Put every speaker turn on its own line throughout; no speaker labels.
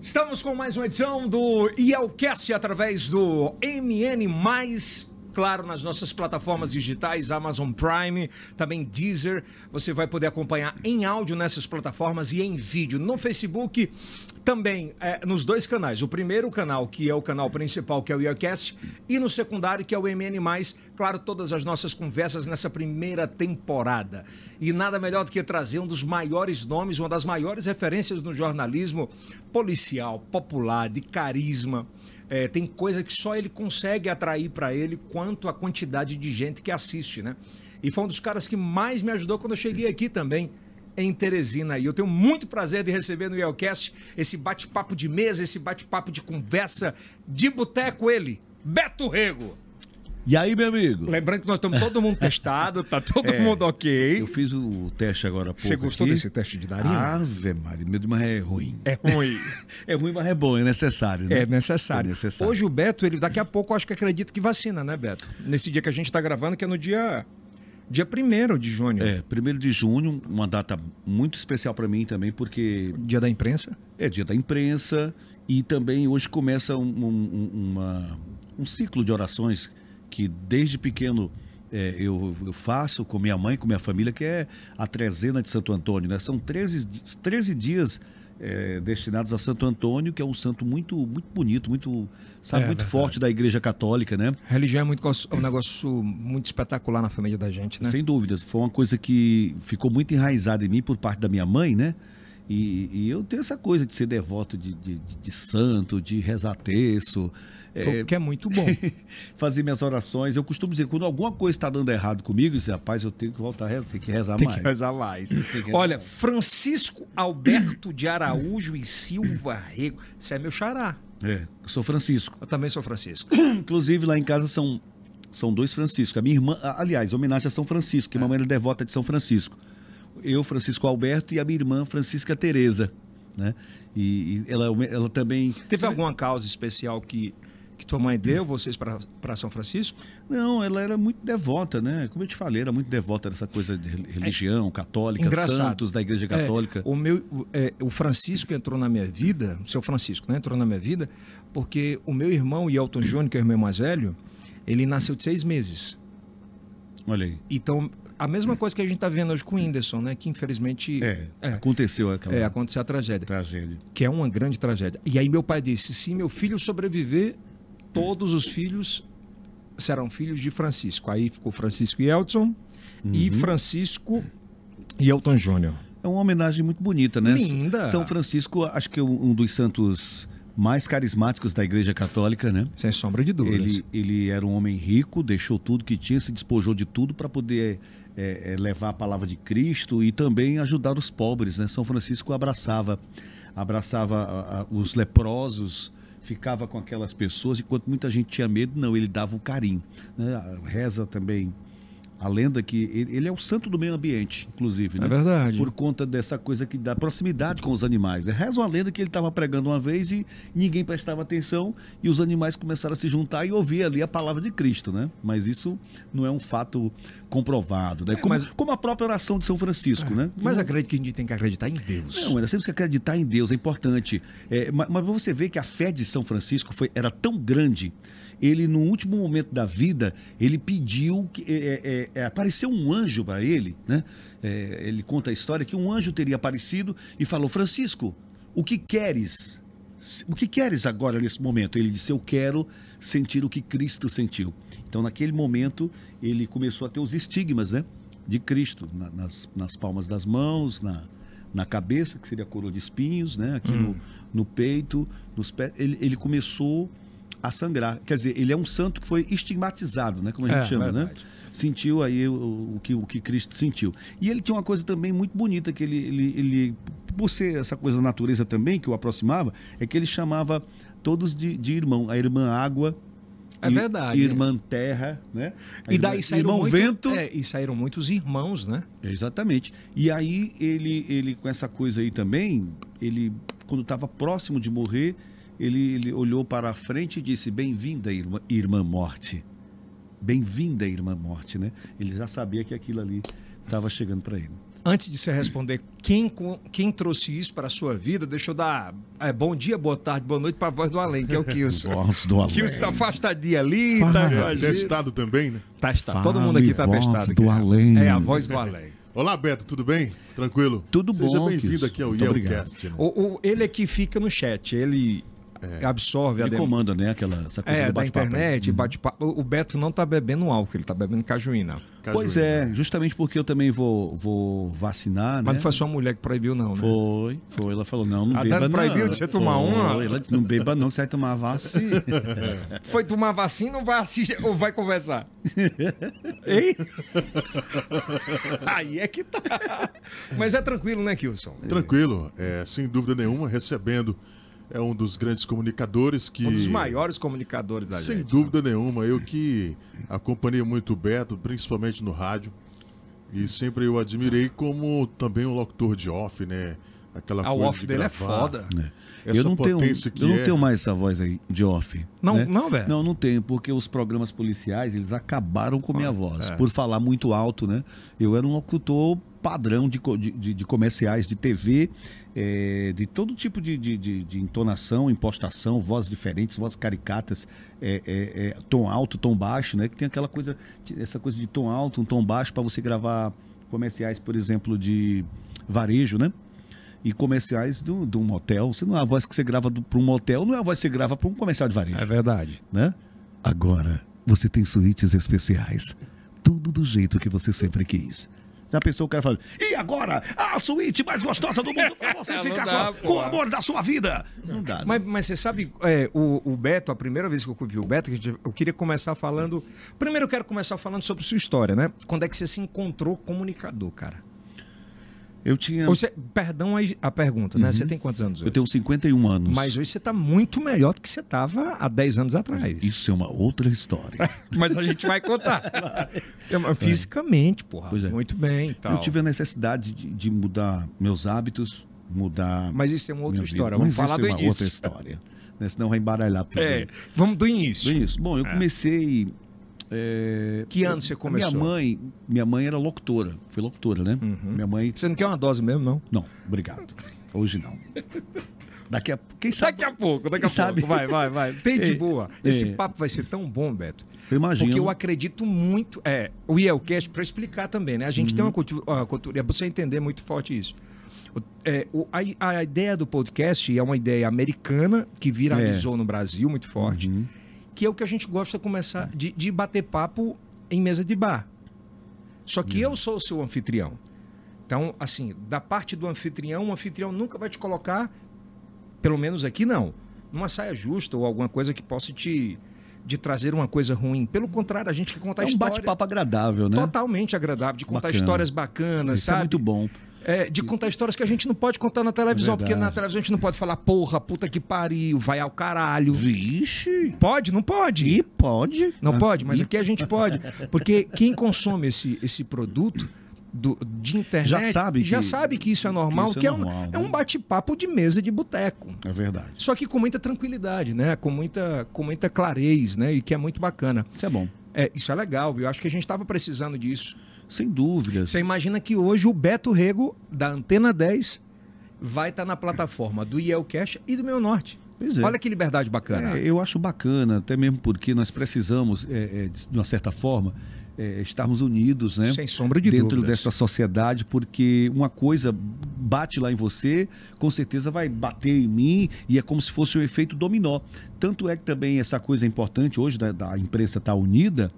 Estamos com mais uma edição do IELCast através do MN+, claro, nas nossas plataformas digitais, Amazon Prime, também Deezer. Você vai poder acompanhar em áudio nessas plataformas e em vídeo. No Facebook também, é, nos dois canais. O primeiro canal, que é o canal principal, que é o IELCast, e no secundário, que é o MN+, claro, todas as nossas conversas nessa primeira temporada. E nada melhor do que trazer um dos maiores nomes, uma das maiores referências no jornalismo policial, popular, de carisma. É, tem coisa que só ele consegue atrair para ele quanto a quantidade de gente que assiste, né? E foi um dos caras que mais me ajudou quando eu cheguei aqui também em Teresina. E eu tenho muito prazer de receber no Yelcast esse bate-papo de mesa, esse bate-papo de conversa de boteco ele, Beto Rego.
E aí, meu amigo?
Lembrando que nós estamos todo mundo testado, tá todo mundo ok.
Eu fiz o teste agora há pouco.
Você gostou
aqui.
desse teste de narina?
Ave Maria, medo, mas é ruim.
É ruim.
É ruim, mas é bom, é necessário, né?
É necessário.
É necessário.
Hoje o Beto, ele daqui a pouco eu acho que acredita que vacina, né, Beto? Nesse dia que a gente tá gravando, que é no dia dia 1 de junho.
É, 1 de junho, uma data muito especial pra mim também, porque
Dia da imprensa?
é dia da imprensa e também hoje começa um, um- um- uma- um ciclo de orações que desde pequeno é, eu, eu faço com minha mãe, com minha família, que é a trezena de Santo Antônio. Né? São 13, di- 13 dias é, destinados a Santo Antônio, que é um santo muito, muito bonito, muito, sabe,
É,
muito
verdade.
forte da Igreja Católica, né?
Religião é, muito, cos- é um negócio muito espetacular na família da gente, né?
Sem dúvidas. Foi uma coisa que ficou muito enraizada em mim por parte da minha mãe, né? E, e eu tenho essa coisa de ser devoto de, de- de- de santo, de rezar terço, é,
O que é muito bom.
fazer minhas orações. Eu costumo dizer, quando alguma coisa está dando errado comigo, eu digo, rapaz, eu tenho que voltar a rezar, tenho que rezar
Tem que
mais.
rezar mais.
que
Olha, Francisco Alberto de Araújo e Silva Rego. Você é meu xará.
É, eu sou Francisco.
Eu também sou Francisco.
Inclusive, lá em casa são, são dois Francisco. A minha irmã, a- aliás, homenagem a São Francisco, que minha mãe era devota de São Francisco. Eu, Francisco Alberto, e a minha irmã, Francisca Tereza. Né? E, e ela, ela também
Teve alguma causa especial que, que tua mãe deu vocês para São Francisco?
Não, ela era muito devota, né? Como eu te falei, era muito devota dessa coisa de rel- religião católica,
Engraçado.
santos da igreja católica.
É, o meu, o- é, o Francisco entrou na minha vida, o seu Francisco, né, entrou na minha vida, porque o meu irmão, Elton Júnior, que é o irmão mais velho, ele nasceu de seis meses.
Olha aí.
Então, a mesma coisa que a gente está vendo hoje com o Whindersson, né, que infelizmente
É,
é,
aconteceu aquela
é, aconteceu a tragédia,
tragédia.
que é uma grande tragédia. E aí meu pai disse, se meu filho sobreviver, todos os filhos serão filhos de Francisco. Aí ficou Francisco e Elton e
Uhum.
Francisco e Elton Júnior.
É uma homenagem muito bonita, né?
Linda.
São Francisco, acho que é um um dos santos mais carismáticos da igreja católica, né?
Sem sombra de dúvidas.
Ele, ele era um homem rico, deixou tudo que tinha, se despojou de tudo para poder é, é, levar a palavra de Cristo e também ajudar os pobres. Né? São Francisco abraçava, abraçava a- a- os leprosos, ficava com aquelas pessoas, enquanto muita gente tinha medo, não, ele dava um carinho. né? A- Reza também a lenda que ele, ele é o santo do meio ambiente, inclusive. Né?
É verdade.
Por conta dessa coisa que dá proximidade com os animais. né? Reza uma lenda que ele estava pregando uma vez e ninguém prestava atenção e os animais começaram a se juntar e ouvir ali a palavra de Cristo, né? Mas isso não é um fato comprovado, né? Como,
É, mas- É,
como a própria oração de São Francisco, né?
Mas acredito que a gente tem que acreditar em Deus.
Não, era sempre que acreditar em Deus, é importante. É, ma- mas, você vê que a fé de São Francisco foi, era tão grande, ele, no último momento da vida, ele pediu que. é, é, é, apareceu um anjo para ele, né? É, ele conta a história que um anjo teria aparecido e falou: Francisco, o que queres? O que queres agora nesse momento? Ele disse: Eu quero sentir o que Cristo sentiu. Então, naquele momento, ele começou a ter os estigmas, né? De Cristo, na- nas, nas palmas das mãos, na, na cabeça, que seria a coroa de espinhos, né? Aqui
Hum.
no, no peito, nos pés. Ele, ele começou a sangrar. Quer dizer, ele é um santo que foi estigmatizado, né? Como a gente
É,
chama, né?
verdade.
sentiu aí o, o que, o que Cristo sentiu. E ele tinha uma coisa também muito bonita, que ele, ele, ele- por ser essa coisa da natureza também, que o aproximava, é que ele chamava todos de, de irmão. A irmã água,
É
i-
verdade,
irmã terra, né? A
E
irmã-
daí saíram
irmão
muito-
vento.
é, e saíram muitos irmãos, né?
Exatamente. E aí ele, ele com essa coisa aí também, ele quando estava próximo de morrer, ele, ele olhou para a frente e disse: "Bem-vinda, irmã, irmã morte. Bem-vinda, irmã morte", né? Ele já sabia que aquilo ali estava chegando para ele.
Antes de você responder quem, co- quem trouxe isso para a sua vida, deixa eu dar é, bom dia, boa tarde, boa noite para a voz do além, que é o Kilson.
Voz do além.
Kilson está afastadinho ali, tá, com a
É,
gente.
testado também, né?
Tá, está.
Fale,
Todo mundo aqui tá
voz
testado.
do
aqui.
além.
É, a voz do além.
Olá, Beto, tudo bem? Tranquilo?
Tudo
Seja
bom,
Seja bem-vindo
Kilson.
aqui ao
Muito
Yelcast. né?
O, o- ele é que fica no chat, ele absorve
É. Ele
a demanda.
comanda, né? Aquela, essa coisa
É,
do
da
bate-papo. Uhum.
internet, bate-papo. O Beto não tá bebendo álcool, ele tá bebendo cajuína.
Caju,
Pois é, justamente porque eu também vou, vou vacinar,
Mas
né?
não foi sua mulher que proibiu, não, né?
Foi, foi. Ela falou, não, não
A
beba
Dani
não.
proibiu de você tomar
Foi,
uma?
Ela disse, não beba não, que você vai tomar a vacina.
Foi tomar vacina ou vai assistir ou vai conversar? Hein? Aí é que tá. Mas é tranquilo, né, Kilson?
Tranquilo, é, sem dúvida nenhuma, recebendo é um dos grandes comunicadores que...
Um dos maiores comunicadores da
Sem
gente. né?
dúvida nenhuma, eu que acompanhei muito o Beto, principalmente no rádio, e sempre eu admirei como também um locutor de off, né? Aquela
A
coisa
off
de
dele é
gravar.
foda.
Essa
eu não tenho, um,
potência que
eu não
é.
tenho mais essa voz aí de off.
Não-
né?
não, velho?
Não, não tenho, porque os programas policiais, eles acabaram com a minha voz. Por falar muito alto, né? Eu era um locutor padrão de, co- de, de- de comerciais, de TV, eh, de todo tipo de, de, de- de entonação, impostação, vozes diferentes, vozes caricatas, eh, eh, eh, tom alto, tom baixo, né? Que tem aquela coisa, essa coisa de tom alto, um tom baixo, para você gravar comerciais, por exemplo, de varejo, né? e comerciais de um, de um motel. Você não é a voz que você grava para um motel, não é a voz que você grava para um comercial de
É
varejo,
verdade.
né? Agora, você tem suítes especiais. Tudo do jeito que você sempre quis. Já pensou o cara falando, e agora? A suíte mais gostosa do mundo para você
É, Não
ficar
dá,
com, a-
pô.
com o amor da sua vida. Não dá. né?
Mas, mas você sabe, é, o, o Beto, a primeira vez que eu vi o Beto, que a gente- eu queria começar falando. Primeiro eu quero começar falando sobre sua história, né? Quando é que você se encontrou comunicador, cara?
eu tinha.
Ou você- perdão a, a pergunta, né? Você tem quantos anos hoje?
Eu tenho 51 anos.
Mas hoje você tá muito melhor do que você tava há 10 anos atrás.
Isso é uma outra história.
Mas a gente vai contar. É, mas Fisicamente, porra.
Pois é.
Muito bem e tal.
Eu tive a necessidade de, de mudar meus hábitos, mudar
Mas isso é uma outra
minha vida.
história. Vamos
Mas
falar
isso
do
é uma outra
início.
história. Né? Senão vai embaralhar tudo.
É, vamos do
Do
início.
início. é Bom, eu comecei. é,
Que ano você começou? Uhum.
Minha mãe, minha mãe era locutora. Foi locutora, né? Minha mãe.
Você não quer uma dose mesmo, não?
Não, obrigado. Hoje não. Daqui a quem sabe.
Daqui a pouco, daqui a
Sabe?
pouco. Vai, vai, vai. Tem de
É,
boa. Esse
é.
papo vai ser tão bom, Beto.
Eu imagino.
Porque eu acredito muito. É, o IELCast, para explicar também, né? A gente
Uhum.
tem uma cultura, uma cultura. É você entender muito forte isso. O- é, o- a, a ideia do podcast é uma ideia americana que
É.
viralizou no Brasil muito forte,
Uhum.
que é o que a gente gosta de começar de, de bater papo em mesa de bar. Só que eu sou o seu anfitrião. Então, assim, da parte do anfitrião, o anfitrião nunca vai te colocar, pelo menos aqui não, numa saia justa ou alguma coisa que possa te, de trazer uma coisa ruim. Pelo contrário, a gente quer contar
é um
história
bate-papo agradável, né?
totalmente agradável, de contar
Bacana.
histórias bacanas,
Isso
né, sabe?
é muito bom. É
É, de contar histórias que a gente não pode contar na televisão, porque
Verdade.
na televisão a gente não pode falar porra, puta que pariu, vai ao caralho.
Vixe!
Pode? Não pode.
E pode? Ah,
Não pode, mas aqui a gente pode. Porque quem consome esse, esse produto do, de internet
Já sabe
já
que-
sabe que isso é normal,
isso é
que é,
normal,
um,
né?
é um bate-papo de mesa de boteco.
É verdade.
Só que com muita tranquilidade, né? Com muita, com muita clarez, né? E que é muito bacana.
Isso é bom.
É, isso é legal, eu acho que a gente estava precisando disso.
Sem dúvida.
Você imagina que hoje o Beto Rego, da Antena 10, vai estar na plataforma do Yelcast e do Meu Norte.
Pois é.
Olha que liberdade bacana.
É, eu acho bacana, até mesmo porque nós precisamos, é, é, de de uma certa forma, é, estarmos unidos, né?
Sem sombra de
Dentro
dúvidas.
dessa sociedade, porque uma coisa bate lá em você, com certeza vai bater em mim, e é como se fosse um efeito dominó. Tanto é que também essa coisa é importante hoje, da, da imprensa estar unida,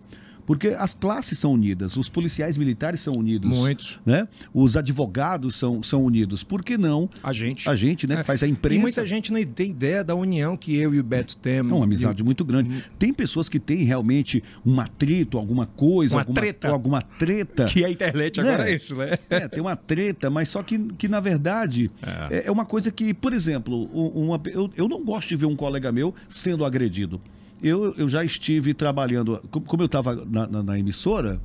porque as classes são unidas, os policiais militares são unidos.
Muitos.
Né? Os advogados são, são unidos. Por que não
A gente. É.
a gente, né? que Faz a imprensa.
E muita gente não tem ideia da união que eu e o Beto temos.
É uma amizade muito grande. Tem pessoas que têm realmente um atrito, alguma coisa,
Uma
alguma
treta.
alguma treta.
Que a internet agora
Né?
é isso, né?
É, tem uma treta, mas só que, que na verdade, é. é uma coisa que, por exemplo, um- uma, eu, eu não gosto de ver um colega meu sendo agredido. Eu, eu já estive trabalhando, como como eu estava na, na- na emissora,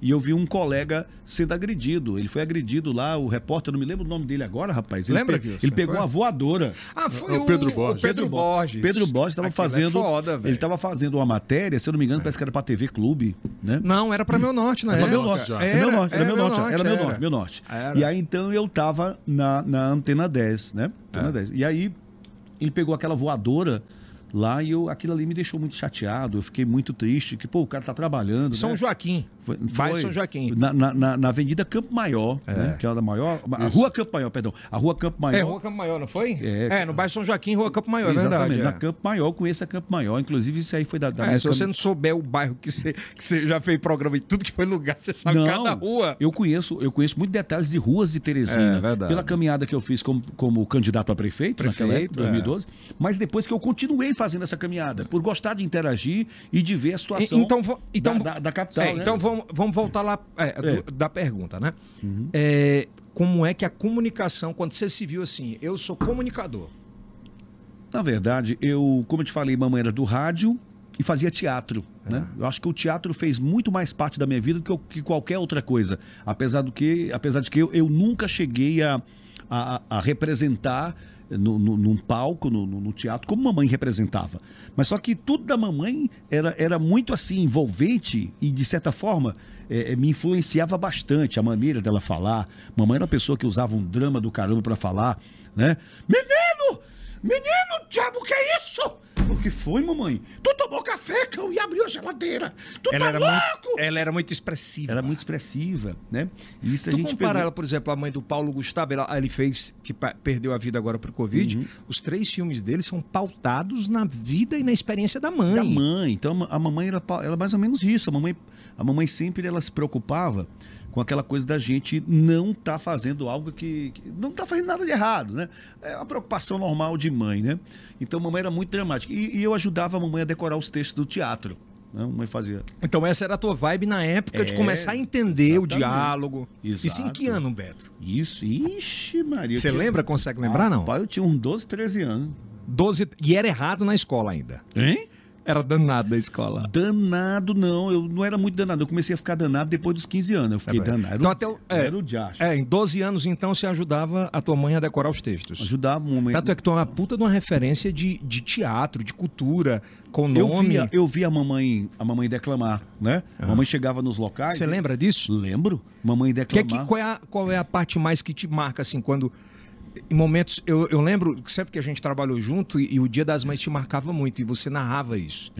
e eu vi um colega sendo agredido. Ele foi agredido lá, o repórter, eu não me lembro o nome dele agora, rapaz. Ele
Lembra,
pe-
Gilson?
Ele pegou
Foi?
uma voadora.
Ah, foi
É
o,
o Pedro Borges.
Pedro Borges.
Pedro Borges estava
Aquilo
fazendo.
É foda,
ele
velho. É.
estava fazendo uma matéria, se eu não me engano, parece que era para TV Clube, né?
Não, era pra meu norte, né?
Era
Era
meu norte.
já.
Era meu norte, era meu norte, era meu norte, meu norte.
Era.
E aí então eu tava na, na antena 10, né?
É.
Antena 10. E aí ele pegou aquela voadora lá e eu, aquilo ali me deixou muito chateado. Eu fiquei muito triste, que pô, o cara tá trabalhando. né?
São Joaquim.
Foi-
Vai
foi
São Joaquim.
Na, na, na- na Avenida Campo Maior, né? Que era a maior. A Rua Campo Maior, perdão. A Rua Campo Maior.
É, Rua Campo Maior, não foi?
É.
no bairro São Joaquim, Rua Campo Maior, é
Exatamente,
verdade.
na tá
é.
Campo Maior, conheço a Campo Maior. Inclusive, isso aí foi da, da
É,
minha
se você
cami-
não souber o bairro que você, que você já fez programa em tudo que foi lugar, você sabe cada rua.
Eu conheço, eu conheço muito detalhes de ruas de Teresina.
É, verdade.
Pela caminhada que eu fiz como, como candidato a prefeito, naquela
Prefeito, é.
época, 2012. Mas depois que eu continuei fazendo essa caminhada, por gostar de interagir e de ver a
E-
situação
Então, vo- então,
da, da- da capital.
É,
né?
Então vamos, vamos voltar lá é, do- da pergunta, né?
Uhum.
É, como é que a comunicação, quando você se viu assim, eu sou comunicador.
Na verdade, eu, como eu te falei, mamãe era do rádio e fazia teatro. Né? Eu acho que o teatro fez muito mais parte da minha vida do que, eu- que qualquer outra coisa. Apesar do que, apesar de que eu, eu nunca cheguei a, a, a representar no, no- num palco, no, no- no teatro, como mamãe representava. Mas só que tudo da mamãe era, era muito assim, envolvente e, de certa forma, eh, eh, me influenciava bastante a maneira dela falar. Mamãe era uma pessoa que usava um drama do caramba para falar, né? Menino! Menino, diabo, que é isso? O que foi, mamãe? Tu tomou café, cão, e abriu a geladeira. Tu tá
era
louco?
muito, ela era muito expressiva.
Era muito expressiva, né? E isso a
Tu
gente
compara
pegou-
ela, por exemplo, a mãe do Paulo Gustavo, ela, ele fez, que pa- perdeu a vida agora pro
Uhum.
Covid. Os três filmes dele são pautados na vida e na experiência da mãe.
da mãe. Então a ma- a mamãe era, pa- era mais ou menos isso. A mamãe, a mamãe sempre ela se preocupava com aquela coisa da gente não estar fazendo algo que, que não tá fazendo nada de errado, né? É uma preocupação normal de mãe, né? Então a mamãe era muito dramática e, e eu ajudava a mamãe a decorar os textos do teatro. Né? A mamãe fazia
Então essa era a tua vibe na época de
É,
começar a entender
exatamente.
o diálogo. Isso em
Exato.
que ano, Beto?
isso. Ixi, Maria.
Você
que-
lembra? Consegue lembrar, não?
Rapaz, eu tinha uns 12, 13 anos.
12 e era errado na escola ainda.
Hein?
Era danado da escola.
Danado, não. Eu não era muito danado. Eu comecei a ficar danado depois dos 15 anos. Eu fiquei
É,
danado.
então até o- é.
era o diacho.
É, em 12 anos então você ajudava a tua mãe a decorar os textos.
Ajudava o momento.
Tanto é que tu é uma puta de uma referência de, de teatro, de cultura, com
eu
nome.
via, eu via a mamãe, a mamãe declamar, né? A mamãe chegava nos locais.
Você lembra disso?
Lembro. Mamãe
Que é
declamar.
que, qual, é a, qual é a parte mais que te marca, assim, quando. Em momentos. Eu, eu lembro que sempre que a gente trabalhou junto e, e o Dia das Mães te marcava muito, e você narrava isso.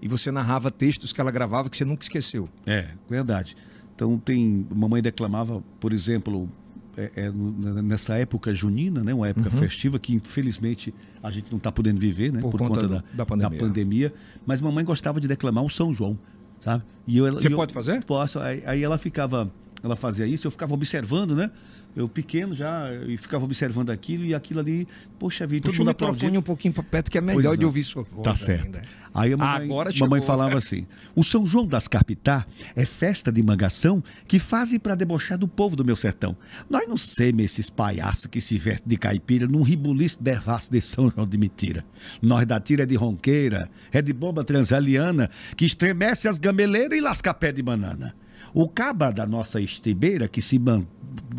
E você narrava textos que ela gravava que você nunca esqueceu.
É, verdade. Então tem. Mamãe declamava, por exemplo, é- é, n- n- nessa época junina, né? Uma época festiva que infelizmente a gente não está podendo viver, né?
Uhum. Por conta do- da pandemia.
pandemia. Mas mamãe gostava de declamar o São João, sabe? E eu,
Você
e eu-
pode fazer?
Posso. Aí, aí ela ficava, ela fazia isso, eu ficava observando, né? Eu pequeno já e ficava observando aquilo e aquilo ali. Poxa vida,
Puxa
todo
o
mundo
microfone
aplaudindo.
um pouquinho pra perto que é
Pois
melhor de
não.
ouvir sua voz.
Tá certo.
ainda.
Aí a mamãe,
Agora chegou.
mamãe falava assim: o São João das Carpitá é festa de mangação que fazem para debochar do povo do meu sertão. Nós não semos esses palhaços que se vestem de caipira num ribuliço de raça de São João de mentira. Nós da tira é de ronqueira, é de bomba transaliana que estremece as gameleiras e lasca pé de banana. O cabra da nossa estibeira que se man-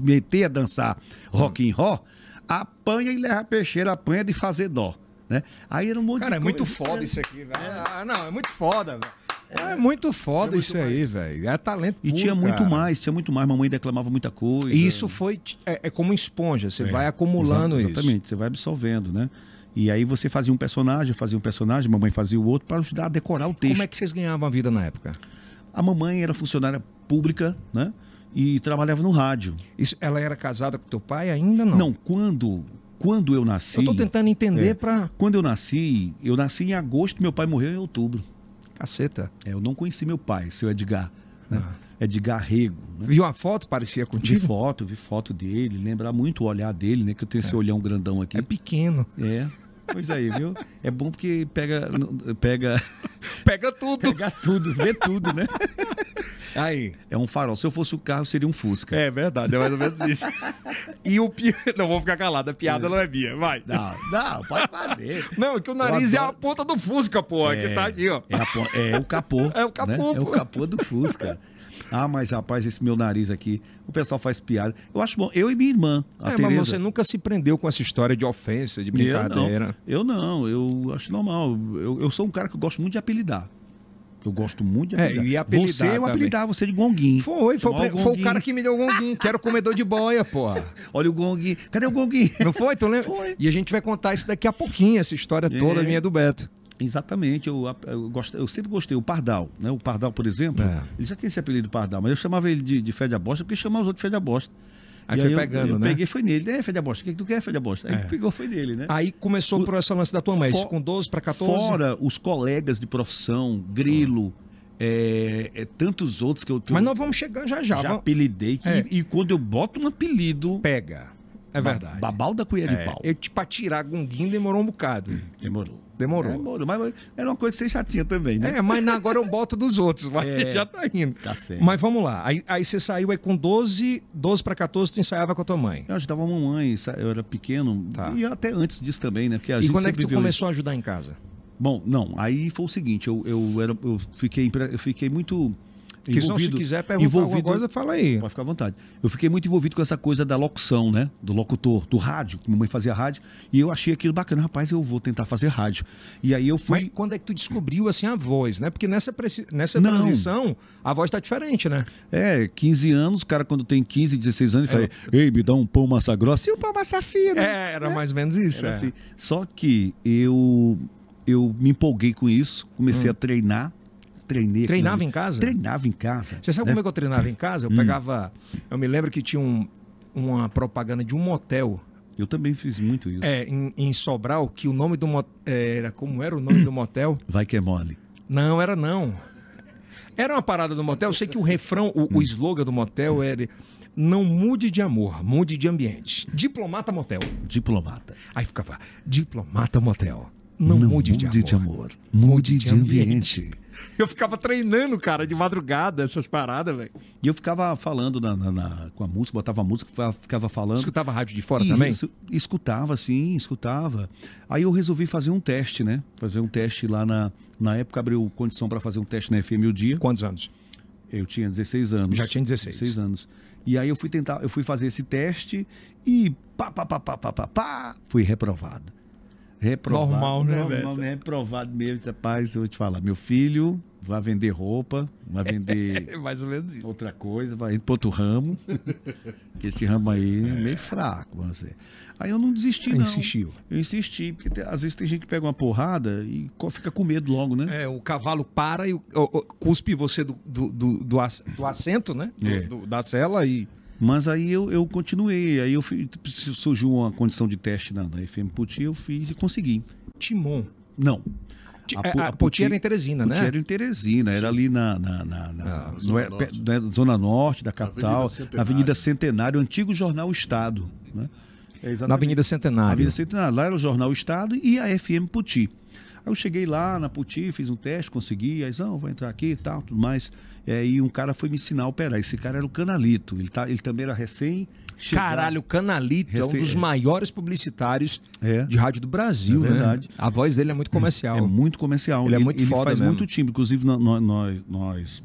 meter a dançar rock and roll apanha e leva a peixeira, apanha de fazer dó. Né? Aí era um monte
Cara, é
de
muito
coisa.
foda isso aqui, velho. Ah, não, é muito foda, velho. É, muito foda isso aí, velho. É talento
E
puro,
tinha muito
cara.
mais, tinha muito mais. Mamãe declamava muita coisa.
E isso foi. né? É, é como esponja, você
É,
vai acumulando
exa-
isso.
Exatamente, você vai absolvendo, né? E aí você fazia um personagem, fazia um personagem, mamãe fazia o outro para ajudar a decorar o texto.
Como é que vocês ganhavam a vida na época?
A mamãe era funcionária pública, né? E trabalhava no rádio.
Isso- ela era casada com teu pai? Ainda não. É.
Não, quando quando eu nasci.
Eu tô tentando entender pra.
Quando eu nasci, eu nasci em agosto, meu pai morreu em outubro.
Caceta.
É, eu não conheci meu pai, seu Edgar. Né?
Ah.
Edgar Rego. né?
Viu a foto? Parecia
Vi
contigo?
foto, vi foto dele, lembrar muito o olhar dele, né? Que eu tenho esse olhão grandão aqui.
É pequeno.
É. Pois aí, viu? É bom porque pega, n- pega,
Pega tudo.
pega tudo, vê tudo, né?
Aí.
É um farol. Se eu fosse o carro, seria um Fusca.
É verdade, é mais ou menos isso. e o pi... Não vou ficar calado, a piada não é minha, vai.
Não, não, pode fazer.
Não, é que o nariz
Eu
é a
adoro.
ponta do Fusca, pô, que tá aqui, ó.
É, a pon- é o capô.
É o capô,
né? É o
pô.
capô do Fusca. Ah, mas rapaz, esse meu nariz aqui, o pessoal faz piada. Eu acho bom. Eu e minha irmã, a
É, mas
Tereza.
você nunca se prendeu com essa história de ofensa, de brincadeira.
Eu não, eu não, eu acho normal. Eu, eu sou um cara que eu gosto muito de apelidar. Eu gosto muito de
É,
apelidar.
e apelidar
você, eu
também.
apelidava você de Gonguinho.
Foi, foi, o
Chamava
pre- foi o
Gonguinho.
cara que me deu o gonguinho, que era o comedor de boia, porra.
Olha o Gonguinho. Cadê o Gonguinho?
Não foi? Tu lembra?
Foi.
E a gente vai contar isso daqui a pouquinho, essa história toda
É.
minha do Beto.
Exatamente, eu, ap- eu, gosto, eu sempre gostei. O Pardal, né? O Pardal, por exemplo,
É.
ele já tem esse apelido Pardal, mas eu chamava ele de, de Fé de Abosta porque chamava os outros de Fé de Abosta.
Aí
E
foi
eu-
pegando,
eu
né? É.
peguei foi nele. É, Fé de Abosta, o que, que tu quer, Fé de Abosta? Aí pegou, foi nele, né?
Aí começou o... por essa lance da tua mãe,
Fo-
isso Ah, então, com 12 pra 14.
Fora os colegas de profissão, Grilo, é, é, tantos outros que eu,
Ah.
que
Mas
eu
nós vamos chegando já já.
já
vamos-
apelidei. que-
É.
e, quando eu boto um apelido,
Pega. É verdade.
babal da colher de
É,
pau.
eu, te- pra tirar gonguinho demorou um bocado.
Demorou.
Demorou.
Demorou, mas mas era uma coisa que você já tinha também, né?
É, mas na- agora eu boto dos outros, mas já tá indo.
Tá certo.
Mas vamos lá. Aí, aí você saiu aí com 12, 12 pra 14, tu ensaiava com a tua mãe.
Eu ajudava a mamãe, sa- eu era pequeno,
Tá.
e até antes disso também, né? Porque a
E
gente
quando é que
sempre
tu
viveu
começou a ajudar em casa?
isso. Bom, não, aí foi o seguinte, eu, eu, era, eu, fiquei, impre- eu fiquei muito
Que se não se
envolvido-
quiser perguntar
envolvido-
alguma coisa, fala aí.
Pode ficar à vontade. Eu fiquei muito envolvido com essa coisa da locução, né? Do locutor, do rádio, que minha mãe fazia rádio, e eu achei aquilo bacana, rapaz, eu vou tentar fazer rádio. E aí eu fui...
Mas quando é que tu descobriu assim a voz, né? Porque nessa, preci- nessa
Não.
transição a voz tá diferente, né?
É, 15 anos, o cara quando tem 15, 16 anos, ele fala, ei, me dá um pão massa grossa e um pão massa fina.
É, era mais ou menos isso.
Era
é.
assim. Só que eu, eu me empolguei com isso, comecei a treinar, treinei. aquilo
Hum. Treinava
ali.
em casa?
Treinava em casa.
Você sabe
né?
como é que eu treinava em casa? Eu pegava. Eu me lembro que tinha um- uma propaganda de um motel
Eu também fiz muito isso.
é, em, em Sobral, que o nome do motel. Era, como era o nome do motel?
Vai que é mole.
Não, era não. Era uma parada do motel. Eu sei que o refrão, o, o slogan do motel era: Não mude de amor, mude de ambiente. Diplomata motel.
Diplomata.
Aí ficava: Diplomata motel. Não, mude, de amor.
Mude,
Mude
de,
de
ambiente.
Eu ficava treinando, cara, de madrugada, essas paradas, velho.
E eu ficava falando na- na- na- com a música, botava a música, fa- ficava falando.
Escutava rádio de fora
E
também?
isso, escutava, sim, escutava. Aí eu resolvi fazer um teste, né? Fazer um teste lá na. Na época abriu condição para fazer um teste na FM o dia.
Quantos anos?
Eu tinha 16 anos.
Já tinha 16.
anos. E aí eu fui tentar, eu fui fazer esse teste e pá, pá, pá, pá, pá, pá, pá, fui reprovado. Reprovado.
Normal, né,
Normal,
Beto?
né? Reprovado mesmo. Rapaz, eu vou te falar, meu filho vai vender roupa, vai vender
É mais ou menos isso.
outra coisa, vai ir para outro ramo. que esse ramo aí é meio fraco, você. Aí eu não desisti, não.
Insistiu.
Eu insisti, porque te- às vezes tem gente que pega uma porrada e co- fica com medo logo, né?
É, o cavalo para e o, o- o- cuspe você do, do, do, do ass- do assento, né? Do-
É.
do- da cela e.
Mas aí eu, eu continuei, aí eu fui, se surgiu uma condição de teste na, na FM Puti, eu fiz e consegui.
Timon.
Não.
Ti- é,
Pu-
a, a Poti era em
Puti-
Teresina,
Puti
né?
era em Teresina, era ali na, na, na- na-
Ah,
no-
Zona
é-
Norte.
pe- na zona norte da capital,
Centenário.
na Avenida Centenário, antigo jornal Estado. Né? É
Na
exatamente-
Avenida Centenário.
Avenida Centenário, lá era o Jornal Estado e a FM Puti. Aí eu cheguei lá na Puti, fiz um teste, consegui, aí não, vou entrar aqui e tal, tudo mais. É, e um cara foi me ensinar a operar. Esse cara era o Canalito, ele, tá, ele também era recém
Caralho, o Canalito é
Rece-
um dos
é.
maiores publicitários
É.
de rádio do Brasil,
É verdade.
né? A voz dele é muito comercial.
É muito comercial.
Ele é muito foda
faz
mesmo.
muito timbre. Inclusive, nó- nó- nós, nós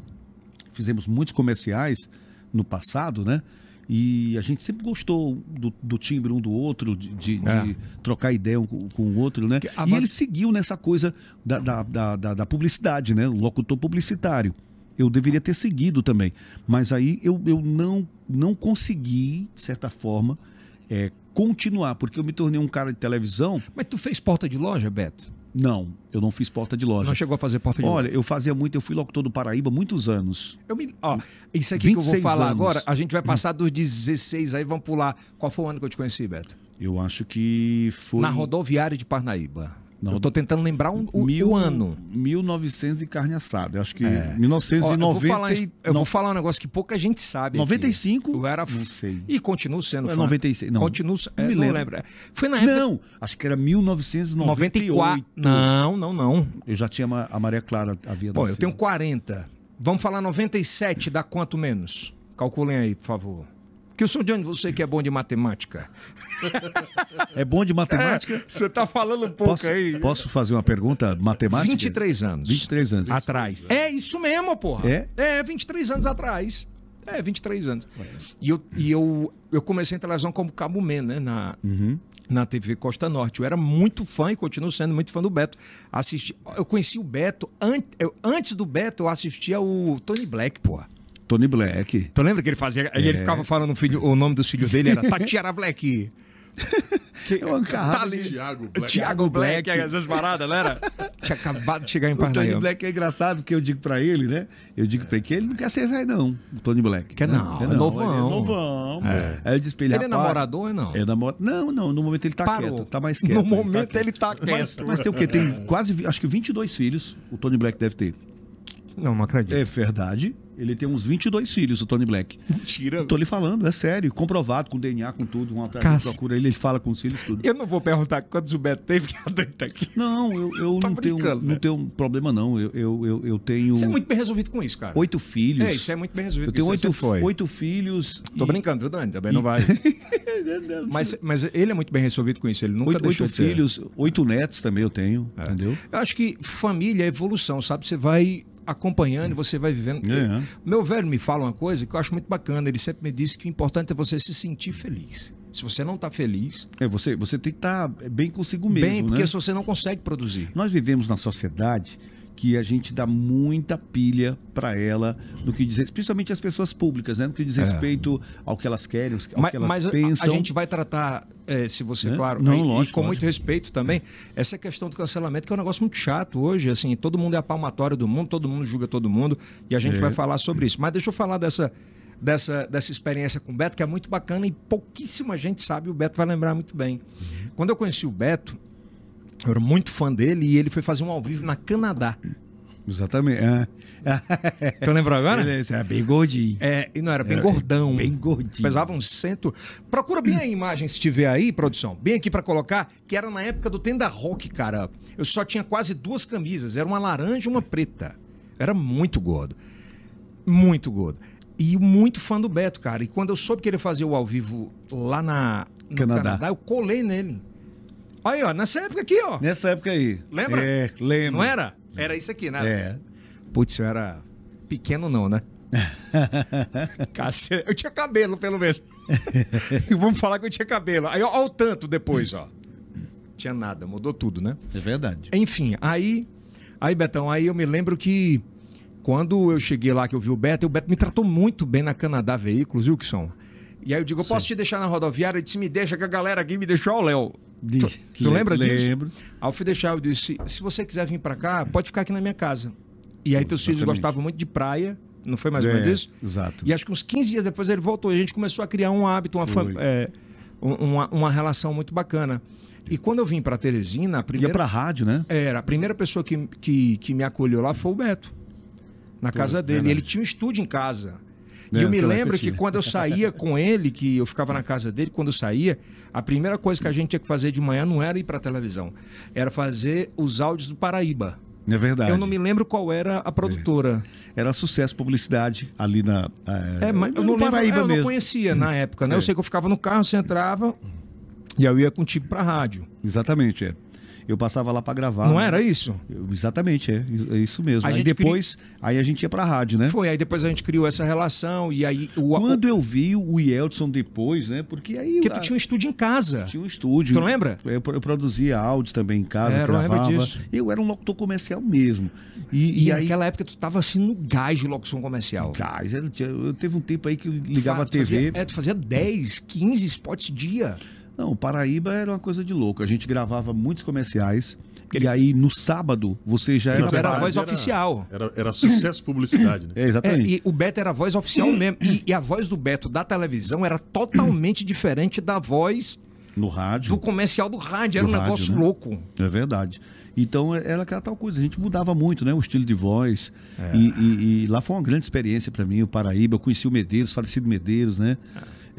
fizemos muitos comerciais no passado, né? E a gente sempre gostou do, do timbre um do outro, de, de- de
É.
trocar ideia um com com o outro, né?
Que a
E
va-
ele seguiu nessa coisa da, da, da, da- da publicidade, né? O locutor publicitário. Eu deveria ter seguido também. Mas aí eu, eu não, não consegui, de certa forma, eh, continuar, porque eu me tornei um cara de televisão.
Mas tu fez porta de loja, Beto?
Não, eu não fiz porta de loja.
Não chegou a fazer porta de loja?
Olha, eu fazia muito, eu fui locutor do Paraíba muitos anos.
Eu me- ó, isso aqui que eu vou
26
falar
anos. Hum.
agora, a gente vai passar dos 16 aí, vamos pular. Qual foi o ano que eu te conheci, Beto?
Eu acho que foi.
Na rodoviária de Parnaíba.
Na
eu tô tentando lembrar um, o,
mil-
o ano. É.
1900 e carne assada. Eu acho que
Ó,
1990.
eu, vou falar, em- eu
não,
vou falar um negócio que pouca gente sabe. aqui.
95?
Eu era. f-
Não sei.
E continuo sendo.
Ou é
fã.
96? Não.
Continuo. É,
Não me
não
lembro.
lembro. Foi na época.
Não, acho que era 1998.
94. Não, não, não.
Eu já tinha ma- a Maria Clara havia
Bom, eu
nascido.
tenho um 40. Vamos falar 97, dá quanto menos? Calculem aí, por favor. Que eu sou de onde você que é bom de matemática.
É bom de matemática?
Você tá falando um pouco
Posso,
aí.
posso fazer uma pergunta matemática?
23 anos.
23 anos.
Atrás. É isso mesmo, porra.
É?
É, 23 anos atrás. É, 23 anos. E eu, e eu, eu comecei em televisão como Cabo Man, né? Na, na TV Costa Norte. Eu era muito fã e continuo sendo muito fã do Beto. Assisti, eu conheci o Beto. an- eu- antes do Beto, eu assistia o Tony Black, porra. É.
Tony Black.
Tu lembra que ele fazia. Ele ficava falando o, filho- o nome dos filhos dele, era Tatiara Black.
É uma carrada
Tá
de-
Tiago Black.
Tiago Black,
Black.
essas paradas, não era? Tinha acabado de chegar em
O Tony
Parnaíba.
Black é engraçado porque eu digo pra ele, né? Eu digo pra ele que ele não quer ser velho, não. O Tony Black.
Quer não, é novão.
Ele é novão. Aí eu disse pra ele,
Ele é
rapaz,
namorado ou não?
É namorado. Não, não. No momento ele tá
Parou.
quieto. Tá mais quieto.
No momento ele tá
Mas-
quieto.
Mas, tem o quê? Tem quase, vi- acho que 22 filhos o Tony Black deve ter.
Não, não acredito.
É verdade. Ele tem uns 22 filhos, o Tony Black.
Mentira.
Tô lhe falando, é sério. Comprovado com DNA, com tudo. Uma atrás,
Cacete.
procura ele, ele fala com os filhos, tudo.
Eu não vou perguntar quantos o Beto teve, porque a doida tá aqui.
Não, eu, eu
Tá
não, tenho,
brincando,
não
né?
tenho problema, não. Eu, eu, eu, eu tenho
Você é muito bem resolvido com isso, cara.
oito filhos.
É, isso é muito bem resolvido.
Eu tenho
Isso
oito,
sempre foi.
oito filhos.
Tô
e-
brincando, viu, Dani? Também não vai. mas, mas ele é muito bem resolvido com isso. Ele nunca
Oito,
deixou
oito
de ser. É.
filhos, oito netos também eu tenho, entendeu?
Eu acho que família é evolução, sabe? Você vai acompanhando, você vai vivendo.
É.
Meu velho me fala uma coisa que eu acho muito bacana. Ele sempre me disse que o importante é você se sentir feliz. Se você não está feliz,
É, você, você tem que estar bem consigo mesmo,
bem, porque
né?
se você não consegue produzir.
Nós vivemos na sociedade que a gente dá muita pilha para ela no que diz respeito, principalmente as pessoas públicas, né? No que diz respeito ao que elas querem, ao
Ma-
que elas
É. Mas, a-
pensam.
A, gente vai tratar, é, se você,
Né?
claro,
Não,
e- e
lógico,
com
lógico.
muito respeito também, essa questão do cancelamento, que é um negócio muito chato hoje, assim, todo mundo é a palmatória do mundo, todo mundo julga todo mundo, e a gente
É.
vai falar sobre isso. Mas deixa eu falar dessa, dessa, dessa experiência com o Beto, que é muito bacana e pouquíssima gente sabe, o Beto vai lembrar muito bem. Quando eu conheci o Beto, eu era muito fã dele e ele foi fazer um ao vivo na Canadá.
Exatamente. É,
Tu lembra agora?
Ele é bem gordinho.
né? É, e não era bem gordão.
bem gordinho.
Pesava uns cento. Procura bem a imagem se tiver aí, produção. Bem aqui pra colocar, que era na época do Tenda Rock, cara. Eu só tinha quase duas camisas, era uma laranja e uma preta. Era muito gordo. Muito gordo. E muito fã do Beto, cara. E quando eu soube que ele fazia o ao vivo lá na no
Canadá.
eu colei nele. Aí, ó, nessa época aqui, ó.
Nessa época aí.
Lembra?
Né? É, lembro.
Não era? Era isso aqui, né?
É.
Putz, eu era pequeno não, né? Cacete, eu tinha cabelo, pelo menos. e vamos falar que eu tinha cabelo. Aí, ó, ó o tanto depois, ó. Tinha nada, mudou tudo, né?
É verdade.
Enfim, aí, aí Betão, aí eu me lembro que quando eu cheguei lá que eu vi o Beto, o Beto me tratou muito bem na Canadá Veículos, viu, Wilson? E aí eu digo, eu posso te deixar na rodoviária? Ele disse, me deixa que a galera aqui me deixou ao Léo.
De-
Tu, tu lembra disso?
Lembro.
Aí eu fui deixar, eu disse, se você quiser vir pra cá, pode ficar aqui na minha casa. E aí teus filhos
Exatamente.
gostavam muito de praia, não foi mais ou menos
É,
isso?
exato.
E acho que uns 15 dias depois ele voltou. E a gente começou a criar um hábito, uma, fam-
Foi.
é, um- uma, uma relação muito bacana. E quando eu vim pra Teresina, a
Ia
primeira...
pra rádio, né?
Era, É. a primeira pessoa que, que, que me acolheu lá foi o Beto. Na casa dele.
verdade.
Ele tinha um estúdio em casa.
É,
e eu me
aquela
lembro que
coxinha.
quando eu saía com ele, que eu ficava na casa dele, quando eu saía, a primeira coisa que a gente tinha que fazer de manhã não era ir pra televisão, era fazer os áudios do Paraíba.
É verdade.
Eu não me lembro qual era a produtora.
Era sucesso, publicidade ali na. eh,
É, mas eu
no
não lembro,
Paraíba
é, eu não
mesmo. É.
conhecia na época, né? Eu sei que eu ficava no carro, você entrava e aí eu ia contigo pra rádio.
Exatamente, é. Eu passava lá pra gravar.
não
né?
era isso?
Eu- Exatamente, é, i- é isso mesmo.
A
aí
gente
depois, aí a gente ia pra rádio, né?
Foi, aí depois a gente criou essa relação e aí o
Quando eu vi o Yeldson depois, né? Porque aí
Porque
eu-
tu tinha um estúdio em casa.
tinha um estúdio.
Tu lembra?
Eu, eu produzia áudios também em
É,
casa,
eu lembro
gravava.
disso.
Eu era um locutor comercial mesmo. E,
E,
e aí,
naquela época tu tava assim no gás de locução comercial.
Gás, eu, tinha- eu teve um tempo aí que eu ligava
Fa-
a TV.
Fazia, é, tu fazia 10, 15 spots dia.
Não, Paraíba era uma coisa de louco. A gente gravava muitos comerciais. E aí, no sábado, você já
Na
era.
Era a
verdade,
voz oficial.
Era, era sucesso publicidade, né?
É,
É,
exatamente.
e o Beto era a voz oficial mesmo. E, e a voz do Beto da televisão era totalmente diferente da voz
No rádio.
do comercial do rádio. Era um
Do rádio,
negócio
né?
louco.
É verdade. Então é- era aquela tal coisa, a gente mudava muito, né? O estilo de voz.
É.
E, e- e lá foi uma grande experiência para mim, o Paraíba. Eu conheci o Medeiros, falecido Medeiros, né?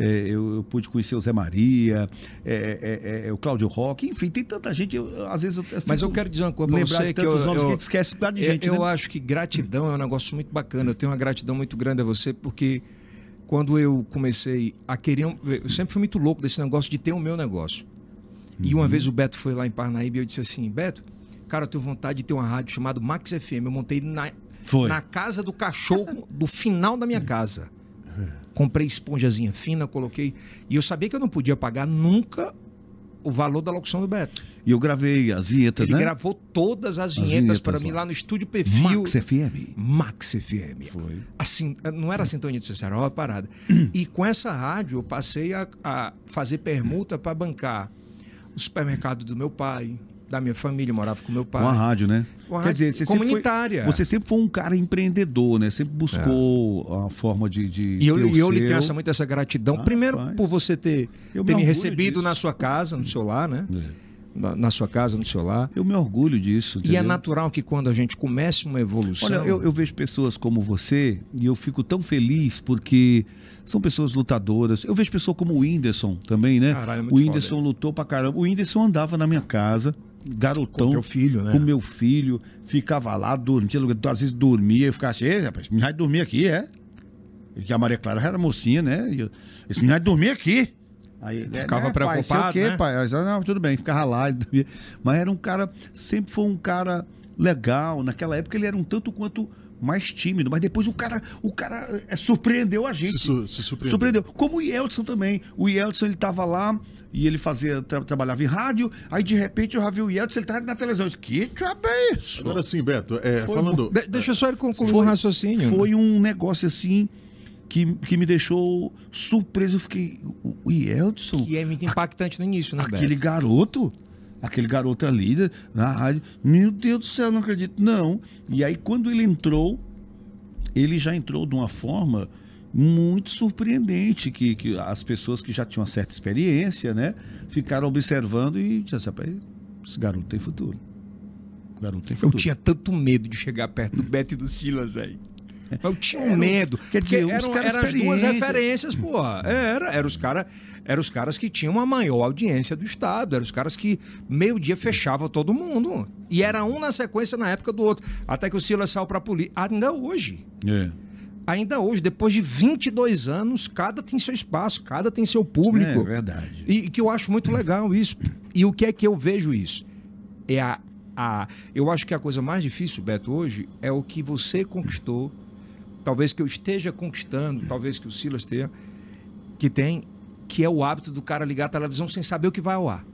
É, eu, eu pude conhecer o Zé Maria, é, é, é, o Cláudio Roque, enfim, tem tanta gente. eu- eu- às vezes eu, eu
Mas eu
fico
quero dizer uma coisa pra
lembrar
você
de
que
tantos
eu-
nomes
eu-
que a gente esquece por causa de gente.
eu
né?
acho que gratidão é um negócio muito bacana. Eu tenho uma gratidão muito grande a você porque quando eu comecei a querer. um- Eu sempre fui muito louco desse negócio de ter o meu negócio. E uma vez o Beto foi lá em Parnaíba e eu disse assim: Beto, cara, eu tenho vontade de ter uma rádio chamada Max FM. Eu montei na,
Foi.
na casa do cachorro, do final da minha casa. Comprei esponjazinha fina, coloquei. E eu sabia que eu não podia pagar nunca o valor da locução do Beto.
E eu gravei as vinhetas,
Ele
né?
gravou todas as vinhetas,
vinhetas
para mim
lá.
lá no estúdio Perfil.
Max FM.
Max FM.
Foi. Hum.
Assim, não era a sintonia do Cesar, era uma parada. E com essa rádio eu passei a, a fazer permuta para bancar o supermercado do meu pai, da minha família, eu morava com meu pai.
Com a rádio, né?
Uma rádio
sempre foi-
comunitária.
você sempre foi um cara empreendedor, né? Sempre buscou a forma de. de
É. E eu,
ter o
e eu lhe
seu.
tenho essa, muito essa gratidão.
Ah,
Primeiro,
rapaz.
por você ter,
Eu me
ter me
orgulho
recebido
disso.
na sua casa, no seu lar, né?
É.
Na, na sua casa, no seu lar.
Eu me orgulho disso.
E é
entendeu?
natural que quando a gente comece uma evolução.
Olha, eu, eu vejo pessoas como você e eu fico tão feliz porque são pessoas lutadoras. Eu vejo pessoas como o Whindersson também, né?
Caralho, é muito
o Whindersson
foda.
lutou pra caramba. O Whindersson andava na minha casa, garotão.
Com teu filho, né?
Com meu filho, ficava lá, dormia, às vezes dormia, eu ficava assim, "Ei, rapaz, me vai dormir aqui, é? Porque a Maria Clara era mocinha, né? E eu, esse menino vai dormir aqui. Aí, ele,
Ficava
né, pai, sei
preocupado,
o quê,
né?
pai? Eu disse, não, tudo bem, ficava lá. e dormia. Mas era um cara, sempre foi um cara legal. Naquela época ele era um tanto quanto mais tímido, mas depois o cara, o cara é, surpreendeu a gente.
Se, su- se surpreendeu.
Surpreendeu. Como o Yeldson também. O Yeldson, ele tava lá e ele fazia, tra- trabalhava em rádio, aí de repente eu já vi o Yeldson, ele tava na televisão. Eu disse, que diabo é
Tá
isso?
Agora sim, Beto, é, falando.
De- deixa eu só ele concluir o
Foi-
raciocínio.
Foi um negócio assim que, que me deixou surpreso. Eu fiquei, o o Yeldson?
E é muito impactante no início, né,
Aquele garoto, aquele garoto ali né, na rádio, meu Deus do céu, não acredito, não. E aí, quando ele entrou, ele já entrou de uma forma muito surpreendente, que, que as pessoas que já tinham uma certa experiência, né, ficaram observando e disseram, assim, rapaz, esse garoto tem futuro. O garoto tem
Eu
futuro.
tinha tanto medo de chegar perto do Beto e do Silas aí. Mas Eu tinha um medo.
quer dizer,
porque
uns
eram,
caras
eram as duas
experientes.
referências, porra. Era, era os cara, eram os caras que tinham a maior audiência do Estado. Eram os caras que meio-dia fechava todo mundo. E era um na sequência na época do outro. Até que o Silas saiu pra polícia. Ainda hoje.
É.
Ainda hoje, depois de 22 anos, cada tem seu espaço, cada tem seu
É
público.
verdade.
E, e que eu acho muito legal isso. E o que é que eu vejo isso? É a, a. Eu acho que a coisa mais difícil, Beto, hoje, é o que você conquistou. Talvez que eu esteja conquistando, talvez que o Silas tenha, que tem, que é o hábito do cara ligar a televisão sem saber o que vai ao ar.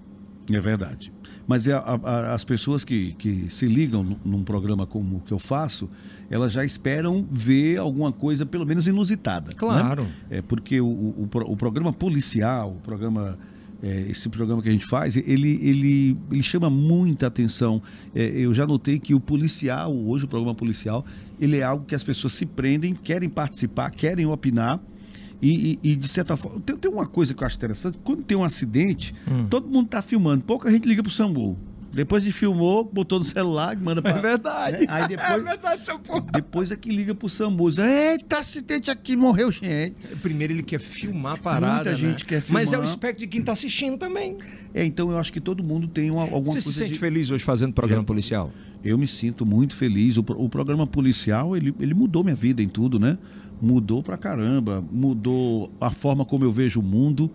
É verdade. Mas é a- a- as pessoas que, que se ligam num- num programa como o que eu faço, elas já esperam ver alguma coisa, pelo menos inusitada. né?
Claro.
É porque o, o- o pro- o programa policial, o programa é, esse programa que a gente faz, ele, ele, ele chama muita atenção. É, eu já notei que o policial, hoje o programa policial, ele é algo que as pessoas se prendem, querem participar, querem opinar. E, e- e, de certa forma, tem, tem uma coisa que eu acho interessante: quando tem um acidente, todo mundo está filmando, pouca gente liga pro Sambu. Depois de filmou, botou no celular e manda pra.
É verdade. É
né? Aí depois,
verdade, seu povo.
depois é que liga pro Sambu. diz, Eita, acidente aqui, morreu gente.
Primeiro ele quer filmar a parada.
Muita gente
né?
quer
Mas é o
filmar.
espectro de quem está assistindo também.
É, então eu acho que todo mundo tem uma, alguma
Você
coisa
se sente
de...
feliz hoje fazendo programa policial?
Eu me sinto muito feliz. O, pro- o programa policial, ele, ele mudou minha vida em tudo, né? Mudou pra caramba. Mudou a forma como eu vejo o mundo.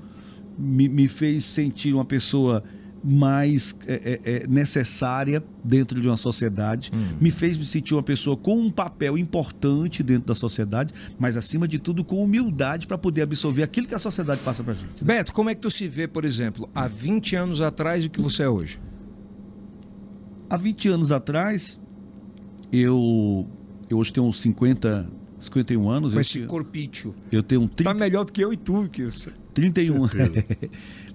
Me, me fez sentir uma pessoa mais é, é, é, necessária dentro de uma sociedade.
Hum.
Me fez me sentir uma pessoa com um papel importante dentro da sociedade, mas acima de tudo com humildade para poder absorver aquilo que a sociedade passa pra gente.
Beto, como é que tu se vê, por exemplo, há 20 anos atrás e o que você é hoje?
Há 20 anos atrás, eu, eu hoje tenho uns 50, 51 anos.
Com
Eu,
esse
tinha-
corpício.
eu tenho um
Tá
30,
melhor do que eu e tu, que você.
31.
Certeza.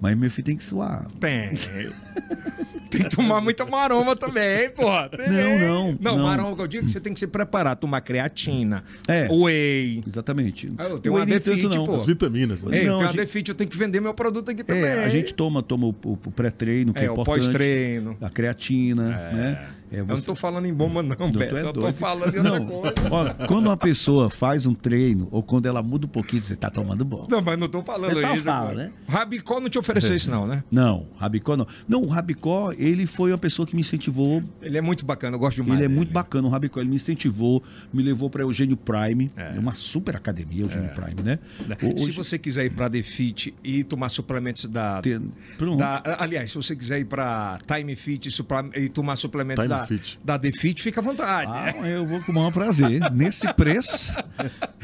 Mas meu filho tem que suar.
Tem. tem que tomar muita maroma também, hein, porra. Tem.
Não, não,
Não,
não.
maroma, que eu digo é que você tem que se preparar, tomar creatina,
É.
whey.
Exatamente.
Ah, eu tenho
Ou
uma
ele nem É,
defite, pô.
As vitaminas, né?
Ei, tem
Não, a
uma
gente-
defite, eu tenho que vender meu produto aqui também.
É, a gente toma, toma o, o- o pré-treino, que é,
É, o
importante.
pós-treino.
A creatina, né? É,
Eu não tô falando em bomba, não,
Não, tu
Beto.
é
eu tô
doido.
falando em outra
Não,
coisa.
olha, quando uma pessoa faz um treino, ou quando ela muda um pouquinho, você tá tomando bomba.
Não, mas não tô falando
Essa só
isso,
fala,
cara.
né? É.
Rabicó não te ofereceu isso, não, né?
Não, Rabicó não. Não, o Rabicó, ele foi uma pessoa que me incentivou.
Ele é muito bacana, eu gosto demais.
Ele é
dele.
muito bacana, o Rabicó. Ele me incentivou, me levou para Eugênio Prime. É uma super academia, Eugênio Prime, né? O-
É. Se
hoje-
você quiser ir pra Defit e tomar suplementos da.
Tem- um Pronto.
da- aliás, se você quiser ir pra Time Fit e, supla- e tomar suplementos
Time
da,
Fit.
da Defit, fica à vontade.
Ah, eu vou com o maior prazer. Nesse preço,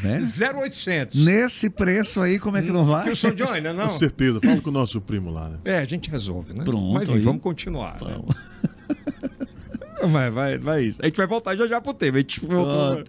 né?
0800.
Nesse preço aí, como é que Né? não vai?
Que o São Johnny, né? Não?
Com certeza, fala com o nosso primo lá, né?
É, a gente resolve, né?
Pronto,
Mas enfim,
aí.
vamos continuar. né? Vai, vai, vai isso. A gente vai voltar já já pro tema. A gente
Ah,
voltou.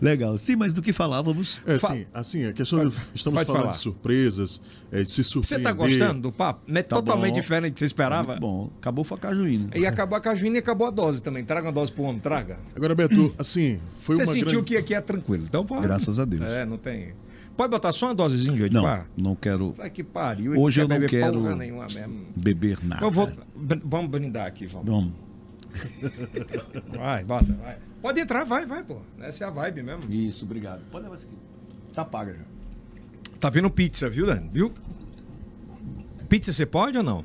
Legal. Sim, mas do que falávamos?
É,
Fa-
sim, assim, a questão de, estamos
pode
falando
falar.
de surpresas, é, de se
Você
surpreender.
tá gostando do papo? Não é
Tá
totalmente
bom.
diferente do que você esperava.
Muito bom, acabou a cajuína.
E acabou a cajuína e acabou a dose também. Traga uma dose pro homem, traga.
Agora, Beto, assim, foi
Você
uma
sentiu
grande...
que aqui é tranquilo. Então pode.
Graças a Deus.
É, não tem. Pode botar só uma dosezinha, Júlio?
Não,
Pá.
não quero
Vai que pariu. ele
Hoje
não
eu não
beber
quero- Ah,
porra nenhuma mesmo.
beber nada.
Eu vou... b- Vamos brindar aqui, vamos.
Bom,
Vai, bota, vai. Pode entrar, vai, vai, pô. Essa é a vibe mesmo.
isso, obrigado. Pode levar isso aqui. Tá paga já.
Tá vendo pizza, viu, Dani? Viu? Pizza você pode ou não?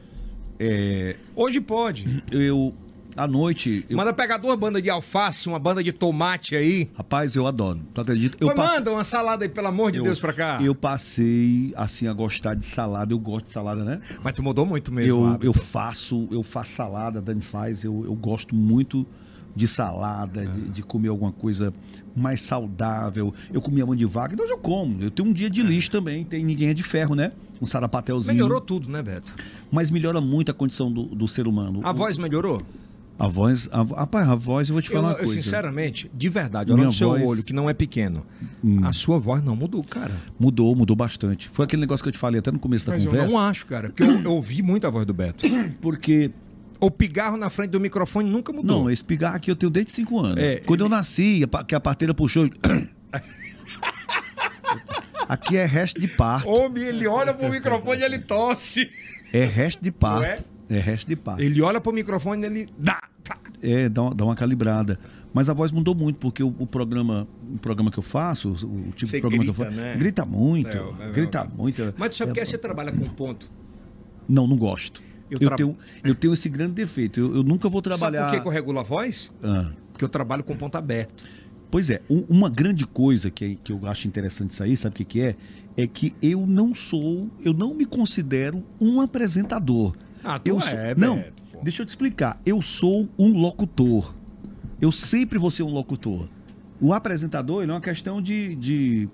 É,
Hoje pode.
eu, à noite, eu-
Manda pegar duas bandas de alface, uma banda de tomate aí.
rapaz, eu adoro. Tu acredita? Eu
Pô,
passo-
manda uma salada aí, pelo amor de
eu-
Deus, pra cá.
Eu passei, assim, a gostar de salada. Eu gosto de salada, né?
Mas tu mudou muito mesmo.
Eu,
Abel.
eu faço, eu faço salada, a Dani faz, eu, eu gosto muito de
É.
salada, de, de comer alguma coisa mais saudável. Eu comi a mão de vaca, então hoje eu como. Eu tenho um dia de lixo também, tem ninguém é de ferro, né? Um sarapatelzinho.
Melhorou tudo, né, Beto?
Mas melhora muito a condição do, do ser humano.
A voz melhorou?
A voz, a, rapaz, a voz, eu vou te
Eu,
falar uma
eu,
coisa.
sinceramente, de verdade, olha
Minha
no seu
voz- Hum.
olho, que não é pequeno. A sua voz não mudou, cara.
Mudou, mudou bastante. Foi aquele negócio que eu te falei até no começo da
Mas eu
conversa.
não acho, cara. Porque eu, eu ouvi muito a voz do Beto.
Porque
O pigarro na frente do microfone nunca mudou.
Não, esse pigarro aqui eu tenho desde 5 anos.
É,
Quando eu nasci, a pa- que a parteira puxou. eu- aqui é resto de parto.
Homem, ele olha pro microfone e ele tosse.
É resto de parto. É resto de parto.
Ele olha pro microfone e ele dá. tá.
É, dá, uma- dá uma calibrada. Mas a voz mudou muito, porque o, o programa o programa que eu faço, o, o tipo
Você
de programa que eu
grita,
faço.
né?
Grita muito.
É, é,
grita
é.
muito.
Mas tu
É,
sabe que aí você trabalha com ponto.
Não, não gosto.
Eu
Eu,
tra-
tenho, eu tenho esse grande defeito. Eu, eu nunca vou trabalhar.
Sabe por que que eu regulo a voz?
Ah.
Porque eu trabalho com ponto aberto.
Pois é, um- uma grande coisa que, que eu acho interessante isso aí, sabe o que, que é? É que eu não sou, eu não me considero um apresentador.
Ah, tu
eu
é,
sou,
Beto,
Não,
pô.
deixa eu te explicar. Eu sou um locutor. Eu sempre vou ser um locutor. O apresentador, ele é uma questão de, de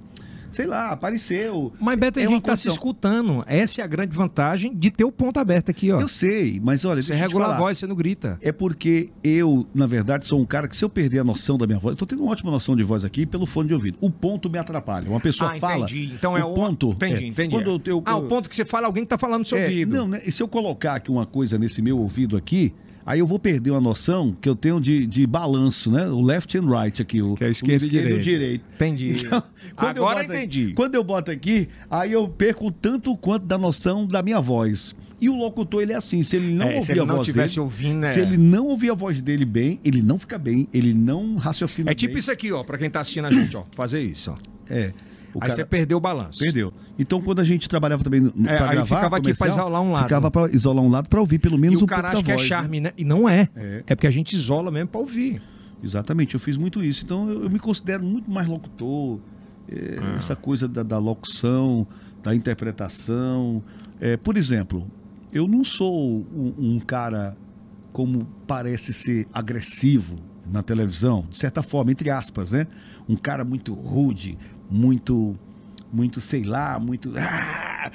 sei lá, apareceu.
Mas, Beto, a
É
gente
uma
tá se
condição.
escutando. Essa é a grande vantagem de ter o ponto aberto aqui, ó.
Eu sei, mas olha,
Ah. Você
deixa eu te
regula a
falar.
voz, você não grita.
É porque eu, na verdade, sou um cara que se eu perder a noção da minha voz, eu tô tendo uma ótima noção de voz aqui pelo fone de ouvido. O ponto me atrapalha. Uma pessoa
ah,
fala.
entendi. Então é
o
o
ponto.
Entendi,
é.
entendi.
Quando eu, eu-
ah, o ponto que você fala, alguém que tá falando no seu
é,
ouvido.
Não, né? E se eu colocar aqui uma coisa nesse meu ouvido aqui, aí eu vou perder uma noção que eu tenho de, de balanço, né? O left and right aqui. O,
Que é esquerda e
o esquerdo
direita. Entendi.
quando eu
Agora
boto aqui-
entendi.
quando eu boto aqui, aí eu perco tanto quanto da noção da minha voz. E o locutor, ele é assim, se ele não
É, se
ouvir
ele
a
não
voz
tivesse
dele,
ouvindo, é.
se ele não ouvir a voz dele bem, ele não fica bem, ele não raciocina
É tipo
bem.
isso aqui, ó, pra quem tá assistindo a gente, ó. Fazer isso, ó.
É, o
aí
cara-
você perdeu o balanço.
Perdeu. Então, quando a gente trabalhava também no-
É,
pra
aí
gravar,
ficava aqui pra
comercial,
isolar um lado.
Ficava pra isolar um lado pra ouvir pelo
E
menos
o
um pouco
cara
da
acha que é
voz, né?
charme, né? E não é. é.
É.
porque a gente isola mesmo pra ouvir.
Exatamente, eu fiz muito isso. Então eu, eu me considero muito mais locutor. é, Essa coisa da, da locução, da interpretação. É, por exemplo, eu não sou um, um cara como parece ser agressivo na televisão, de certa forma, entre aspas, né? Um cara muito rude, muito, muito, sei lá, muito. Ah!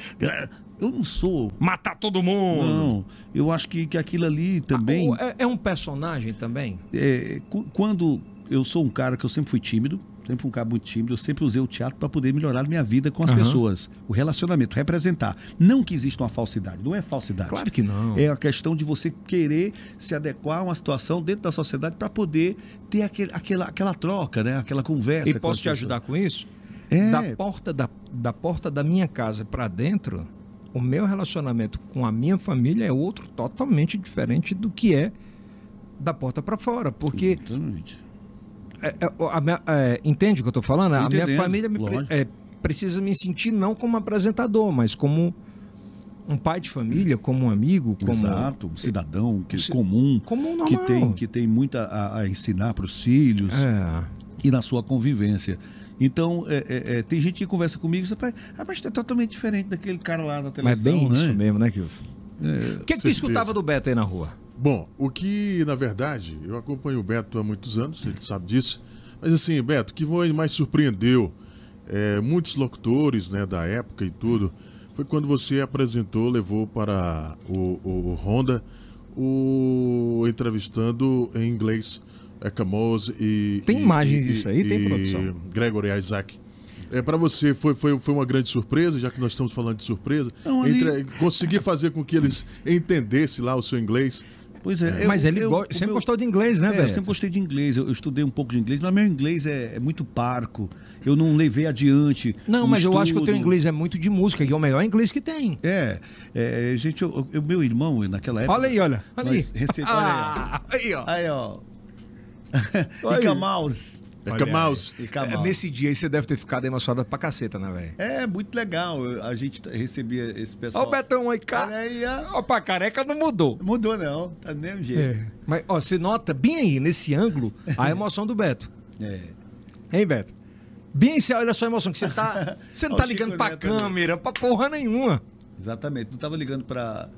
Eu não sou.
Matar todo mundo.
Não, eu acho que, que aquilo ali também.
Ou É, é um personagem também?
É, cu- quando eu sou um cara que eu sempre fui tímido, sempre fui um cara muito tímido, eu sempre usei o teatro para poder melhorar minha vida com as
Aham.
pessoas, o relacionamento, representar. Não que exista uma falsidade, não é falsidade.
Claro que não.
É a questão de você querer se adequar a uma situação dentro da sociedade para poder ter aquele, aquela, aquela troca, né? aquela conversa.
e
com
posso
as
te
pessoas.
ajudar com isso?
É.
Da, porta da, da porta da minha casa pra dentro, o meu relacionamento com a minha família é outro totalmente diferente do que é da porta pra fora. Porque
Exatamente.
É, é, o- a minha- é, entende o que eu tô falando?
Tô
a minha
entendendo,
família me pre-
lógico.
é, precisa me sentir não como apresentador, mas como um pai de família, como um amigo, como
Exato, um cidadão que, comum,
como normal.
que tem, que tem muito a, a ensinar para os filhos
É.
e na sua convivência. Então, é, é, é, tem gente que conversa comigo e diz, "Rapaz, rapaz, tá totalmente diferente daquele cara lá da
Mas é
televisão,
bem
né?"
isso mesmo, né, Kilson? O que é que tu
certeza.
escutava do Beto aí na rua?
Bom, o que, na verdade, eu acompanho o Beto há muitos anos, ele sabe disso. Mas assim, Beto, o que foi- mais surpreendeu é, muitos locutores né, da época e tudo, foi quando você apresentou, levou para o, o, o Honda, o entrevistando em inglês, Ecamos e...
Tem
e-
imagens
e-
disso aí? Tem
e
produção?
Gregory Isaac. É, para você foi, foi, foi uma grande surpresa, já que nós estamos falando de surpresa.
Não, ali-
Entre- conseguir fazer com que eles entendessem lá o seu inglês.
Pois é. eu-
Mas ele
eu-
go-
o
sempre
meu-
gostou de inglês, né,
É, eu
Beto?
sempre gostei de inglês, eu, eu estudei um pouco de inglês, mas meu inglês é, é muito parco. Eu não levei adiante.
Não,
o
mas eu acho que o teu
estudo.
inglês é muito de música, que é o melhor inglês que tem.
É, é, gente, eu, eu- meu irmão, naquela época.
Olha aí, olha. Olha aí.
Nós rece- né? olha
Ah, aí, ó.
Aí, ó.
Olha
Ica
aí.
Mouse.
É
Olha
Kamaus.
Ica
É,
Mouse.
nesse dia aí você deve ter ficado emocionada pra caceta, né, velho?
É, muito legal. eu- A gente t- recebia esse pessoal.
Ó o Betão aí,
Olha
cara.
aí, ó.
Ó, pra careca não mudou.
Mudou não, tá do mesmo jeito.
É. Mas, ó, você nota bem aí, nesse ângulo, a emoção do Beto.
É.
Hein, Beto? Bem, aí, você olha a sua emoção, que você tá. Você não
Ó,
tá
o Chico
ligando pra
Neto ali.
câmera, pra porra nenhuma.
Exatamente. Não tava ligando pra.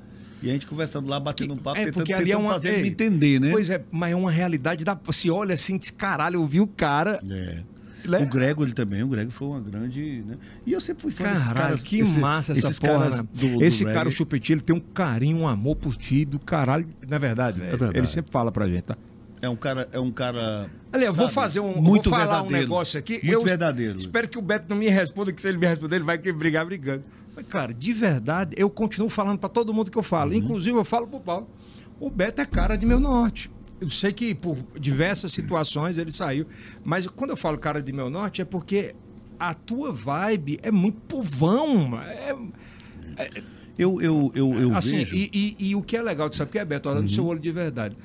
E a gente conversando lá, batendo um papo,
é,
tentando,
porque ali é
tentando
uma.
fazer ele
ei,
me entender, né?
Pois é, mas é uma realidade da. Se olha assim, diz, caralho, eu vi o cara.
É.
Né?
O Grego ele também, o Grego foi uma grande. Né? E eu sempre fui fã desses
Caralho,
caras.
que
esse-
massa essa
esses
porra.
caras
né?
do- do
Esse
reggae.
cara, o Chupeti, ele tem um carinho, um amor por ti do caralho. Na verdade, velho.
verdade.
Ele sempre fala pra gente, tá?
É um cara. É um cara
Olha, eu vou
sabe,
fazer um,
Muito
vou falar um
verdadeiro.
negócio aqui.
Muito
eu
verdadeiro.
Espero que o Beto não me responda, que se ele me responder, ele vai querer brigar brigando. Mas, cara, de verdade, eu continuo falando pra todo mundo que eu
Uhum.
falo. Inclusive, eu falo pro Paulo. O Beto é cara de meu norte. Eu sei que por diversas situações ele saiu. Mas quando eu falo cara de meu norte, é porque a tua vibe é muito povão. É,
Eu, eu, eu, eu
assim,
vejo. Uhum.
E, e- e o que é legal de saber, porque é Beto, olha no seu olho de verdade.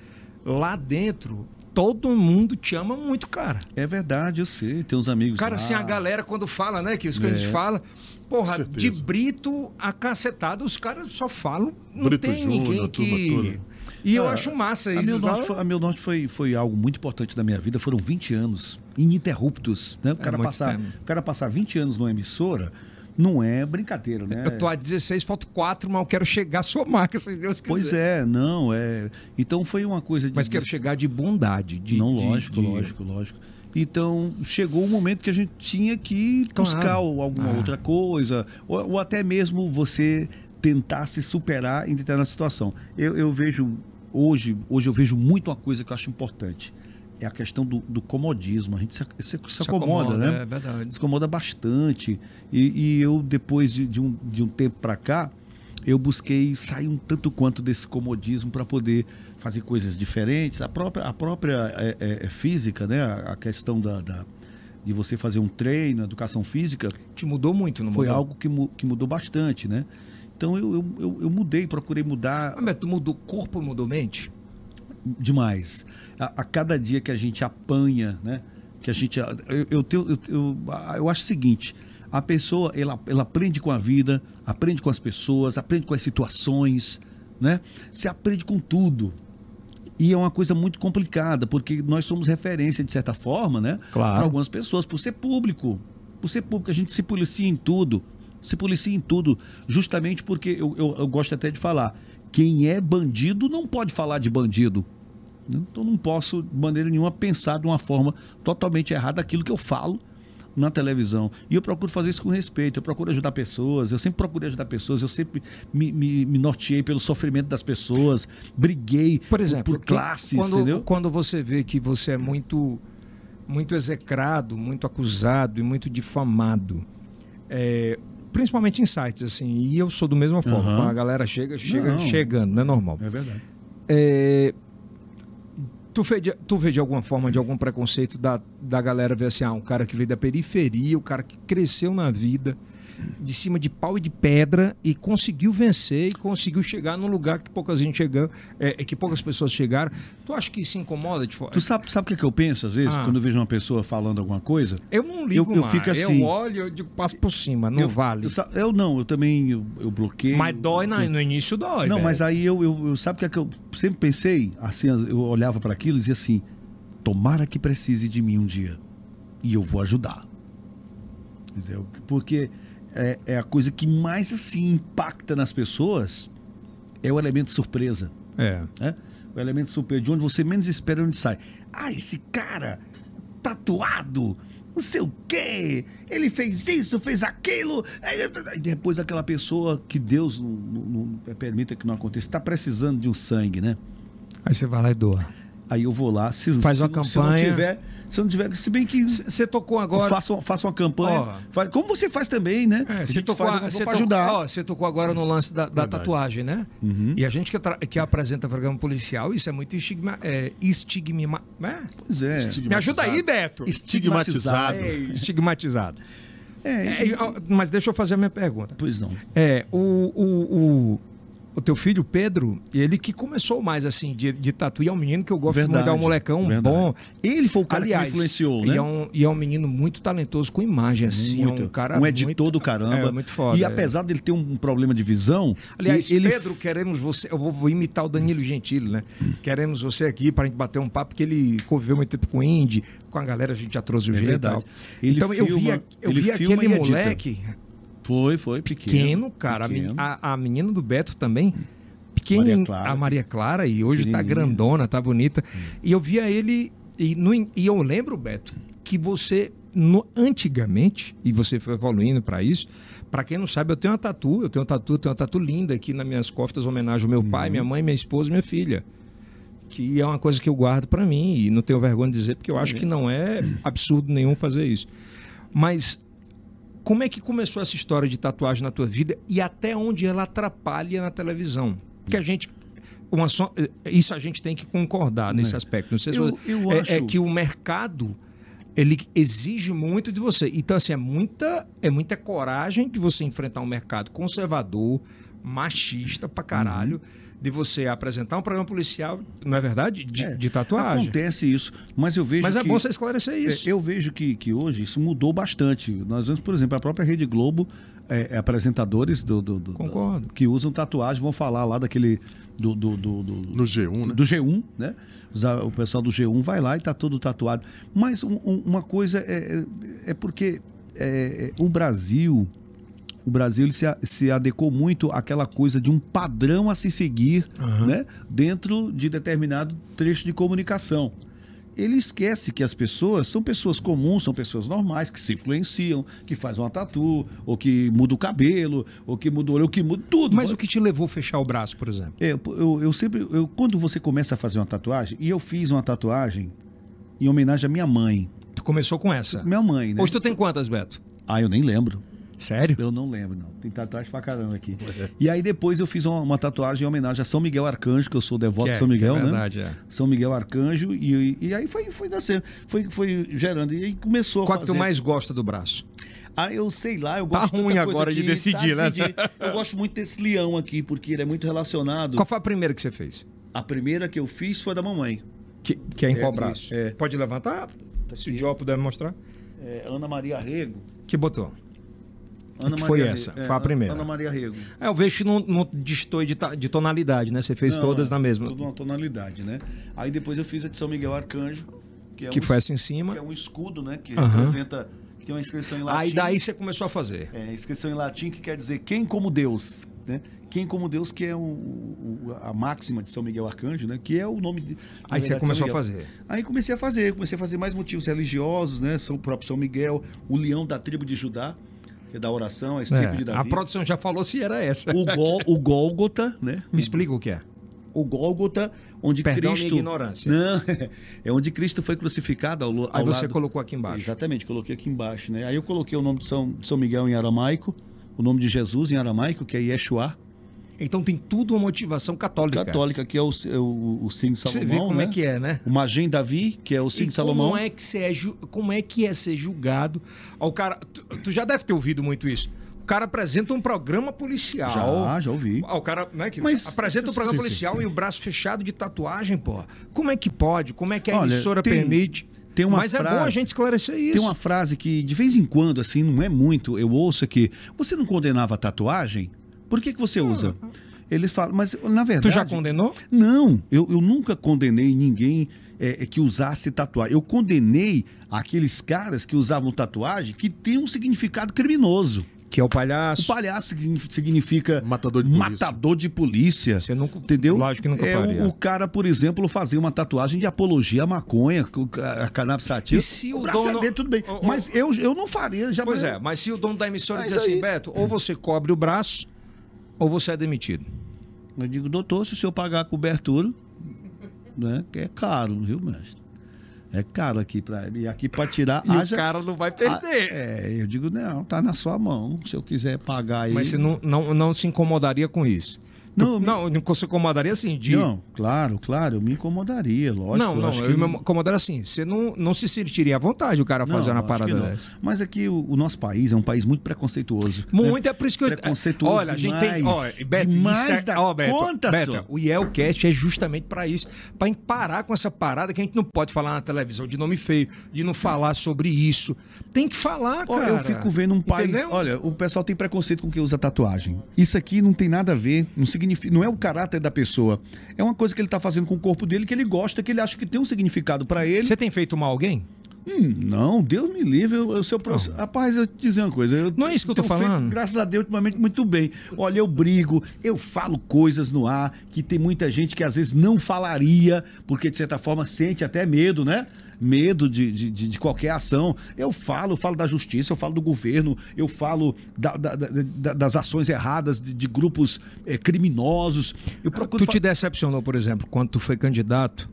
Lá dentro, todo mundo te ama muito, cara.
É verdade, eu sei. Tem uns amigos.
Cara,
lá.
assim, a galera quando fala, né, que isso que a gente
Ah. É.
fala, porra,
certeza.
de Brito a cacetada, os caras só falam, não
Brito
tem
Júnior,
ninguém
a turma
que...
toda.
E eu
Ah,
acho massa
A
isso,
meu, norte
sabe?
foi, a Meu Norte foi, foi algo muito importante da minha vida. Foram 20 anos ininterruptos. Né? O, cara
É, muito
passar,
tempo.
o cara passar 20 anos numa emissora não é brincadeira, né?
Eu tô a 16.4, mas eu quero chegar à sua marca, se Deus quiser.
Pois é, não. é. Então foi uma coisa de.
Mas quero chegar de bondade. De,
Não,
de-
lógico,
de-
lógico, lógico. Então, chegou o momento que a gente tinha que
Claro.
buscar alguma
Ah.
outra coisa, ou, ou até mesmo você tentar se superar em determinada situação. Eu, eu vejo, hoje, hoje eu vejo muito uma coisa que eu acho importante, é a questão do, do comodismo. A gente se, se- se acomoda, né?
É verdade.
se incomoda bastante. E, e eu, depois de, de um, de um tempo pra cá, eu busquei sair um tanto quanto desse comodismo para poder fazer coisas diferentes. A própria, a própria é, é, é, física, né? A, a questão da, da- de você fazer um treino, educação física,
Te mudou muito, não
foi
mudou?
algo que, mu- que mudou bastante, né? Então eu, eu, eu, eu mudei, procurei mudar
Ah, mas tu mudou corpo, mudou mente?
demais. A, a cada dia que a gente apanha, né? Que a gente. Eu, eu, tenho- eu, eu, eu acho o seguinte: a pessoa ela, ela aprende com a vida, aprende com as pessoas, aprende com as situações, né? Você aprende com tudo. E é uma coisa muito complicada, porque nós somos referência, de certa forma, né?
Claro.
Para algumas pessoas, por ser público. Por ser público, a gente se policia em tudo. Se policia em tudo. Justamente porque eu, eu, eu gosto até de falar: quem é bandido não pode falar de bandido. né? Então não posso, de maneira nenhuma, pensar de uma forma totalmente errada aquilo que eu falo na televisão. E eu procuro fazer isso com respeito, eu procuro ajudar pessoas, eu sempre procurei ajudar pessoas, eu sempre me, me, me norteei pelo sofrimento das pessoas, briguei
Por exemplo,
por
que-
classes,
quando,
entendeu?
quando você vê que você é muito, muito execrado, muito acusado e muito difamado, é, principalmente em sites, assim, e eu sou do mesma forma,
Aham.
quando a galera chega, chega
Não.
chegando, não é normal.
É verdade.
É, tu, vê de, tu vê de alguma forma, de algum preconceito da, da galera ver assim, ah, um cara que veio da periferia, o cara que cresceu na vida, de cima de pau e de pedra e conseguiu vencer e conseguiu chegar num lugar que poucas gente chegou, é, que poucas pessoas chegaram. Tu acha que isso incomoda? Tipo,
Tu sabe, sabe o que, é que eu penso, às vezes,
Ah.
quando eu vejo uma pessoa falando alguma coisa?
eu não ligo
eu- eu
mais.
fico assim.
Eu olho, eu digo, passo por cima, não
eu,
vale.
Eu, sa- eu não, eu também, eu, eu bloqueio.
Mas dói na- no início dói.
Não,
velho.
mas aí eu, eu, eu- sabe o que é que eu sempre pensei? Assim, eu olhava para aquilo e dizia assim: tomara que precise de mim um dia. E eu vou ajudar. Entendeu? Porque é, é a coisa que mais assim impacta nas pessoas é o elemento surpresa.
É.
né? O elemento surpresa, de onde você menos espera, onde sai. Ah, esse cara tatuado, não sei o quê, ele fez isso, fez aquilo, é, e depois aquela pessoa que Deus não, não- não permita que não aconteça, está precisando de um sangue, né?
Aí você vai lá e doa.
Aí eu vou lá, se,
Faz
se,
uma
não- se não
campanha.
tiver, se não tiver, se bem que
Você tocou agora.
faça, uma- faça uma campanha,
Ó.
faz- como você faz também, né?
É,
A
você
gente
tocou,
faz uma
você,
pra
tocou-
ajudar. Uhum.
ó, você tocou agora no lance da, da tatuagem, né? E a gente que, tra- que apresenta programa policial, isso é muito estigma, é, estigma, né?
Pois é.
Me ajuda aí, Beto.
Estigmatizado.
É, estigmatizado.
É,
É, e, ó, mas deixa eu fazer a minha pergunta.
pois não.
É, o, o, o, o teu filho, Pedro, ele que começou mais assim de, de tatu, e é um menino que eu gosto de
Verdade,
mandar um molecão
verdade.
bom.
Ele foi o cara
Aliás,
que me influenciou,
e
né?
é, um, e é um menino muito talentoso com imagem, assim.
Muito.
É um cara.
editor
muito-
do caramba.
É, muito foda.
e
é.
apesar dele ter um problema de visão,
Aliás,
e- ele
Pedro, queremos você. Eu vou, vou imitar o Danilo Gentili, né? Queremos você aqui para a gente bater um papo, porque ele conviveu muito tempo com o Indy, com a galera, a gente já trouxe o
É
G e tal.
verdade. Ele
então eu vi,
filma-
a- eu
ele
vi
filma
aquele
e edita.
moleque
foi, foi pequeno.
pequeno, cara. ah, a
pequeno.
meni- A, a menina do Beto também. Pequena,
Maria Clara.
a Maria Clara, e hoje tá
Pequenininha. Hum.
grandona, tá bonita. E eu via ele, e, no in- e eu lembro, Beto, que você, no- antigamente, e você foi evoluindo pra isso, pra quem não sabe, eu tenho uma tatu, eu tenho uma tatu, eu tenho uma tatu linda aqui nas minhas costas, homenagem ao meu
Uhum.
pai, minha mãe, minha esposa e minha filha. Que é uma coisa que eu guardo pra mim e não tenho vergonha de dizer, porque eu acho que não é absurdo nenhum fazer isso. Mas como é que começou essa história de tatuagem na tua vida e até onde ela atrapalha na televisão? Porque a gente. uma só- isso a gente tem que concordar nesse aspecto. Não sei se
É. Eu-
você-
eu
é,
acho-
é que o mercado ele exige muito de você. Então, assim, é muita, é muita coragem de você enfrentar um mercado conservador, machista pra caralho, de você apresentar um programa policial, não é verdade? De,
Uhum. É,
de tatuagem.
Acontece isso, mas eu vejo
Mas é
que-
bom você esclarecer isso.
É, Eu vejo que, que hoje isso mudou bastante. Nós vemos, por exemplo, a própria Rede Globo, é, é, apresentadores do, do- do-
Concordo.
que usam tatuagem, vão falar lá daquele. Do, do, do- do-
No G1, né?
do G1, né? Os- a- O pessoal do G1 vai lá e tá todo tatuado. Mas um- um- uma coisa é, é é porque é, é, o Brasil. O Brasil ele se, a- se adequou muito àquela coisa de um padrão a se seguir né? dentro de determinado trecho de comunicação. Ele esquece que as pessoas são pessoas comuns, são pessoas normais, que se influenciam, que fazem uma tatu, ou que muda o cabelo, ou que muda o olho, ou que muda tudo.
Mas o que te levou a fechar o braço, por exemplo?
É, eu, eu- eu sempre. Eu, quando você começa a fazer uma tatuagem, e eu fiz uma tatuagem em homenagem à minha mãe.
Tu começou com essa.
Minha mãe, né?
Hoje tu tem quantas, Beto?
Ah, eu nem lembro.
Sério?
Eu não lembro, não. Tem tatuagem pra caramba aqui. E aí depois eu fiz uma, uma tatuagem em homenagem a São Miguel Arcanjo, que eu sou devoto
Que é,
de São Miguel,
que é
né?
verdade, é.
São Miguel Arcanjo, e, e aí foi, foi nascendo, foi, foi gerando. E aí começou
Qual é
a
que tu
fazer.
mais gosta do braço?
Ah, eu sei lá, eu
Tá
gosto de tanta
ruim
coisa
agora de
aqui,
decidir, né?
decidido. Eu gosto muito desse leão aqui, porque ele é muito relacionado.
Qual foi a primeira que você fez?
A primeira que eu fiz foi da mamãe.
Que, que é em qual
aqui,
braço?
é.
Pode levantar, se o Dió puder me mostrar.
É, Ana Maria Rego.
Que botão?
Ana
Que
Maria
foi
Rego.
essa?
É,
Foi a primeira.
Ana Maria Rego.
É, eu vejo que não, não destoe de, ta- de tonalidade, né? Você fez
Não,
todas na mesma.
Tudo uma tonalidade, né? Aí depois eu fiz a de São Miguel Arcanjo, que é,
Que
um,
foi essa em
que é
cima.
um escudo, né? Que
Aham.
representa. Que tem uma inscrição em latim.
Aí daí você começou a fazer.
É, inscrição em latim que quer dizer quem como Deus, né? Quem como Deus, que é o- o- a máxima de São Miguel Arcanjo, né? Que é o nome de. na
Aí você
verdade, São
começou a
Miguel.
fazer.
Aí comecei a fazer, comecei a fazer mais motivos religiosos, né? São o próprio São Miguel, o leão da tribo de Judá, que é da oração, a estirpe de
É,
Davi.
A produção já falou se era essa.
o, gol, o Gólgota, né?
Me explica o que é.
O Gólgota, onde
Perdão
Cristo.
minha ignorância.
Não, é onde Cristo foi crucificado ao, lo-
Aí
ao
você
lado-
colocou aqui embaixo.
Exatamente, coloquei aqui embaixo, né? Aí eu coloquei o nome de São, de São Miguel em aramaico, o nome de Jesus em aramaico, que é Yeshua,
Então tem tudo uma motivação católica.
católica, que é o, é o, o signo de
Você
Salomão,
vê como
né?
é que é, né?
O Magem Davi, que é o signo
E
de Salomão.
Como é que, se é ju- como é que é ser julgado? Ó, O cara, tu, tu já deve ter ouvido muito isso. O cara apresenta um programa policial.
Já, já ouvi.
Ah, O cara, né, que
Mas-
apresenta um programa
Sim, sim.
policial e o braço fechado de tatuagem, pô. Como é que pode? Como é que a
Olha,
emissora
tem-
permite?
tem uma
Mas é bom a
frase-
gente esclarecer isso.
Tem uma frase que de vez em quando, assim, não é muito, eu ouço aqui. Você não condenava a tatuagem? Por que, que você usa? Eles falam, mas na
Tu
verdade.
já condenou?
Não, eu, eu nunca condenei ninguém é, é, que usasse tatuagem. Eu condenei aqueles caras que usavam tatuagem que tem um significado criminoso.
Que é o
O
palhaço.
palhaço signi- significa
Matador de polícia.
matador de polícia.
Você nunca.
Entendeu?
Lógico que nunca
é,
faria.
o, o cara, por exemplo, fazia uma tatuagem de apologia à maconha, co- a a cannabis sativa.
E se o
braço é
dono-
dentro, tudo bem.
o- o-
Mas eu, eu não faria. Já
Pois é, mas se o dono da emissora
Mas
diz assim,
aí-
Beto, ou você cobre o braço, ou você é demitido.
Eu digo, doutor, se o senhor pagar a cobertura, né, que é caro, viu, mestre? É caro aqui para E aqui para tirar,
E o cara não vai perder.
Ah, é, eu digo, não, tá na sua mão. Se eu quiser pagar aí.
Mas você não, não, não se incomodaria com isso. Tu-
Não,
não, se incomodaria assim, de.
Não, claro, claro, eu me incomodaria, lógico.
não, não,
acho
eu
que-
me incomodaria assim. Você não, não se sentiria à vontade o cara
Não,
fazendo a
acho que
parada
não.
dessa.
Mas aqui o, o nosso país é um país muito preconceituoso. né?
Muito é por isso que eu.
Preconceituoso
Olha, a gente tem.
demais.
Olha, Beto,
Demais
isso é,
da
ó, Beto,
conta,
Beto,
senhor.
o Yelcast é justamente pra isso. Pra parar com essa parada que a gente não pode falar na televisão de nome feio, de não falar sobre isso. Tem que falar,
Ó,
cara.
eu fico vendo um país.
Entendeu?
Olha, o pessoal tem preconceito com quem usa tatuagem. Isso aqui não tem nada a ver, não significa, não é o caráter da pessoa. É uma coisa que ele tá fazendo com o corpo dele que ele gosta, que ele acha que tem um significado pra ele.
Você tem feito mal a alguém?
Hum, não, Deus me livre. Eu, eu, seu prof... Rapaz, eu te dizer uma coisa. Eu
Então. Não é isso que eu tô
tenho feito,
falando.
graças a Deus, ultimamente, muito bem. Olha, eu brigo, eu falo coisas no ar que tem muita gente que às vezes não falaria, porque de certa forma sente até medo, né? Medo de, de, de- de qualquer ação. Eu falo, eu falo da justiça, eu falo do governo, eu falo da- da- da- da- das ações erradas de, de grupos eh, criminosos. Eu procuro
Tu
fa-
te decepcionou, por exemplo, quando tu foi candidato?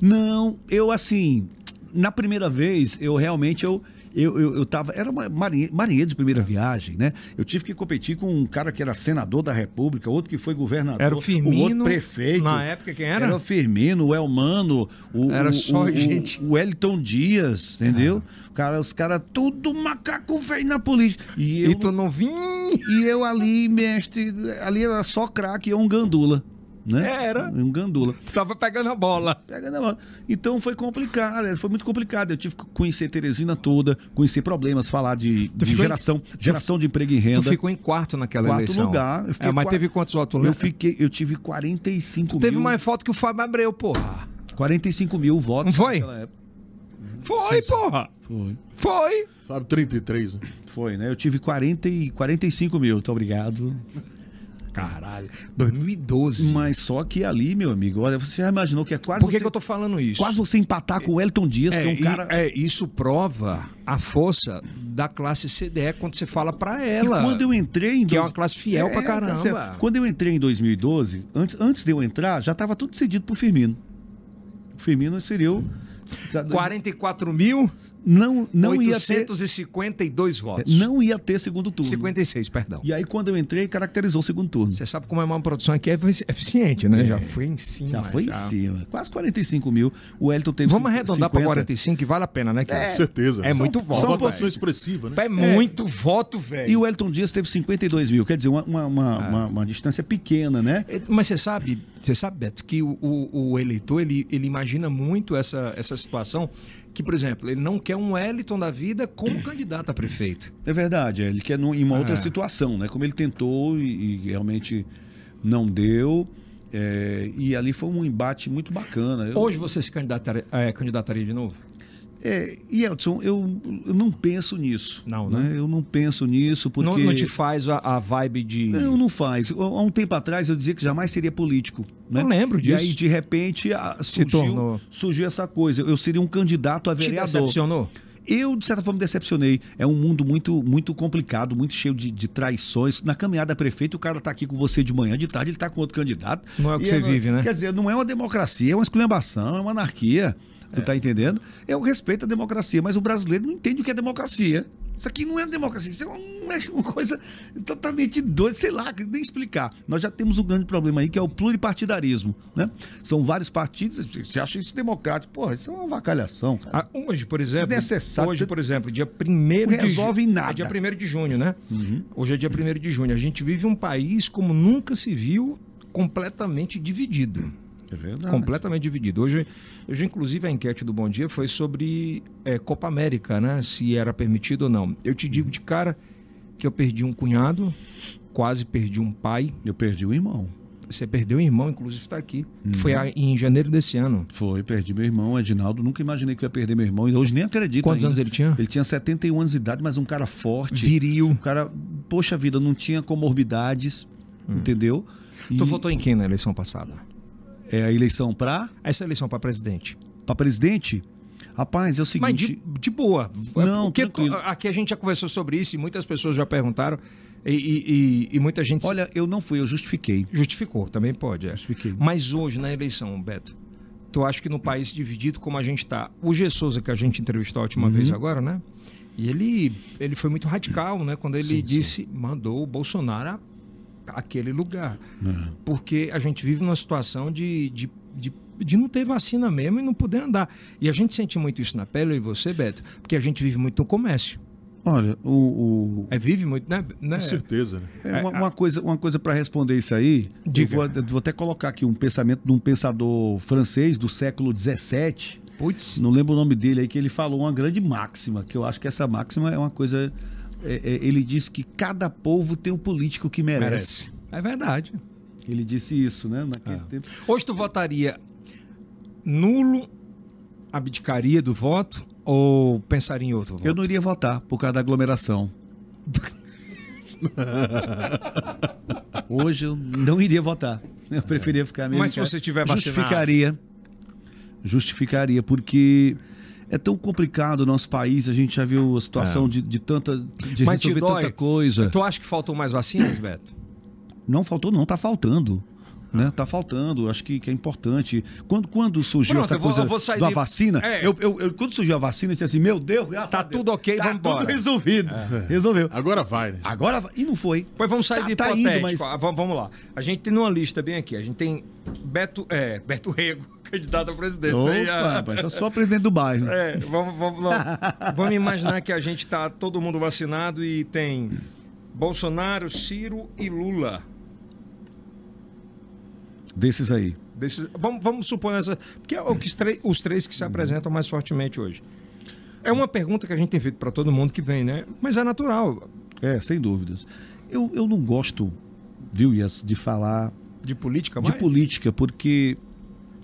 Não, eu assim, na primeira vez, eu realmente eu eu, eu, eu tava, era uma marinhe- marinheiro de primeira viagem, né? Eu tive que competir com um cara que era senador da República, outro que foi governador,
Era o Firmino,
outro prefeito.
na época, quem era?
Era o Firmino, o Elmano, o
Era
o-
só
o-
gente. É.
o Wellington Dias, entendeu? Cara, os caras tudo macaco velho na política. E eu
E tu não vinha.
e eu ali, mestre, ali era só craque e um gandula, né?
É, Era.
Um gandula.
Tu tava pegando a bola.
Pega na mão. Então foi complicado, né? foi muito complicado. Eu tive que conhecer Teresina toda, conhecer problemas, falar de, de
ficou em-
geração, geração de emprego e renda.
Tu ficou em quarto naquela
quarto
eleição.
lugar. Eu fiquei
É, mas
quar-
teve quantos votos?
Eu fiquei, eu tive 45
Teve
mil,
mais foto que o Fábio Abreu, porra.
45 mil votos.
Não foi?
naquela época.
Foi, porra.
Foi.
Foi.
Fábio, 33, né?
Foi, né? Eu tive 40 e 45 mil, muito obrigado.
Caralho. 2012.
Mas só que ali, meu amigo, olha, você já imaginou que é quase
Por que,
você,
que eu tô falando isso?
quase você empatar com o Elton Dias, que é
É,
um
e-
cara...
é, isso prova a força da classe CDE quando você fala pra ela.
E quando eu entrei em
que é
dois-
uma classe fiel pra
tá
caramba.
certo. quando eu entrei em 2012, antes, antes de eu entrar, já estava tudo cedido pro Firmino. O Firmino seria o.
44 mil,
Não, não ia ter.
852 votos.
Não ia ter segundo turno.
56, perdão.
E aí, quando eu entrei, caracterizou o segundo turno.
Você sabe como é uma produção aqui é efici- eficiente, né? Já foi em cima.
É. Já foi em cima. Quase 45 mil. O Elton teve.
Vamos
cin-
arredondar para
50.
45, que vale a pena, né, cara?
Com certeza.
É muito voto,
Uma
velho.
votação expressiva, né?
É muito voto,
E
velho.
o Elton Dias teve 52 mil. Quer dizer, uma, uma, uma,
Ah.
uma- uma distância pequena, né?
É, Mas você sabe, você sabe, Beto, que o, o- o eleitor, ele, ele imagina muito essa, essa situação que, por exemplo, ele não quer um Wellington da vida como candidato a prefeito.
É verdade, é, ele quer num- em uma outra situação, né? Como ele tentou e, e realmente não deu. é, e ali foi um embate muito bacana. Eu-
Hoje você se candidataria, é, candidataria de novo?
É, e Edson, eu, eu não penso nisso.
Não,
né? Eu não penso nisso porque.
Não, não te faz a, a vibe de...
Não, não faz. Há um tempo atrás eu dizia que jamais seria político. Né?
Eu lembro disso.
E aí, de repente, a-
Se tornou.
surgiu, surgiu essa coisa. Eu seria um candidato a
te
vereador.
decepcionou?
Eu, de certa forma, me decepcionei. É um mundo muito muito complicado, muito cheio de, de traições. Na caminhada a prefeito, o cara tá aqui com você de manhã, de tarde, ele tá com outro candidato.
Não é o que
E
você vive, né?
Quer dizer, não é uma democracia, é uma esculhambação, é uma anarquia. Tu tá entendendo? Eu respeito a democracia, mas o brasileiro não entende o que é democracia. Isso aqui não é democracia, isso é um né, uma coisa totalmente doida, sei lá, nem explicar. Nós já temos um grande problema aí, que é o pluripartidarismo, né? São vários partidos, você acha isso democrático? Porra, isso é uma vacalhação, cara.
Ah, hoje, por exemplo.
Desnecessário.
Hoje, por exemplo, dia 1 de
resolve
ju-
nada. Uhum.
É dia 1 de junho, né? Hoje é dia 1 de junho. A gente vive um país como nunca se viu completamente dividido.
É verdade.
Completamente dividido. Hoje, hoje, inclusive, a enquete do Bom Dia foi sobre eh, Copa América, né? Se era permitido ou não. Eu te digo de cara que eu perdi um cunhado, quase perdi um pai.
Eu perdi o irmão.
Você perdeu um irmão, inclusive, está aqui. Que foi
Uhum.
a- em janeiro desse ano.
Foi, perdi meu irmão, Edinaldo. Nunca imaginei que eu ia perder meu irmão. E hoje nem acredito.
Quantos
ainda.
anos ele tinha?
Ele tinha 71 anos de idade, mas um cara forte.
Viril.
Um cara, poxa vida, não tinha comorbidades,
Hum.
entendeu? E
Tu votou em quem na eleição passada?
É a eleição pra,
Essa é eleição para presidente.
pra presidente? Rapaz, é o seguinte.
Mas de, de boa. É
Não,
Porque
tranquilo.
aqui a gente já conversou sobre isso e muitas pessoas já perguntaram. E, e- e- e muita gente se
Olha, eu não fui, eu justifiquei.
justificou, também pode. É.
Justifiquei.
Mas hoje, na eleição, Beto, tu acha que no país dividido como a gente está, o G. Souza, que a gente entrevistou a
Uhum.
última vez agora, né? E ele, ele foi muito radical, né? Quando ele disse, mandou o Bolsonaro a- àquele lugar.
É.
Porque a gente vive numa situação de, de, de, de não ter vacina mesmo e não poder andar. E a gente sente muito isso na pele, eu e você, Beto, porque a gente vive muito no comércio.
Olha, o. o-
É, vive muito, né? né?
Com certeza, né?
é, uma, uma coisa, uma coisa para responder isso aí, eu
Diga.
vou, eu vou até colocar aqui um pensamento de um pensador francês do século XVII,
Putz.
não lembro o nome dele aí, que ele falou uma grande máxima, que eu acho que essa máxima é uma coisa. é, é, ele disse que cada povo tem um político que merece.
É verdade.
Ele disse isso, né? Naquele
É.
tempo.
Hoje tu votaria nulo, abdicaria do voto ou pensaria em outro voto?
Eu não iria votar por causa da aglomeração. Hoje eu não iria votar. Eu preferia ficar mesmo.
Mas se
em casa.
você tiver vacinado?
Justificaria. Justificaria, porque é tão complicado o nosso país, a gente já viu a situação de, de tanta. de
É. Mas te
resolver
dói.
tanta coisa.
Tu acha que faltam mais vacinas, Beto?
Não faltou, não, tá faltando. Né? Tá faltando, acho que, que é importante. Quando, quando surgiu
Pronto,
essa
eu vou-
coisa
eu vou sair
da
de-
vacina,
É.
eu, eu- eu- quando surgiu a vacina, eu disse assim: Meu Deus, graças
Tá
a Deus,
tudo ok,
tá
vambora. É.
tudo resolvido. Resolveu.
Agora vai, né?
Agora, vai- e não foi.
Pois vamos sair
Tá-
de
tá indo,
hipotético.
mas-
Ah, vamos, vamos lá. A gente tem uma lista bem aqui. A gente tem Beto, é, Beto Rego, candidato à presidência. Aí,
Opa,
ah,
rapaz, eu sou presidente do bairro.
É, vamos, vamos, lá. vamos imaginar que a gente tá todo mundo vacinado e tem Bolsonaro, Ciro e Lula.
Desses aí.
Desses- vamos, vamos supor nessa. Porque é o que os, tre- os três que se apresentam mais fortemente hoje. É uma pergunta que a gente tem feito para todo mundo que vem, né? Mas é natural
É, sem dúvidas. Eu, eu não gosto, viu, Yes, de falar
de política,
de
mas.
política, porque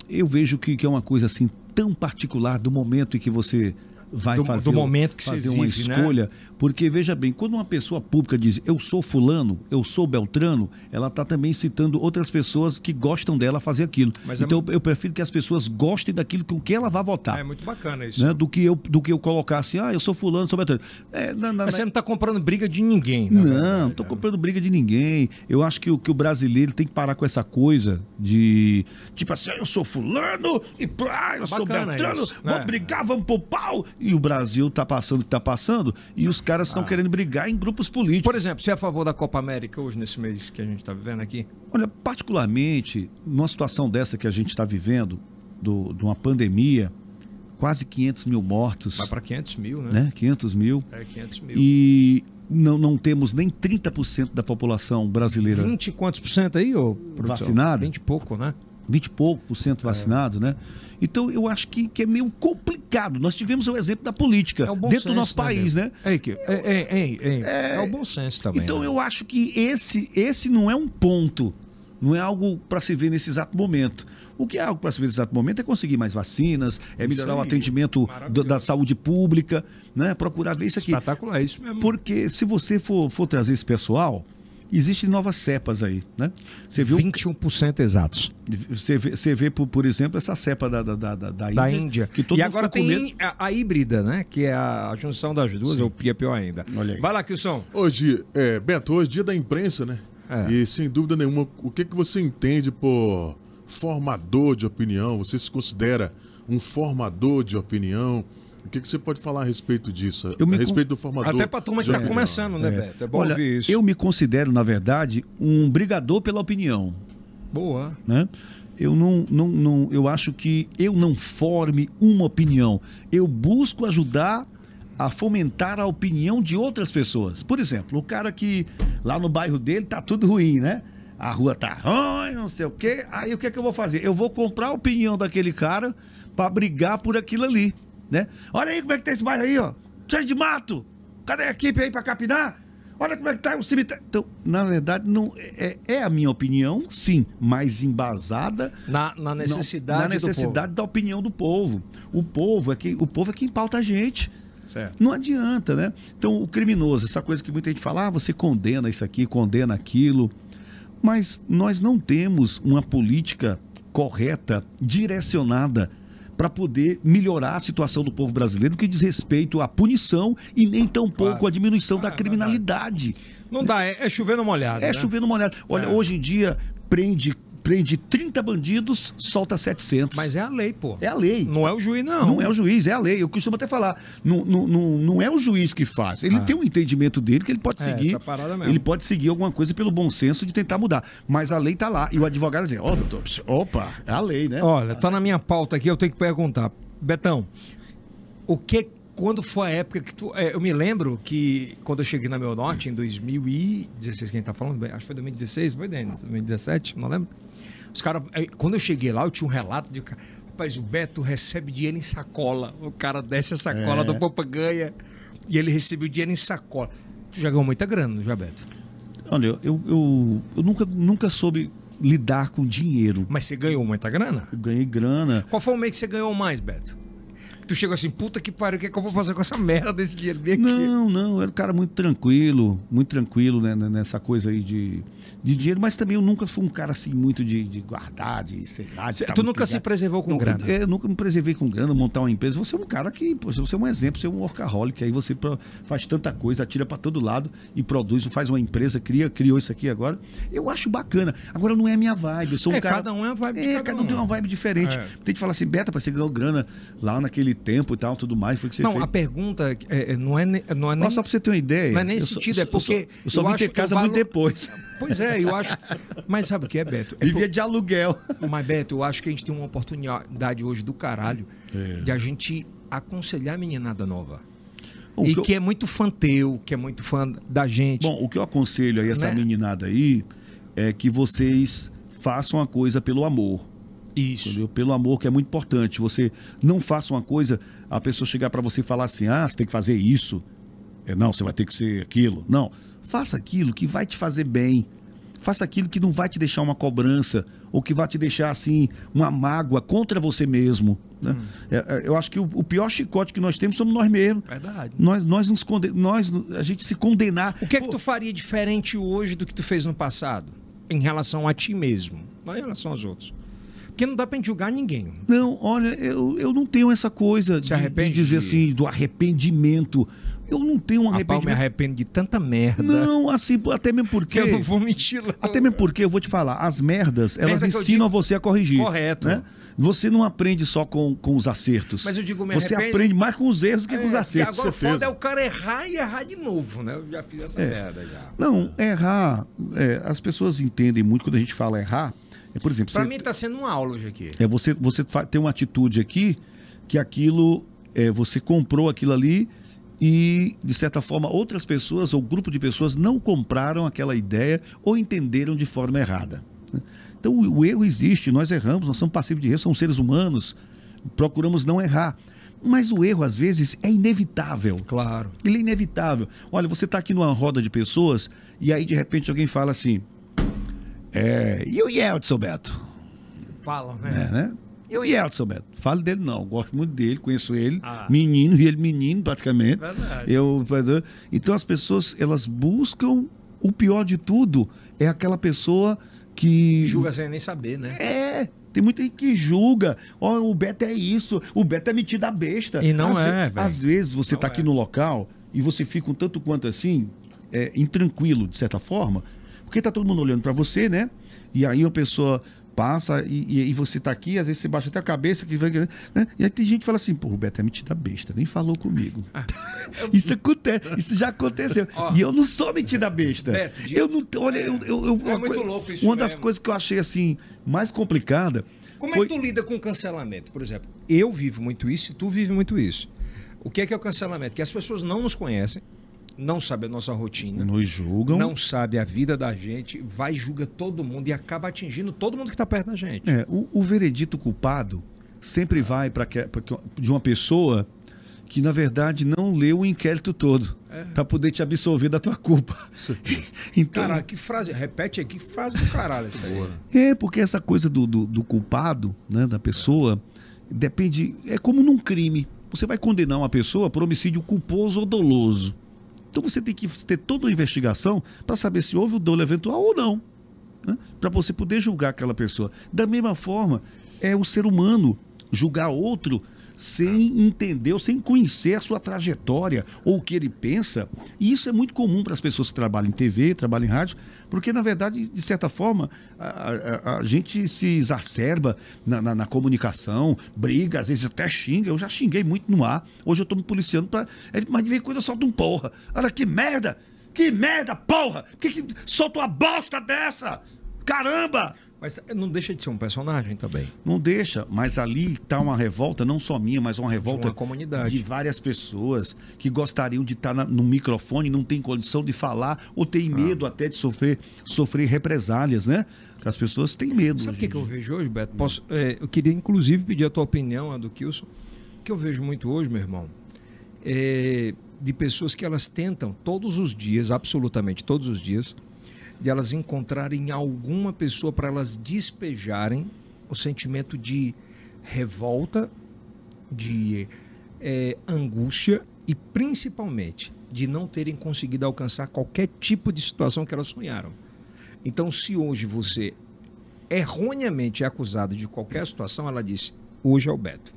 eu vejo que, que é uma coisa assim tão particular do momento em que você vai
Do-
fazer,
do
um-
momento que você
fazer uma
vive, né?
escolha. Porque veja bem, quando uma pessoa pública diz eu sou fulano, eu sou beltrano, ela está também citando outras pessoas que gostam dela fazer aquilo.
Mas é
então eu prefiro que as pessoas gostem daquilo com que ela vai votar.
É muito bacana isso.
né, do que eu do que eu colocar assim, ah, eu sou fulano, sou beltrano. É, na- na-
Mas você não está comprando briga de ninguém, né?
não, não tô comprando briga de ninguém. Eu acho que o, que o brasileiro tem que parar com essa coisa de. Tipo assim, ah, eu sou fulano e pá, eu sou
Tá Bacana
Beltrano,
isso,
vamos
né?
brigar, vamos pro pau. E o Brasil tá passando o que tá passando e os caras estão querendo brigar em grupos políticos.
Ah. Por exemplo, você é a favor da Copa América hoje, nesse mês que a gente está vivendo aqui?
Olha, particularmente numa situação dessa que a gente está vivendo, do- de uma pandemia, quase 500 mil mortos,
Vai para 500 mil, né?
né? 500 mil.
É 500 mil.
E não, não temos nem 30% da população brasileira
20 e quantos por cento aí, ô? produção?
Vacinado?
20 e pouco, né?
20 e pouco por cento vacinado, né? Então eu acho que, que é meio complicado. Nós tivemos o exemplo da política
É o bom
dentro
senso,
do nosso
né,
país, né?
Beto? É, que- é, é, é, é, é, o bom senso também.
Então
né?
eu acho que esse, esse não é um ponto, não é algo para se ver nesse exato momento. O que é algo para se ver nesse exato momento é conseguir mais vacinas, é melhorar o
aí,
atendimento do- da saúde pública, né? Procurar ver isso aqui.
Espetacular, é isso mesmo.
Porque se você for, for trazer esse pessoal, existem novas cepas aí, né? Você viu
21% exatos.
Você vê, você vê, por, por exemplo, essa cepa da, da, da, da
da Índia.
Que todo
e
mundo
agora
ficou
tem
com medo.
a, a híbrida, né? Que é a junção das duas, ou que é pior ainda.
Olha aí.
Vai lá, Kilson.
Hoje, é, Beto, hoje é dia da imprensa, né?
É.
E sem dúvida nenhuma, o que, que você entende por formador de opinião? Você se considera um formador de opinião? O que, que você pode falar a respeito disso?
Eu me
a
con-
respeito do formador.
Até pra turma que
de
tá
opinião.
começando, né, Beto? É bom
Olha,
ouvir isso.
eu me considero, na verdade, um brigador pela opinião.
Boa.
né? Eu não, não, não, eu acho que eu não forme uma opinião. Eu busco ajudar a fomentar a opinião de outras pessoas. Por exemplo, o cara que lá no bairro dele tá tudo ruim, né? A rua tá ruim, não sei o quê. Aí o que é que eu vou fazer? Eu vou comprar a opinião daquele cara para brigar por aquilo ali, né? Olha aí como é que tá esse bairro aí, ó. Cheio de mato. Cadê a equipe aí para capinar? Olha como é que tá o cemitério. Então, na verdade, não é, é a minha opinião, sim, mas embasada
Na, na necessidade
na
do
necessidade da opinião do povo. O povo é quem, o povo é quem pauta a gente.
povo. Certo.
Não adianta, né? Então, o criminoso, essa coisa que muita gente fala, ah, você condena isso aqui, condena aquilo. Mas nós não temos uma política correta, direcionada, para poder melhorar a situação do povo brasileiro no que diz respeito à punição e nem tampouco
Claro.
à diminuição
Ah,
da
é
criminalidade.
Não dá, é, é chover numa olhada. né?
É chovendo molhado. Olha,
É.
hoje em dia prende, prende 30 bandidos, solta 700.
Mas é a lei, pô.
é a lei. Não,
Não é o juiz, não.
é o juiz, é a lei. Eu costumo até falar, não, não, não, não é o juiz que faz. Ele tem um entendimento dele que ele pode
Ah. É,
seguir.
essa parada mesmo.
Ele pode seguir alguma coisa pelo bom senso de tentar mudar. Mas a lei tá lá. E o advogado diz, ó, doutor, pss, opa, é a lei, né?
Olha, tá na minha pauta aqui, eu tenho que perguntar. Betão, o que. Quando foi a época que tu. é, eu me lembro que quando eu cheguei na Meu Norte, em 2016, quem tá falando? Acho que foi 2016, foi Denis, 2017, não lembro. Os caras. é, Quando eu cheguei lá, eu tinha um relato de. cara, Rapaz, o Beto recebe dinheiro em sacola. O cara desce a sacola
É.
do Popa ganha. E ele recebeu dinheiro em sacola. Tu já ganhou muita grana, não já, Beto?
Olha, eu, eu, eu, eu nunca, nunca soube lidar com dinheiro.
Mas você ganhou muita grana?
Eu ganhei grana.
Qual foi o mês que você ganhou mais, Beto? Tu chegou assim, puta que pariu, o que, é que eu vou fazer com essa merda desse dinheiro bem aqui?
Não, não, eu era um cara muito tranquilo, muito tranquilo né, né, nessa coisa aí de, de dinheiro, mas também eu nunca fui um cara assim muito de, de guardar, de sei lá. De
Cê-
tá
tu
muito
nunca se
ligado.
preservou com
Não, é
grana.
Eu, eu nunca me preservei com grana, montar uma empresa. Você é um cara que, pô, você é um exemplo, você é um workaholic, aí você pro- faz tanta coisa, atira pra todo lado e produz, faz uma empresa, cria, criou isso aqui agora. Eu acho bacana. Agora não é a minha vibe, eu sou um
É,
cara...
cada um é a vibe
É,
de cada
cada, um
um.
tem uma vibe diferente.
É.
Tem que falar assim, Beta, você ganhou grana lá naquele tempo e tal, tudo mais, foi o que você
Não,
fez.
a pergunta é, é, não é, ne- não é nem...
Nossa, só pra você ter uma ideia.
Não é nem
eu
sentido,
só-
é porque
Eu só,
eu
eu só vim
acho
ter
que
casa
eu
muito
valo-
depois.
Pois é, eu acho... Mas sabe o que é, Beto? É
Vivia de aluguel.
por- Mas, Beto, eu acho que a gente tem uma oportunidade hoje do caralho
É.
de a gente aconselhar a meninada nova.
O
e
que eu-
que é muito fã teu, que é muito fã da gente.
Bom, o que eu aconselho aí, essa
Né?
meninada aí, é que vocês façam a coisa pelo amor.
Isso.
Entendeu? Pelo amor, que é muito importante. Você não faça uma coisa, a pessoa chegar pra você e falar assim: ah, você tem que fazer isso. É, não, você vai ter que ser aquilo. Não. Faça aquilo que vai te fazer bem. Faça aquilo que não vai te deixar uma cobrança ou que vai te deixar, assim, uma mágoa contra você mesmo. né?
Hum.
É, é, eu acho que o, o pior chicote que nós temos somos nós mesmos.
Verdade.
Nós, nós nos conde... nós A gente se condenar.
O que é que tu faria diferente hoje do que tu fez no passado? Em relação a ti mesmo, não em relação aos outros. Porque não dá pra gente julgar ninguém.
Não, olha, eu, eu não tenho essa coisa de,
arrepende
de dizer
de-
assim, do arrependimento. Eu não tenho um
Rapaz, eu me
arrependimento.
arrependo de tanta merda.
Não, assim, até mesmo
que
porque.
é eu não vou mentir. Não.
Até mesmo porque, eu vou te falar, as merdas, elas
Merda que eu
ensinam
digo-
você a corrigir.
Correto.
né? Você não aprende só com, com os acertos.
Mas eu digo, me
Você
arrependo-
aprende mais com os erros do que
É,
com os
porque
acertos.
agora o
certeza.
foda é o cara errar e errar de novo, né? Eu já fiz essa
É.
merda já.
Não, errar. é, as pessoas entendem muito quando a gente fala errar. É, por exemplo,
Pra
você-
mim tá sendo uma aula hoje aqui.
É você, você fa- tem uma atitude aqui que aquilo é, você comprou aquilo ali e de certa forma outras pessoas ou grupo de pessoas não compraram aquela ideia ou entenderam de forma errada. Então o, o erro existe, nós erramos, nós somos passivos de erro, somos seres humanos, procuramos não errar. Mas o erro às vezes é inevitável.
Claro.
Ele é inevitável. Olha, você está aqui numa roda de pessoas e aí de repente alguém fala assim: "É, e o Yeltsin, Beto?
Fala,
É,
né?
né? E o Yeltsin, Beto? Falo dele não, gosto muito dele, conheço ele,
Ah.
menino, vi ele menino praticamente.
Verdade.
Eu, então as pessoas, elas buscam, o pior de tudo, é aquela pessoa que...
Julga sem nem saber, né?
É, tem muita gente que julga, ó, o Beto é isso, o Beto é metido a besta.
E não
às,
é,
ve-
velho.
Às vezes você
Não
tá aqui
é.
no local e você fica um tanto quanto assim, é, intranquilo, de certa forma, porque tá todo mundo olhando pra você, né? E aí uma pessoa passa e, e- e você tá aqui, às vezes você baixa até a cabeça, que vai, né? e aí tem gente que fala assim, pô, o Beto é metida besta, nem falou comigo. isso acontece, isso já aconteceu.
Ó.
e eu não sou metida besta.
Beto, de- É
eu não, olha, eu, eu- eu- uma
muito
coisa-
louco isso
Uma das
mesmo.
coisas que eu achei, assim, mais complicada
Como
foi...
é que tu lida com cancelamento? Por exemplo, eu vivo muito isso e tu vive muito isso. O que é que é o cancelamento? Que as pessoas não nos conhecem, não sabem a nossa rotina,
Nos julgam.
não sabem a vida da gente, vai julga todo mundo e acaba atingindo todo mundo que tá perto da gente.
É, o, o veredito culpado sempre vai para de uma pessoa que na verdade não leu o inquérito todo
É.
para poder te absolver da tua culpa. então,
Caralho, que frase, repete aí, que frase do caralho essa aí.
é porque essa coisa do, do, do culpado, né, da pessoa, depende. É como num crime. Você vai condenar uma pessoa por homicídio culposo ou doloso. Então você tem que ter toda uma investigação para saber se houve o dolo eventual ou não. Para você poder julgar aquela pessoa. Da mesma forma, é o ser humano julgar outro sem entender ou sem conhecer a sua trajetória ou o que ele pensa. E isso é muito comum para as pessoas que trabalham em TV, trabalham em rádio, porque, na verdade, de certa forma, a, a- a- a gente se exacerba na, na- na comunicação, briga, às vezes até xinga. Eu já xinguei muito no ar. Hoje eu estou me policiando para. Mas de vez em quando eu solto um porra. Olha que merda! Que merda, porra! Que, que... Solta uma bosta dessa! Caramba!
Mas não deixa de ser um personagem também.
Não deixa, mas ali está uma revolta, não só minha, mas uma revolta
uma comunidade.
de várias pessoas que gostariam de estar na- no microfone, não tem condição de falar ou
Ah.
tem medo até de sofrer, sofrer represálias, né? Porque as pessoas têm medo.
Sabe o que,
hoje
que eu vejo hoje, Beto? Posso- é, eu queria inclusive pedir a tua opinião, a do Kilson. O que eu vejo muito hoje, meu irmão, é de pessoas que elas tentam todos os dias, absolutamente todos os dias, de elas encontrarem alguma pessoa para elas despejarem o sentimento de revolta, de é, angústia e principalmente de não terem conseguido alcançar qualquer tipo de situação que elas sonharam. Então, se hoje você erroneamente é acusado de qualquer situação, ela disse: hoje é o Beto,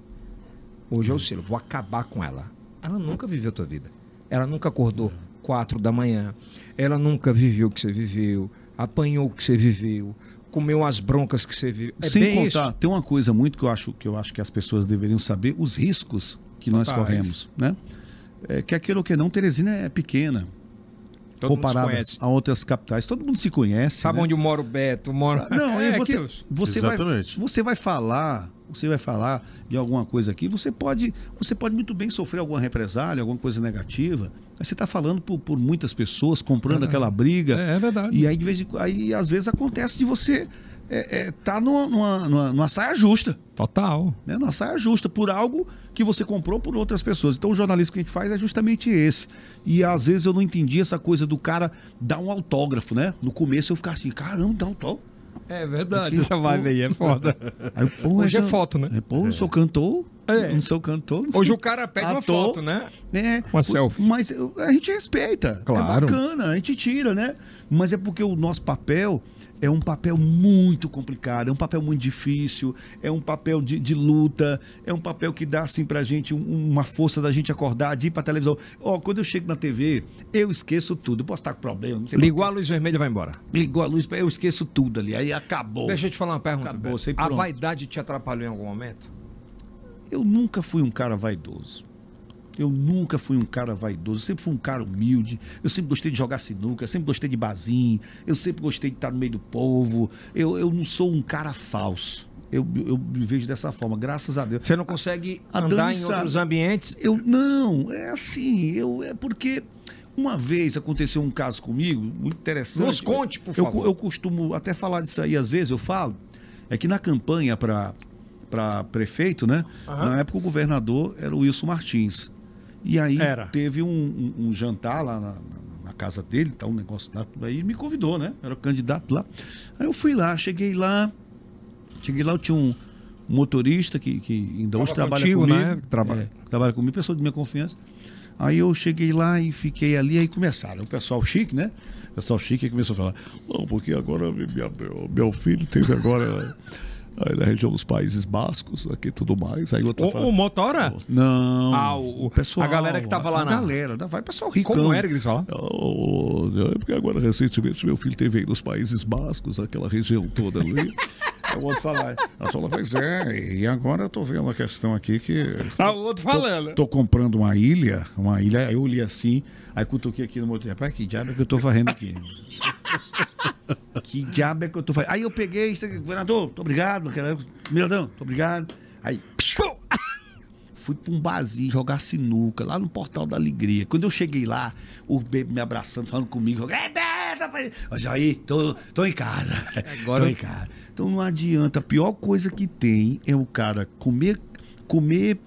hoje é o Ciro, vou acabar com ela. Ela nunca viveu a tua vida. Ela nunca acordou quatro da manhã. Ela nunca viveu o que você viveu, apanhou o que você viveu, comeu as broncas que você viveu. É
Sem
bem
contar,
isso.
tem uma coisa muito que eu acho que eu acho que as pessoas deveriam saber, os riscos que nós
Totais.
corremos, né? É, que aquilo que não, Teresina é pequena,
Todo mundo se
comparada
conhece.
a outras capitais. Todo mundo se conhece.
Sabe
né?
onde mora o Beto? Mora... É,
Não, e você,
aquilo.
você vai,
Exatamente.
você vai falar, você vai falar de alguma coisa aqui, você pode, você pode muito bem sofrer alguma represália, alguma coisa negativa. Mas você está falando por, por muitas pessoas, comprando aquela briga.
É, é verdade.
E aí, de vez em, quando- aí, às vezes, acontece de você estar é, tá numa, numa, numa- numa saia justa.
Total.
Né? Numa saia justa, por algo que você comprou por outras pessoas. Então, o jornalismo que a gente faz é justamente esse. E às vezes eu não entendi essa coisa do cara dar um autógrafo, né? No começo eu ficava assim, caramba, dá autógrafo.
É verdade, essa vibe aí é foda.
Aí, pô,
Hoje
essa-
é foto, né?
É, pô, eu sou cantor.
É.
Não sou cantor. não
Hoje
sou
o cara pede uma
ator,
foto, né?
né?
Uma selfie.
Mas eu- a gente respeita.
Claro.
É bacana, a gente tira, né? Mas é porque o nosso papel é um papel muito complicado, é um papel muito difícil, é um papel de, de luta, é um papel que dá, assim, pra gente um- uma força da gente acordar, de ir pra televisão. Ó, quando eu chego na TV, eu esqueço tudo. Eu posso estar com problema, não sei
Ligou a luz vermelha e vai embora.
Ligou a luz, eu esqueço tudo ali. Aí acabou.
Deixa eu te falar uma pergunta.
Acabou,
Beto.
sei
a
pronto.
vaidade te atrapalhou em algum momento?
Eu nunca fui um cara vaidoso. Eu nunca fui um cara vaidoso, eu sempre fui um cara humilde, eu sempre gostei de jogar sinuca, eu sempre gostei de barzinho, eu sempre gostei de estar no meio do povo. Eu, eu não sou um cara falso. Eu, eu me vejo dessa forma, graças a Deus.
Você não consegue
A
andar
Dani
em
sabe.
outros ambientes?
Eu não, é assim, eu é porque uma vez aconteceu um caso comigo, muito interessante.
Nos conte, por
Eu-
favor.
Eu, costumo até falar disso aí às vezes, eu falo, é que na campanha para para prefeito, né?
Aham.
Na época o governador era o Wilson Martins. E aí
Era.
teve um, um- um jantar lá na, na- na casa dele, tá um negócio lá, tudo aí, e me convidou, né? Era candidato lá. Aí eu fui lá, cheguei lá, cheguei lá, eu tinha um um motorista que, que ainda hoje
Tava
trabalha
contigo,
comigo.
né? Que trabalha.
É, trabalha comigo, pessoa de minha confiança. Aí eu cheguei lá e fiquei ali, aí começaram. O pessoal chique, né? O pessoal chique aí começou a falar, não, porque agora mi- minha- meu, meu filho teve agora né, aí na região dos Países Bascos, aqui e tudo mais. Aí outra
O, o é? motora?
Não.
Ah, o- a galera que tava lá
A
na-
galera, da- vai pessoal rico.
Como era que eles falam?
Oh, é porque agora recentemente meu filho teve aí nos Países Bascos, aquela região toda ali.
o outro falar.
Ela falou, pois é, e agora eu tô vendo a questão aqui que.
Ah, o outro falando.
Tô comprando uma ilha, uma ilha, aí eu li assim, aí cutuquei aqui no meu tempo. Rapaz, que diabo é que eu tô varrendo aqui? que diabo é que eu tô fazendo? Aí eu peguei, isso aqui, governador, muito obrigado, cara. Miradão, muito obrigado. Aí, psiu, fui pra um barzinho jogar sinuca, lá no Portal da Alegria. Quando eu cheguei lá, o bebo me abraçando, falando comigo, é Beto, rapaz." Ó, Jair, tô, tô em casa.
Agora-
Tô em casa. Então não adianta, a pior coisa que tem é o cara comer, comer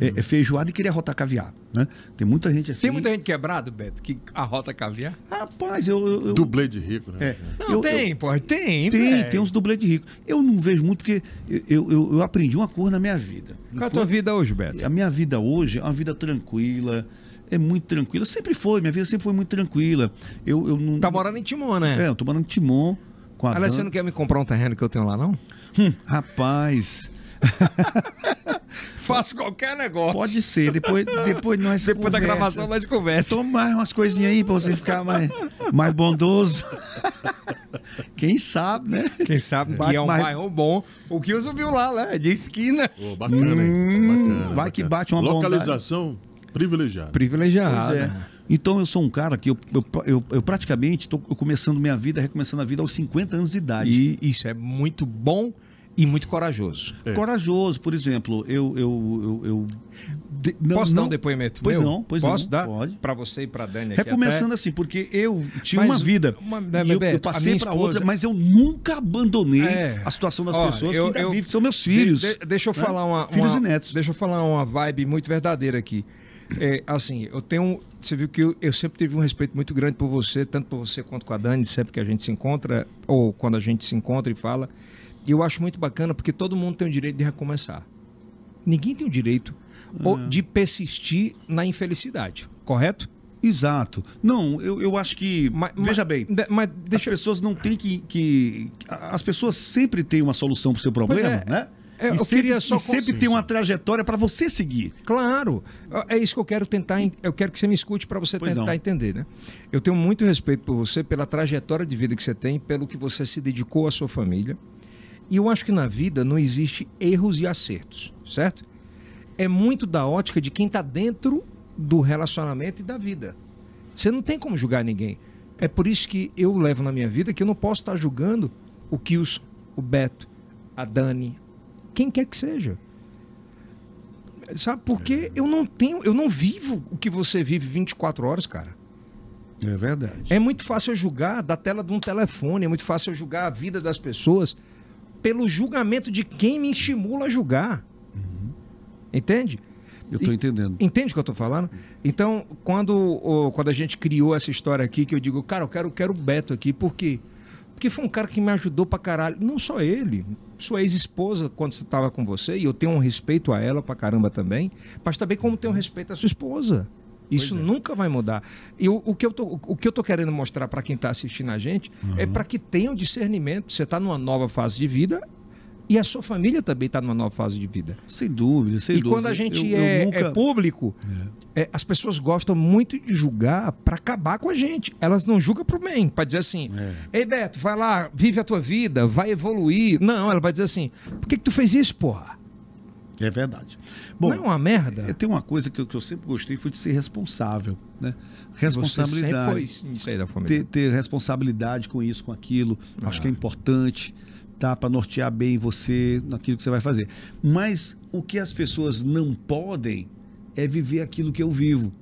é, é, feijoada e querer rotar caviar, né? Tem muita gente assim...
Tem muita gente quebrado, Beto, que arrota caviar?
Rapaz, eu... eu, eu-
Dublê de rico, né?
é,
Não,
eu- eu-
tem, pô, tem.
tem,
velho.
tem uns dublês de rico. Eu não vejo muito porque eu, eu, eu aprendi uma coisa na minha vida.
Qual é a tua vida hoje, Beto?
A minha vida hoje é uma vida tranquila, é muito tranquila. Sempre foi, minha vida sempre foi muito tranquila. Eu, eu não.
Tá morando em Timon, né?
É, eu tô morando em Timon com a
Aliás, você
Dan-
não quer me comprar um terreno que eu tenho lá, não?
Hum, Rapaz,
Faço qualquer negócio.
pode ser. Depois, depois nós.
Depois da
conversa.
gravação nós conversa.
Toma mais umas coisinhas aí pra você ficar mais, mais bondoso. Quem sabe, né?
Quem sabe, e é um
Mas-
bairro bom. O que subiu lá, né? De esquina.
Ô, bacana, hein?
Hum,
Bacana,
vai que
bacana.
bate uma bondade.
Localização privilegiada.
Privilegiado.
Pois é. Então eu sou um cara que eu, eu, eu, eu praticamente estou começando minha vida, recomeçando a vida aos 50 anos de idade.
E isso é muito bom e muito corajoso.
É.
Corajoso, por exemplo, eu. eu, eu, eu de- não-
Posso dar
não-
um depoimento
Pois
meu?
não, pois
Posso
não,
dar?
pode.
Pra você e pra Dani aqui.
Recomeçando assim, porque eu tinha
Mas
uma vida.
uma- né,
e eu,
Bebeto,
eu
a
passei
minha
para
esposa-
outra, mas eu nunca abandonei
É.
a situação das
Ó,
pessoas
eu-
que ainda
eu-
vivem, que são meus
De-
filhos.
de- deixa eu
né?
falar uma,
Filhos
uma-
e netos.
Deixa eu falar uma vibe muito verdadeira aqui. É, assim, eu tenho. Você viu que eu, eu sempre tive um respeito muito grande por você, tanto por você quanto com a Dani, sempre que a gente se encontra, ou quando a gente se encontra e fala. E eu acho muito bacana porque todo mundo tem o direito de recomeçar. Ninguém tem o direito ou de persistir na infelicidade, correto?
Exato. Não, eu, eu acho que.
Ma- ma-
veja bem.
de- mas
As
deixa eu.
pessoas não têm que, que- As pessoas sempre têm uma solução para o seu problema,
Pois é.
né?
É, eu
e sempre,
queria só
e sempre
consciência.
tem uma trajetória para você seguir.
Claro, é isso que eu quero tentar. en- Eu quero que você me escute para você
Pois
tentar
não.
entender, né? Eu tenho muito respeito por você, pela trajetória de vida que você tem, pelo que você se dedicou à sua família. E eu acho que na vida não existe erros e acertos, certo? É muito da ótica de quem está dentro do relacionamento e da vida. Você não tem como julgar ninguém. É por isso que eu levo na minha vida que eu não posso estar julgando o Kilson, o Beto, a Dani, quem quer que seja. Sabe, porque eu não tenho, eu não vivo o que você vive 24 horas, cara.
É verdade.
É muito fácil eu julgar da tela de um telefone, é muito fácil eu julgar a vida das pessoas pelo julgamento de quem me estimula a julgar. Entende?
Uhum. Eu tô entendendo.
Entende o que eu tô falando? Então, quando, o- quando a gente criou essa história aqui, que eu digo, cara, eu quero, eu quero o Beto aqui, por quê? Porque foi um cara que me ajudou pra caralho. Não só ele, sua ex-esposa, quando você tava com você, e eu tenho um respeito a ela pra caramba também, mas também como tenho respeito à sua esposa. Isso nunca vai mudar. E o, o que eu tô, o, o que eu tô querendo mostrar pra quem tá assistindo a gente é pra que tenha um discernimento. Você tá numa nova fase de vida e a sua família também tá numa nova fase de vida
Sem dúvida, sem
e
dúvida.
quando a gente
Eu- eu
é,
nunca-
é público, é, as pessoas gostam muito de julgar para acabar com a gente. Elas não julgam pro bem, para dizer assim:
É.
"Ei Beto, vai lá, vive a tua vida, vai evoluir". Não, ela vai dizer assim: "Por que que tu fez isso, porra?".
É verdade. Bom,
não é uma merda.
é, tem uma coisa que eu, que eu sempre gostei foi de ser responsável, né?
Você
Responsabilidade.
sempre foi isso aí da família.
ter, ter responsabilidade com isso, com aquilo. Acho que
Ah.
é importante, tá? Para nortear bem você naquilo que você vai fazer. Mas o que as pessoas não podem é viver aquilo que eu vivo.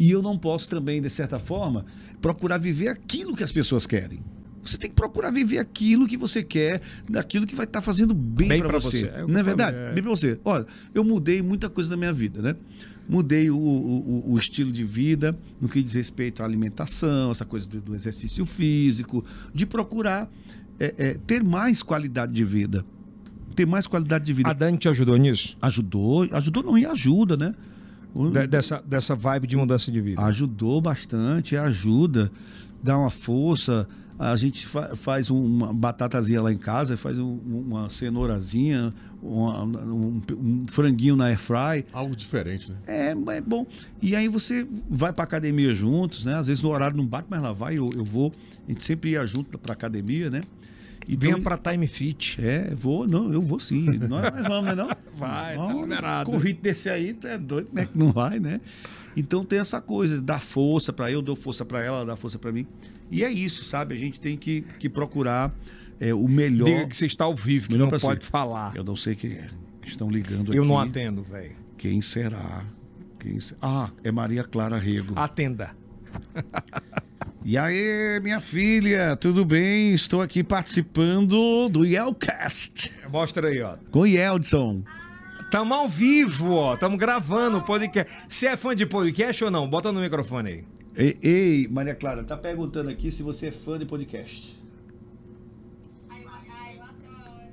E eu não posso também, de certa forma, procurar viver aquilo que as pessoas querem. Você tem que procurar viver aquilo que você quer, daquilo que vai estar fazendo bem,
Bem
para
pra
você.
você. É o que
Não é
eu
verdade?
falei, é.
Bem Bem pra você, olha, eu mudei muita coisa na minha vida, né? Mudei o, o- o- o estilo de vida no que diz respeito à alimentação, essa coisa do, do exercício físico, de procurar é, é, ter mais qualidade de vida. Ter mais qualidade de
A
vida.
Dani te ajudou nisso?
Ajudou, ajudou não, e ajuda, né? O-
De- dessa, dessa vibe de mudança de vida.
Ajudou bastante, ajuda, dá uma força. A gente fa- faz um, uma batatazinha lá em casa, faz um- uma cenourazinha, uma- um, um franguinho na air fry.
Algo diferente, né?
É, é bom. E aí você vai pra academia juntos, né? Às vezes no horário não bate, mas lá vai, eu, eu vou. A gente sempre ia junto pra academia, né?
Venha pra Time Fit.
É, vou, não, eu vou sim. Nós, nós vamos, né? Não?
Vai, tá
Não,
liberado.
Convite desse aí, tu é doido, como é que não vai, né? Então tem essa coisa, dá força pra eu, dou força pra ela, ela dá força pra mim. E é isso, sabe? A gente tem que, que procurar é, o melhor.
Diga que você está ao vivo, que
Melhor
não
pra
pode
você.
falar. Eu,
Eu não sei quem é. Estão ligando aqui.
não atendo, velho.
Quem será? Quem se- Ah, é Maria Clara Rego.
Atenda.
E aí, minha filha, tudo bem? Estou aqui participando do Yelcast
Mostra aí, ó.
com Yeldson.
Tamo ao vivo, ó. Tamo gravando o podcast. Você é fã de podcast ou não? Bota no microfone aí.
Ei, ei, Maria Clara, tá perguntando aqui se você é fã de podcast.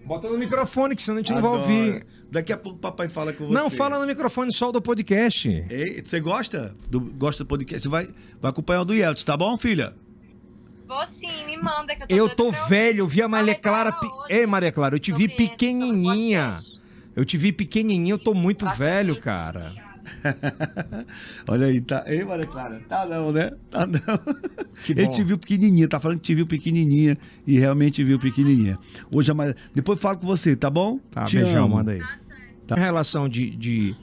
Bota no microfone, que senão a gente não vai
Adoro.
ouvir.
Daqui a pouco o papai fala com você.
Não, fala no microfone só do podcast.
Ei, você gosta? Do, gosta do podcast? Você vai, vai acompanhar o do Yeltsin, tá bom, filha?
Vou sim, me manda que eu tô
Eu
doida
tô
pra ouvir.
velho, eu vi a Maria
Maria
Clara.
Clara
pe-
hoje
Ei, Maria Clara, eu te vi
sobre essa,
pequenininha.
podcast.
Eu te vi pequenininha, eu tô muito
Passa
velho,
aqui.
cara.
Olha aí, tá. Ei, Maria Clara, tá não, né? Tá não.
Que
Ele
bom.
te viu pequenininha, tá falando que te viu pequenininha e realmente viu pequenininha. Hoje a Maria... Depois eu falo com você, tá bom?
Tá,
te
beijão,
amo.
manda aí.
Tá.
Em relação de. de-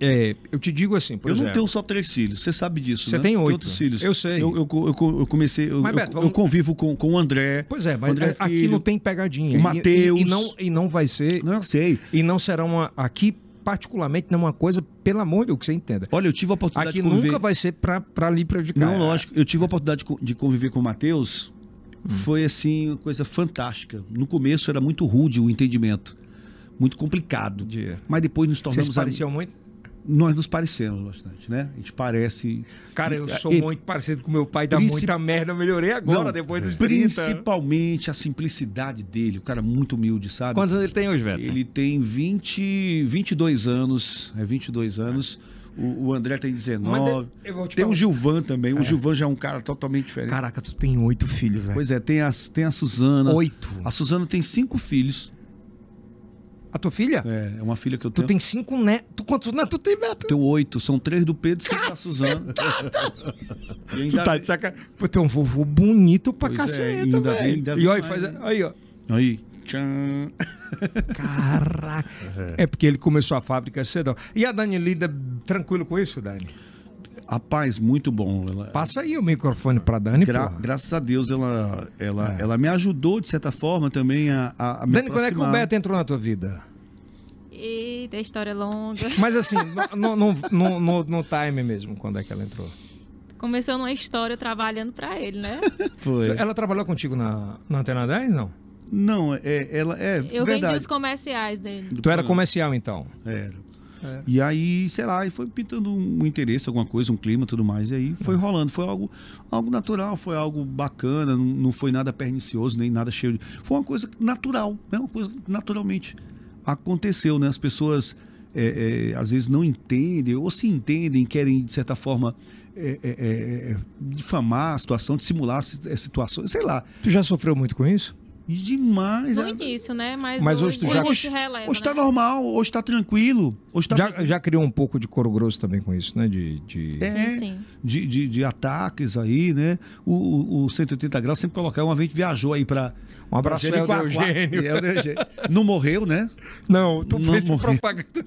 é, eu te digo assim, por
eu
exemplo.
não tenho só três filhos, você sabe disso,
Você
né?
tem
Tenho
oito.
outros filhos.
Eu sei.
Eu, eu co- eu co- eu comecei... Eu,
Mas, Beto,
eu-
vamos-
eu convivo com, com o André.
Pois é, mas
André
a- aqui
Filho.
não tem pegadinha.
o
E- e-
Mateus.
E, não, e não vai ser.
Não, eu sei.
E não será uma. Aqui, particularmente, não é uma coisa, pelo amor de Deus, que você entenda.
Olha, eu tive a oportunidade
Aqui
de conviver...
nunca vai ser pra, pra lhe prejudicar.
Não, lógico. Eu tive a oportunidade de co- de conviver com o Matheus. Foi, assim, uma coisa fantástica. No começo era muito rude o entendimento. Muito complicado.
Entendi.
Mas depois nos
Vocês
tornamos... amigos.
pareciam muito.
Nós nos parecemos bastante, né? A gente parece...
Cara, eu sou
E-
muito parecido com meu pai, dá
Princip-
muita merda. Eu melhorei agora,
Não,
depois dos 30.
Principalmente a simplicidade dele. O cara muito humilde, sabe?
Quantos anos ele tem hoje, velho?
Ele tem 20, 22 anos. É 22 anos. O, o André tem 19.
Mas eu vou te
tem o
perguntar-
Gilvan também. O Gilvan já é um cara totalmente diferente.
Caraca, tu tem oito filhos, velho.
Pois né? é, tem a, tem a Suzana.
Oito.
A Suzana tem cinco filhos.
A tua filha?
É, é uma filha que eu
Tu
tenho.
tem cinco netos. Tu quantos netos tu tem, Beto?
Tenho oito. São três do Pedro e cinco da Suzana. E ainda-
saca. Pô, tem um vovô bonito pra
tá Pois é,
caceta,
ainda vem,
velho.
ainda
e
vem
olha,
mais,
faz.
né?
Aí, ó.
Aí. Tchan.
Caraca. É. porque ele começou a fábrica cedo. E a Dani lida tranquilo com isso, Dani?
Rapaz, muito bom. Ela,
Passa aí o microfone pra Dani,
Gra-
porra. É.
graças a Deus ela, ela, ela me ajudou, de certa forma, também a, a, a me
Dani, quando é que o
aproximar.
Beto entrou na tua vida?
Eita, história é longa.
Mas assim, no, no, no, no- no time mesmo, quando é que ela entrou?
Começou numa história trabalhando pra ele, né?
Foi.
Ela trabalhou contigo na, na Antena 10, não?
Não, é, ela é
Eu vendi
verdade.
os comerciais dele.
Tu era comercial, então.
Era.
É.
Era.
E aí, sei lá, e foi pintando um interesse, alguma coisa, um clima, tudo mais. E aí foi
É.
rolando. Foi algo, algo natural, foi algo bacana, não, não foi nada pernicioso, nem nada cheio de. Foi uma coisa natural, né? Uma coisa que naturalmente aconteceu, né? As pessoas é, é, às vezes não entendem, ou se entendem, querem, de certa forma, é, é, é, é, difamar a situação, dissimular a situação, sei lá.
Tu já sofreu muito com isso?
Demais.
No
é-
início, né? Mas,
Mas hoje
hoje,
tu
hoje
já-
a gente releva.
Hoje tá
né?
normal, hoje tá tranquilo. Hoje tá
Já, já criou um pouco de couro grosso também com isso, né? De, de...
É,
Sim, sim.
de, de, de ataques aí, né? O, o, o 180 graus sempre colocar. Uma vez a gente viajou aí pra.
Um abraço,
pra Jericoacoara.
Helder Eugênio.
Helder Eugênio. Não morreu, né?
Não, tu
Não
fez
morri.
propaganda.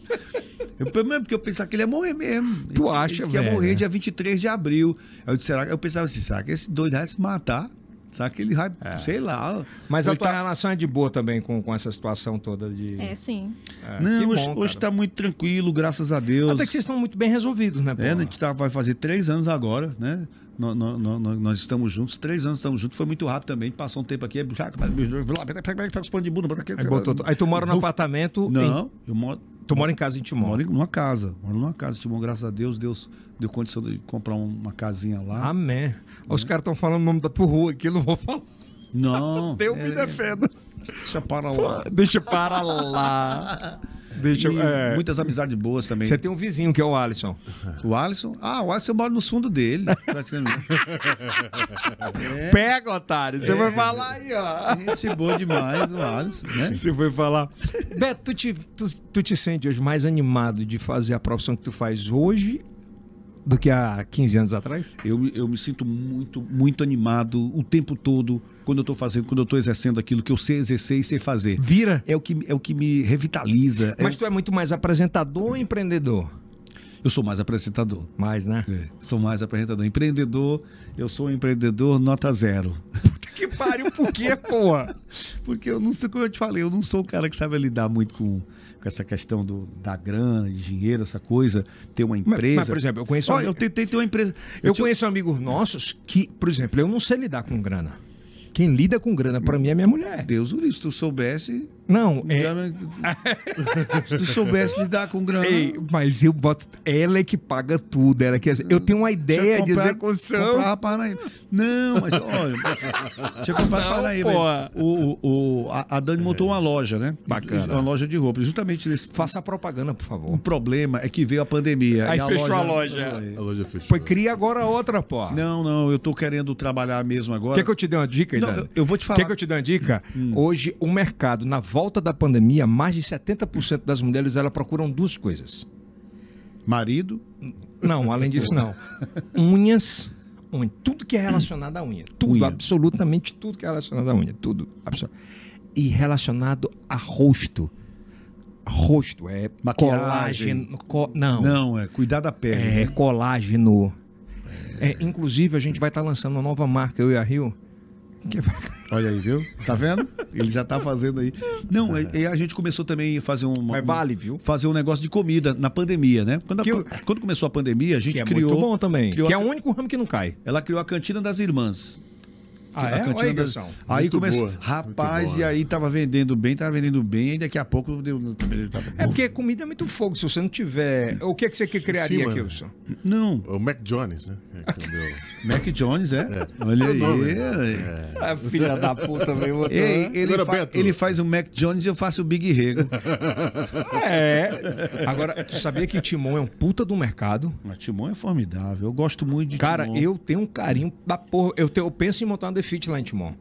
Eu, mesmo porque eu pensava que ele ia morrer mesmo.
Tu
Ele disse-
acha,
ele disse que ia
velho?
morrer dia 23 de abril. Aí eu, disse, será que- eu pensava assim, será que esse doido vai se matar? Será que ele vai.
É.
Sei lá.
Mas a
Hoje
tua
tá-
relação é de boa também com, com essa situação toda de.
É, sim.
É, que
Não, hoje,
bom,
hoje
cara.
tá muito tranquilo, graças a Deus.
Até que vocês estão muito bem resolvidos, né, pô?
É, a gente tá, vai fazer três anos agora, né? Nó- nó- nó- nó- Nós, estamos juntos, três anos estamos juntos, foi muito rápido também. A gente Passou um tempo aqui, pega os pano de bunda, bota aqui.
Aí, botou tu- aí tu mora num
Buf-
apartamento. em-
Não, eu moro,
Tu mora em casa em Timó.
moro em uma casa. Moro numa casa. Timon, graças a Deus, Deus deu condição de comprar um, uma casinha lá.
Amém.
É.
Os caras estão falando o nome da tua rua aqui, eu não vou falar.
não.
Eu
é,
me defendo.
Deixa para lá.
Deixa para lá. Deixa.
E
é.
Muitas amizades boas também.
Você tem um vizinho que é o Alisson.
O Alisson. Ah, o Alisson eu moro no fundo dele, praticamente. É.
Pega, otário. Você vai falar aí, ó.
Gente boa demais, o Alisson, né?
Você foi falar. Beto, tu te, tu, tu te sente hoje mais animado de fazer a profissão que tu faz hoje do que há 15 anos atrás?
Eu, eu me sinto muito, muito animado o tempo todo, quando eu estou fazendo, quando eu estou exercendo aquilo que eu sei exercer e sei fazer.
Vira.
É o que, é o que me revitaliza. é
Mas
o-
tu é muito mais apresentador ou empreendedor?
eu sou mais apresentador.
Mais, né?
É, Sou mais apresentador. Empreendedor, eu sou um empreendedor nota zero.
Que pariu, por quê, porra?
Porque eu não sei, como eu te falei, eu não sou o cara que sabe lidar muito com, com essa questão do, da grana, de dinheiro, essa coisa, ter uma
mas,
empresa.
por exemplo, eu conheço um-
Ó,
alguém-
eu tentei ter uma empresa.
Eu
tinha-
conheço amigos nossos que, por exemplo, eu não sei lidar com grana. Quem lida com grana pra mim é minha mulher.
Deus o livre, se tu soubesse.
Não, é.
Se tu soubesse lidar com grana.
Ei, mas eu boto. Ela é que paga tudo. Ela quer. Eu tenho uma ideia de
Tinha que
execução.
comprar a Paraíba. Não, mas olha. tinha que comprar a
Não,
Paraíba.
porra.
O, o, o- a, a Dani montou uma loja, né?
Bacana.
Uma loja de roupa. Justamente nesse.
Faça a propaganda, por
O
favor.
problema é que veio a né? pandemia.
Aí
e
fechou a
A loja fechou.
Foi, cria agora outra, pô.
Não, não, eu tô querendo trabalhar mesmo agora.
Quer que eu te dê uma dica,
Não,
Idana?
eu- eu vou te falar. Hum.
Quer que eu te dê uma dica? Hoje, o mercado, na volta da pandemia, mais de 70% das mulheres elas procuram duas coisas.
Marido,
Não, além disso, não. Unhas, unha, tudo que é relacionado à unha. Tudo,
Unha.
absolutamente tudo que é relacionado à unha. Tudo. absolu- E relacionado a rosto. Rosto, é
Maquiagem.
colágeno. co- não.
não, é cuidar da
É
pele.
colágeno. É, inclusive, a gente vai estar lançando uma nova marca, eu e a Rio. Que é
Olha aí, viu? Tá vendo? Ele já tá fazendo aí. Não, é- é, a gente começou também a fazer um,
Mas vale, viu?
fazer um negócio de comida na pandemia, né? Quando, a-
Que eu-
quando começou a pandemia, a gente
que é
criou.
muito bom também.
criou
Que
a-
é o único ramo que não cai.
Ela criou a cantina das irmãs.
Ah,
a
é?
cantina
Olha aí,
das...
Gerson.
aí
Muito
começou.
boa, muito
Rapaz,
boa.
e aí tava vendendo bem, tava vendendo bem, e daqui a pouco deu.
É porque comida é muito fogo. Se você não tiver. O que, é que você que criaria,
mano.
Kilson?
Não,
É O Mac Jones, né? É, que é o meu-
Mac Jones, é. Olha aí.
Ah, filha da puta, meu.
Ei, ele,
Agora,
fa-
Beto.
ele faz o Mac Jones e eu faço o Big Rego.
É. Agora, tu sabia que Timon é um puta do mercado?
Mas Timon é formidável. Eu gosto muito de
Cara,
Timon.
eu tenho um carinho da porra. Eu, tenho- eu penso em montar um defeat lá em Timon.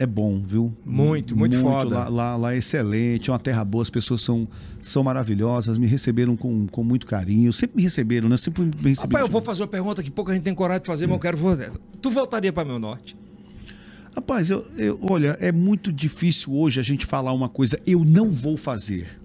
É bom, viu?
Muito, muito foda.
Lá, lá, lá é excelente, é uma terra boa, as pessoas são, são maravilhosas, me receberam com, com muito carinho. Sempre me receberam, né? Sempre me receberam.
Rapaz, eu vou fazer uma pergunta que pouca gente tem coragem de fazer, mas eu quero. fazer. Tu voltaria pra meu norte?
Rapaz, eu, eu- olha, é muito difícil hoje a gente falar uma coisa, eu não vou fazer.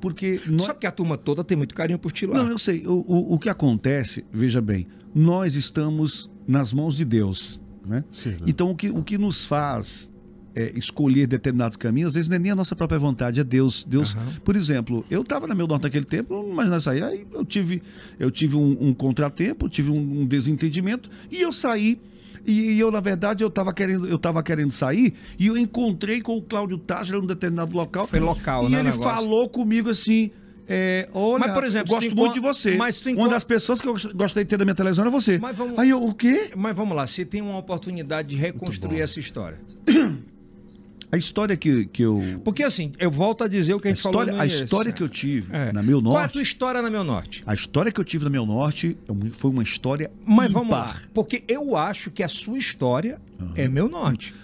Porque Ah.
Tu
nós.
Sabe que a turma toda tem muito carinho por ti lá.
é- Não, eu sei. O, o, o que acontece, veja bem, nós estamos nas mãos de Deus. Né?
Sim, né?
Então, o que, o que nos faz é, escolher determinados caminhos, às vezes não é nem a nossa própria vontade, é Deus. Deus Por exemplo, eu estava na meu norte naquele tempo, mas não saí. Aí eu tive, eu tive um, um contratempo, tive um, um desentendimento e eu saí. E, eu, na verdade, eu estava querendo, eu tava querendo sair e eu encontrei com o Cláudio Tágera num determinado local.
Foi local,
e
né, o
ele
negócio.
falou comigo assim. é, olha,
Mas, por exemplo,
eu gosto
tu
muito
encon-
de você.
mas tu encon-
Uma das pessoas que eu gost- gostaria de ter da minha televisão era você.
Mas vamos-
Aí eu, o quê?
Mas vamos lá, se tem uma oportunidade de reconstruir essa história.
A história que, que eu.
Porque assim, eu volto a dizer o que a
A
gente
história,
falou no
a
início.
história que eu tive
É.
na Meu
Qual é a tua
Norte.
história na meu norte?
A história que eu tive na Meu Norte é um- foi uma história.
Mas vamos
ímpar.
lá. Porque eu acho que a sua história é meu norte.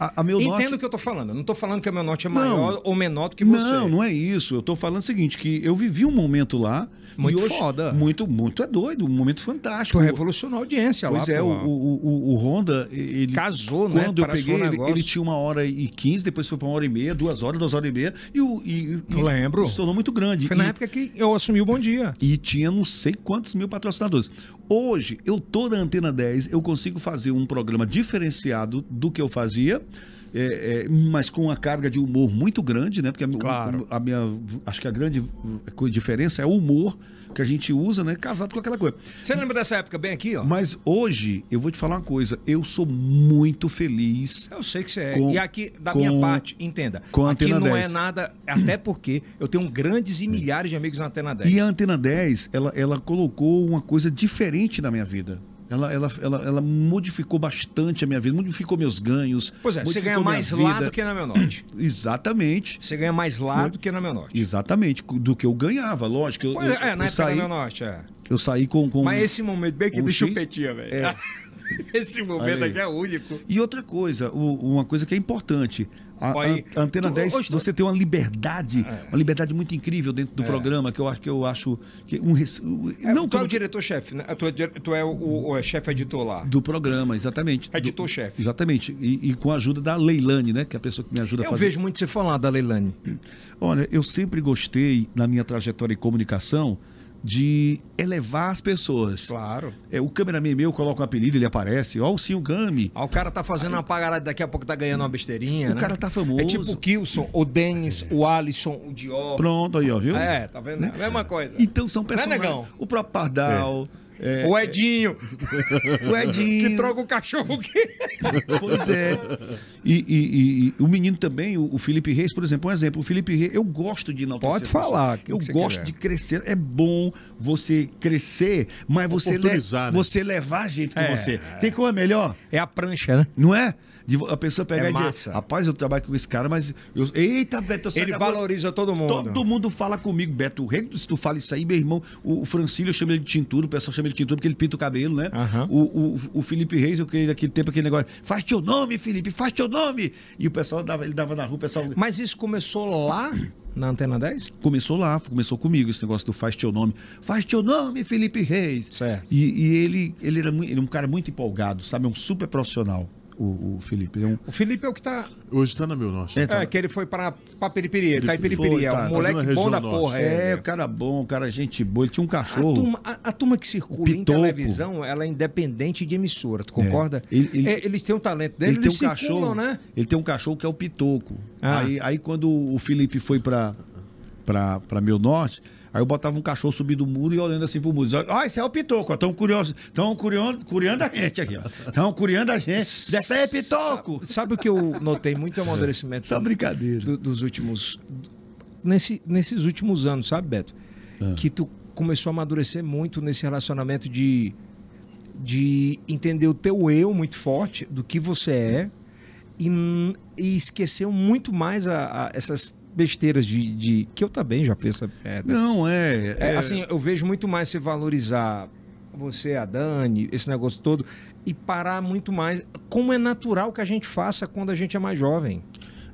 A, a Meu
Entendo
Norte.
o que eu tô falando. Eu não tô falando que a meu norte é
Não.
maior ou menor do que você.
Não, não é isso. Eu tô falando o seguinte: que eu vivi um momento lá.
Muito
e hoje-
foda.
Muito, muito é doido. Um momento fantástico.
Tu revolucionou a audiência
Pois
lá.
é, o,
pô.
o, o, o Honda, ele.
Casou, né?
Quando eu
Parece
peguei,
um
ele,
negócio.
ele tinha uma hora e quinze, depois foi pra uma hora e meia, duas horas, duas horas e meia. E o. E, e-
Eu lembro.
Se tornou muito grande.
Foi na
E-
época que eu assumi o Bom Dia.
E tinha não sei quantos mil patrocinadores. Hoje, eu tô na Antena 10, eu consigo fazer um programa diferenciado do que eu fazia, é, é, mas com uma carga de humor muito grande, né? Porque a, mi-
Claro.
a minha. Acho que a grande co- diferença é o humor que a gente usa, né? Casado com aquela coisa.
Você lembra dessa época bem aqui, ó?
Mas hoje, eu vou te falar uma coisa, eu sou muito feliz.
Eu sei que você é.
Com-
e aqui, da
com-
minha parte, entenda.
com a
aqui
Antena
não é
10.
nada, até porque eu tenho grandes e milhares de amigos na Antena 10.
E a Antena 10, ela, ela colocou uma coisa diferente na minha vida. Ela, ela, ela, ela modificou bastante a minha vida, modificou meus ganhos.
Pois é, você
modificou
ganha
minha
mais lá
vida.
do que na meu norte.
Exatamente.
Você ganha mais lá do que na meu norte.
Exatamente, do que eu ganhava, lógico. Eu,
Pois
eu,
é, na
eu
época da
saí,
meu norte, é.
eu saí com. com
Mas esse momento bem que
um
do
X?
chupetinha, velho. Esse momento
Olha aí.
aqui é único.
E outra coisa, o- uma coisa que é importante. A,
Olha
a- a Antena
tu- É.
10,
hoje tu-
você tem uma liberdade, uma liberdade muito incrível dentro do programa, que eu acho que eu acho. Que um, res- um-
Não,
não
tu é o
como-
diretor-chefe, né? Tu é, dire- tu é o, o- o chefe editor lá.
do programa, exatamente.
Editor-chefe.
Do- Exatamente. E, e com a ajuda da Leilane, né? Que é a pessoa que me ajuda a
Eu
fazer.
vejo muito você falar da Leilane.
Olha, eu sempre gostei, na minha trajetória em comunicação, de elevar as pessoas.
Claro.
É, o cameraman meu coloca um apelido, ele aparece. Ó, o Sim Gami.
Ah, o cara tá fazendo uma pagarada, daqui a pouco tá ganhando uma besteirinha.
O
né?
cara tá famoso.
É tipo o Kilson, o Denis, o Alisson, o Dior.
Pronto aí, ó, viu?
É, tá vendo? É a mesma coisa.
Então são
é,
personagens.
negão?
o próprio Pardal. é,
o Edinho,
o Edinho.
que troca o cachorro que.
Pois é. E, e- e- e o menino também, o, o Felipe Reis, por exemplo, um exemplo. O Felipe Reis, eu gosto de enaltecer.
Pode
as
falar,
pessoas.
o que
Eu
que você
gosto
quiser.
de crescer. É bom você crescer, mas você, le-
Oportunizar, né?
você levar a gente com
É.
você. Tem coisa melhor?
É a prancha, né?
Não é? De vo- a pessoa pegar
É
e
massa.
dizer, rapaz, eu trabalho com esse cara, mas... Eu... Eita, Beto, tá eu saio
Ele
da rua-
valoriza todo mundo.
Todo mundo fala comigo, Beto. O rei, se tu fala isso aí, meu irmão, o o Francílio, eu chamo ele de tintura, o pessoal chama ele de tintura porque ele pinta o cabelo, né?
Aham.
O, o, o Felipe Reis, eu criei naquele tempo aquele negócio, faz teu nome, Felipe, faz teu nome! E o pessoal dava, ele dava na rua, o pessoal.
Mas isso começou lá na Antena 10?
Começou lá, começou comigo esse negócio do faz teu nome. Faz teu nome, Felipe Reis.
Certo.
E, e ele, ele, era mui- ele é um cara muito empolgado, sabe? É um super profissional, o, o Felipe. Ele é um-
O Felipe é o que tá.
Hoje tá na meu norte.
É,
É, que ele foi pra, pra Piripiri. Ele tá em
Foi,
Piripiri. é
tá.
um moleque
Fazendo a
bom da
região norte.
porra.
É,
É,
o cara bom, o cara gente boa. Ele tinha um
A
cachorro.
turma, a- a turma que circula em
Pitoco.
televisão, ela é independente de emissora, tu concorda?
Ele- ele-
É, eles têm um talento dele,
ele tem um
eles circulam,
cachorro,
né?
Ele tem um cachorro que é o Pitoco.
Ah.
Aí, aí quando o Felipe foi pra, pra, pra meu norte, aí eu botava um cachorro subindo o muro e olhando assim pro muro. Dizia, Ó, esse é o Pitoco, estão curiosos. Estão curiando, curiando a gente aqui, ó. Estão curiando a gente. Dessa aí é Pitoco.
Sabe, sabe o que eu notei muito é o amadurecimento
Só brincadeira.
do- dos últimos. nesse- nesses últimos anos, sabe, Beto? Que tu começou a amadurecer muito nesse relacionamento de, de entender o teu eu muito forte, do que você é, e, n- e esqueceu muito mais a- a- essas besteiras de, de- Que eu também já fiz essa merda.
Não, é.
É, assim, eu vejo muito mais você valorizar você, a Dani, esse negócio todo, e parar muito mais. Como é natural que a gente faça quando a gente é mais jovem.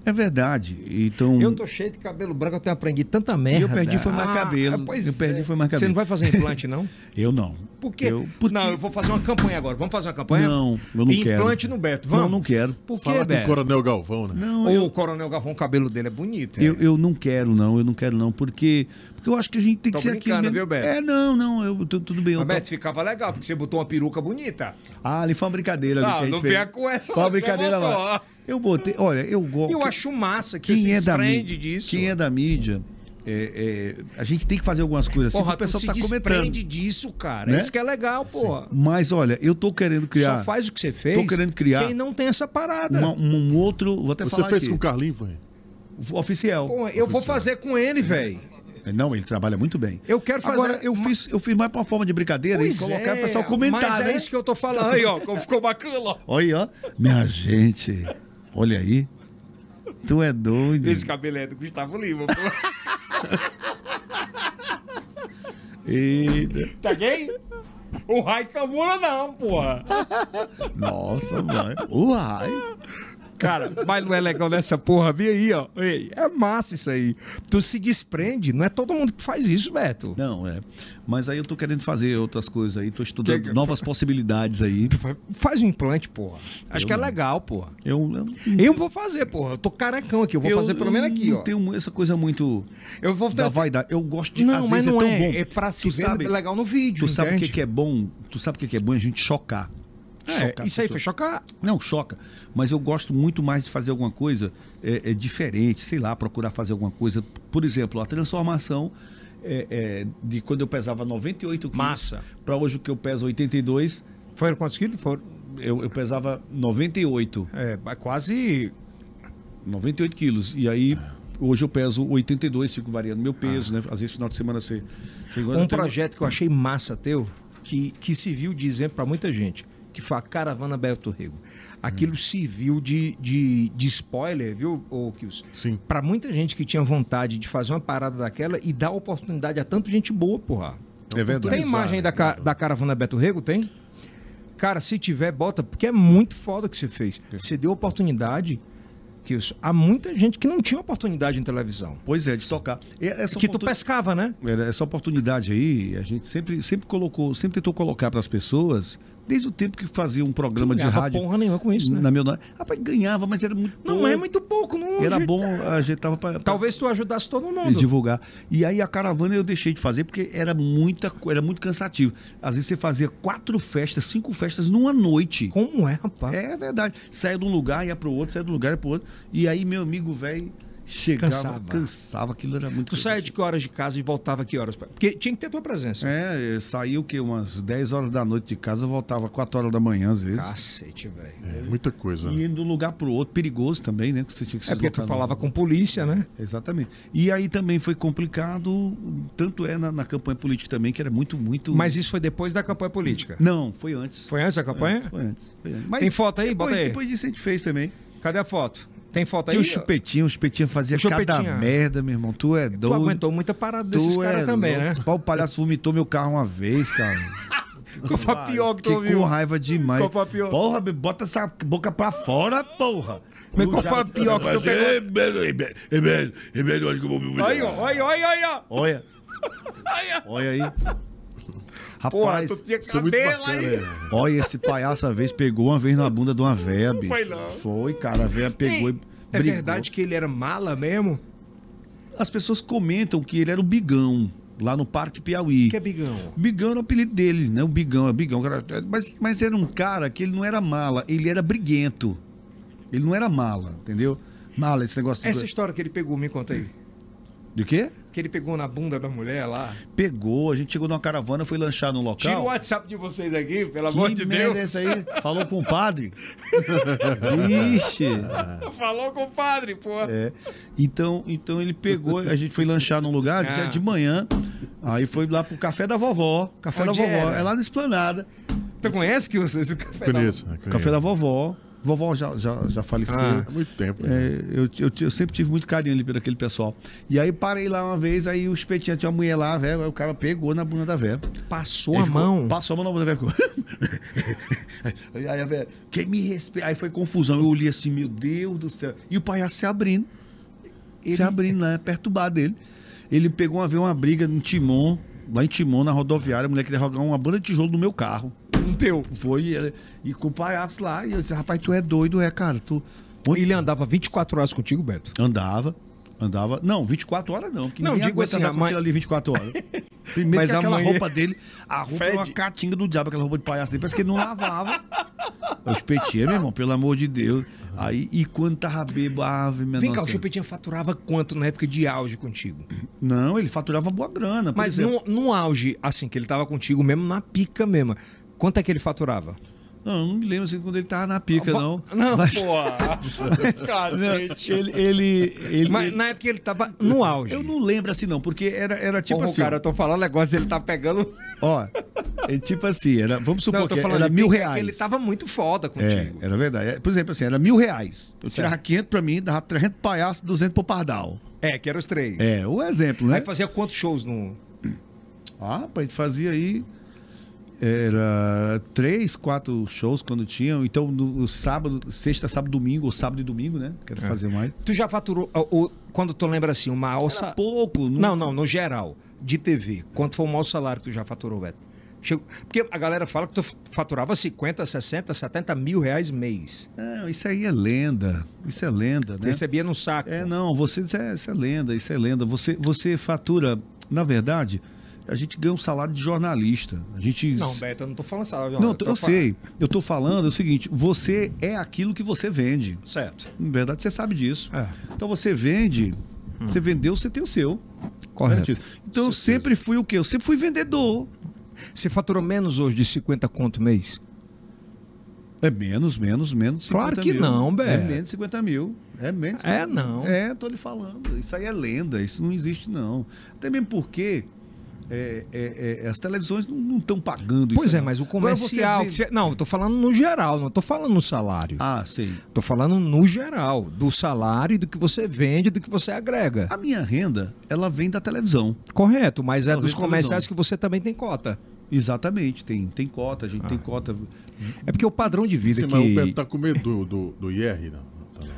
é verdade. Então.
Eu tô cheio de cabelo branco, eu tenho aprendido tanta merda.
eu perdi foi mais cabelo.
pois
Eu perdi foi mais
Você
cabelo.
não vai fazer implante, não?
Eu não.
Por quê?
Eu, porque...
Não, eu vou fazer uma campanha agora. Vamos fazer uma campanha?
Não, eu não quero.
Implante no Beto,
Não,
vamos?
não quero.
Por quê,
Falar com o
Beto?
Coronel Galvão, né?
Não,
Ou
eu,
o Coronel Gavão, o cabelo dele é bonito.
Eu,
é.
eu não quero, não, eu não quero, não, porque, porque eu acho que a gente tem
Tô
que ser aqui.
brincando,
mesmo.
viu, Beto?
É, não, não, eu, tu- tudo bem. eu
Mas,
tô-
Beto, ficava legal, porque você botou uma peruca bonita.
Ah, ali foi uma brincadeira. ali
Não,
que a gente
não
fez.
venha com essa,
Foi
não,
uma
que
brincadeira
eu
lá.
boto.
Eu botei, olha, eu gosto.
Eu acho massa que você
quem
se
é da
desprende
mídia,
disso.
Quem é da mídia, é, é, a gente tem que fazer algumas coisas assim,
Porra,
porque o pessoal
tu se
tá
desprende
comentando.
disso, cara.
Né?
Isso que é legal, porra.
Mas olha, eu tô querendo criar
Só faz o que você fez.
Tô querendo criar
Quem não tem essa parada.
uma- um, um outro. Vou até
Você
falar
fez
aqui.
com o Carlinhos, velho?
Oficial.
Porra, eu vou fazer com ele, velho.
Não, ele trabalha muito bem.
Eu quero fazer-
Agora, eu fiz, eu fiz mais pra uma forma de brincadeira e colocar o pessoal comentar.
Mas é
né?
isso que eu tô falando aí, ó. Como ficou bacana, ó.
Olha aí, ó. Minha gente, olha aí. Tu é doido.
Esse cabelo é do Gustavo Lima. pô.
Eita.
Tá gay? O Rai Camura não, porra.
Nossa, mano. Uai.
Cara, mas não é legal nessa porra. Vem aí, ó. Ei, é massa isso aí. Tu se desprende. Não é todo mundo que faz isso, Beto.
Não, é. Mas aí eu tô querendo fazer outras coisas aí.
Que
Tô estudando
que-
novas possibilidades aí.
Tu fa- Faz um implante, porra. Acho que é legal, porra.
Eu, eu,
Eu vou fazer, porra. Eu tô carecão aqui. Eu vou
eu-
fazer pelo menos
eu
aqui,
não
ó.
tenho mu- essa coisa muito
Eu vou
da vaidade. Eu gosto de
Não,
às
mas
vezes
não
é tão
é.
bom.
É pra se
Tu
ver
sabe-
legal no vídeo.
Tu sabe o que,
entende?
que é bom? Tu sabe o que, que é bom? A gente chocar. Chocar
isso aí
as
foi é chocar.
Não, choca. Mas eu gosto muito mais de fazer alguma coisa é, é, diferente, sei lá, procurar fazer alguma coisa. Por exemplo, a transformação é, é, de quando eu pesava 98 quilos
Massa.
para hoje o que eu peso 82,
Foram quantos quilos? Foram.
eu, eu pesava 98.
É, ba- quase.
98 quilos. E aí. Hoje eu peso 82, fico variando meu peso, né? Às vezes final de semana você. chegando,
Ah. Um
eu tenho-
projeto que eu achei massa teu, que, que serviu de exemplo pra muita gente, que foi a Caravana Beto Rego. Aquilo
Hum.
serviu de, de, de spoiler, viu, ô Kills?
Sim.
Pra muita gente que tinha vontade de fazer uma parada daquela e dar oportunidade a tanta gente boa, porra.
É verdade.
Tem imagem da, ca- da Caravana Beto Rego? Tem? Cara, se tiver, bota, porque é muito foda o que você fez.
É.
Você deu oportunidade. Que isso, há muita gente que não tinha oportunidade em televisão.
Pois é, de tocar. E essa
que tu
oportun-
pescava, né?
Era essa oportunidade aí, a gente sempre, sempre colocou, sempre tentou colocar para as pessoas, desde o tempo que fazia um programa
Não
de
ganhava
rádio.
porra nenhuma com isso, né?
Na meu nome. Rapaz, ganhava, mas era muito.
Não
pouco.
é muito pouco, não.
Era bom, a gente tava pra, pra
Talvez tu ajudasse todo
e
mundo.
divulgar. E aí a caravana eu deixei de fazer porque era muita, co- era muito cansativo. Às vezes você fazia quatro festas, cinco festas numa noite.
Como é, rapaz?
É verdade. Saia de um lugar, ia pro outro, saia de um lugar, ia pro outro. E aí meu amigo velho chegava,
Cansava.
cansava. aquilo era muito
Tu saía de que horas de casa e voltava que horas? Porque tinha que ter tua presença.
É, eu saía o quê? Umas 10 horas da noite de casa, voltava 4 horas da manhã, às vezes.
Cacete, velho.
É, muita coisa.
E
né?
indo de um lugar pro outro, perigoso também, né? Que você tinha que se
É porque tu
deslocar
falava com polícia, né?
Exatamente. E aí também foi complicado, tanto é na, na campanha política também, que era muito, muito.
Mas isso foi depois da campanha política.
Não, foi antes.
Foi antes da campanha?
Foi antes. Foi antes.
Tem foto aí?
depois,
Bota aí.
Depois disso a gente fez também.
Cadê a foto? Tem foto aí?
Tinha o chupetinho, o chupetinho fazia
O Chupetinha.
cada merda, meu irmão. Tu é
Tu
doido.
aguentou muita parada desses
Tu
caras
é
também,
louco.
né?
Pá, O palhaço vomitou meu carro uma vez, cara.
Qual foi a pior que tu
Fiquei com
ouviu?
raiva demais.
Qual foi a pior?
Porra, be- bota essa boca pra fora, porra.
Mas qual foi a pior que tu
é
pegou? Aí, ó, aí, ó, aí, ó, aí, ó.
Olha. Olha aí.
Porra,
Rapaz,
tu tinha
Isso é muito
cabelo
bacana.
aí.
é.
olha esse palhaço uma vez pegou uma vez na bunda de uma véia, bicho.
foi não.
Foi, cara, a véia pegou e,
Ei, É
brigou.
verdade que ele era mala mesmo?
As pessoas comentam que ele era o Bigão, lá no Parque Piauí.
Que é bigão?
Bigão era o apelido dele, né? O Bigão, é o Bigão. cara. Mas, mas era um cara que ele não era mala, ele era briguento. Ele não era mala, entendeu? Mala, esse negócio
Essa
de...
história que ele pegou, me conta aí.
De quê?
Que ele pegou na bunda da mulher lá.
Pegou, a gente chegou numa caravana, foi lanchar num local.
Tira o WhatsApp de vocês aqui, pelo
Que
amor de
merda
Deus.
é essa aí? Falou com o padre? Ixi!
Falou com o padre, pô.
É. Então, então ele pegou, a gente foi lanchar num lugar
Ah.
já de manhã. Aí foi lá pro café da vovó. Café
Onde
da vovó.
era?
É lá na esplanada.
Tu conhece que vocês o café da-
Conheço, né?
Café da vovó. Vovó já, já, já faleceu.
Ah.
Há muito tempo. né?
É, eu, eu- eu sempre tive muito carinho ali por aquele pessoal. E aí parei lá uma vez, aí o espetinho tinha uma mulher lá, velho. Aí o cara pegou na bunda da velha.
Passou
Ele
a
ficou-
mão.
Passou a mão na bunda, velho. Ficou... aí aí a velha, quem me respeita? Aí foi confusão. Eu olhei assim, meu Deus do céu. E o palhaço se abrindo. Se abrindo, né? Perturbado ele. Ele pegou uma vez uma briga em Timon, lá em Timon, na rodoviária. A mulher queria jogar uma banda de tijolo no meu carro.
Não Um teu.
Foi e, ela- e com o palhaço lá. E eu disse, rapaz, tu é doido, é, cara. Tu... Onde-
Ele andava 24 horas contigo, Beto?
Andava. Andava. Não, 24 horas não. Que
Não,
ninguém
digo assim,
aguenta andar
a
com
mãe-
aquilo ali 24 horas. Primeiro
Mas
que
a
aquela
mãe-
roupa dele, a roupa é uma catinga do diabo, aquela roupa de palhaço dele, parece que ele não lavava. Eu espetia, meu irmão, pelo amor de Deus. Aí, e quando tava bebo, ave, minha
Vem cá, o
nossa. é.
Chupetinha faturava quanto na época de auge contigo?
Não, ele faturava boa grana. por
Mas
exemplo.
no, no auge, assim, que ele tava contigo mesmo, na pica mesmo, quanto é que ele faturava?
Não, não me lembro assim quando ele tava na pica, não.
Não,
Mas-
pô. Cacete.
Ele. ele, ele-
Mas na época ele tava no auge.
Eu não lembro assim, não, porque era, era tipo
Porra,
assim.
cara, eu tô falando negócio, ele tá pegando...
Ó, é tipo assim, era, vamos supor
Não, eu tô
que
falando
era
de
mil
pica, é que
reais.
Ele tava muito foda
É,
contigo.
era verdade. É, Por exemplo, assim, era mil reais. Eu tirava 500 pra mim, dava 300 pro palhaço, 200 pro pardal.
É, que eram os três.
É, o exemplo,
Aí
né?
fazia quantos shows no...
Ah, rapaz, a gente fazia aí. Era três, quatro shows quando tinham. Então, no, no sábado, sexta, sábado, domingo, ou sábado e domingo, né? Quero fazer mais.
Tu já faturou, ó, o- quando tu lembra assim, uma
Tá
alça...
Pouco,
Não, não, no geral, de TV, quanto foi o maior salário que tu já faturou, Beto? Chegou- Porque a galera fala que tu faturava 50, 60, 70 mil reais mês.
Não, isso aí é lenda. Isso é lenda, né?
Recebia num saco.
É, não, você, isso, é, isso é lenda, isso é lenda. Você, você fatura, na verdade, a gente ganha um salário de jornalista. A gente.
Não, Beto, eu não tô falando salário.
Não, eu,
tô falando-
sei. Eu tô falando o seguinte: você é aquilo que você vende.
Certo.
Na verdade, você sabe disso.
É.
Então você vende, você vendeu, você tem o seu.
Correto.
É isso. Então eu sempre fui o quê? Eu sempre fui vendedor.
Você faturou menos hoje de 50 conto mês?
É menos, menos, menos.
Claro
50
que
mil.
não, Beto.
É menos 50 mil. É menos.
É, não.
É, tô lhe falando. Isso aí é lenda, isso não existe, não. Até mesmo porque. é, é, é, as televisões não estão pagando isso.
Pois é,
não.
mas o
Agora você
comercial.
vende-
que você- Não, eu tô falando no geral, não tô falando no salário.
Ah, sei.
Tô falando no geral, do salário, e do que você vende, e do que você agrega.
A minha renda, ela vem da televisão.
Correto, mas é
Talvez
dos comerciais
televisão.
que você também tem cota.
Exatamente, tem, tem cota, a gente
Ah.
tem cota.
É porque o padrão de vida
Sim, mas o Beto
que.
tá com medo do, do, do IR, não. Tá lá.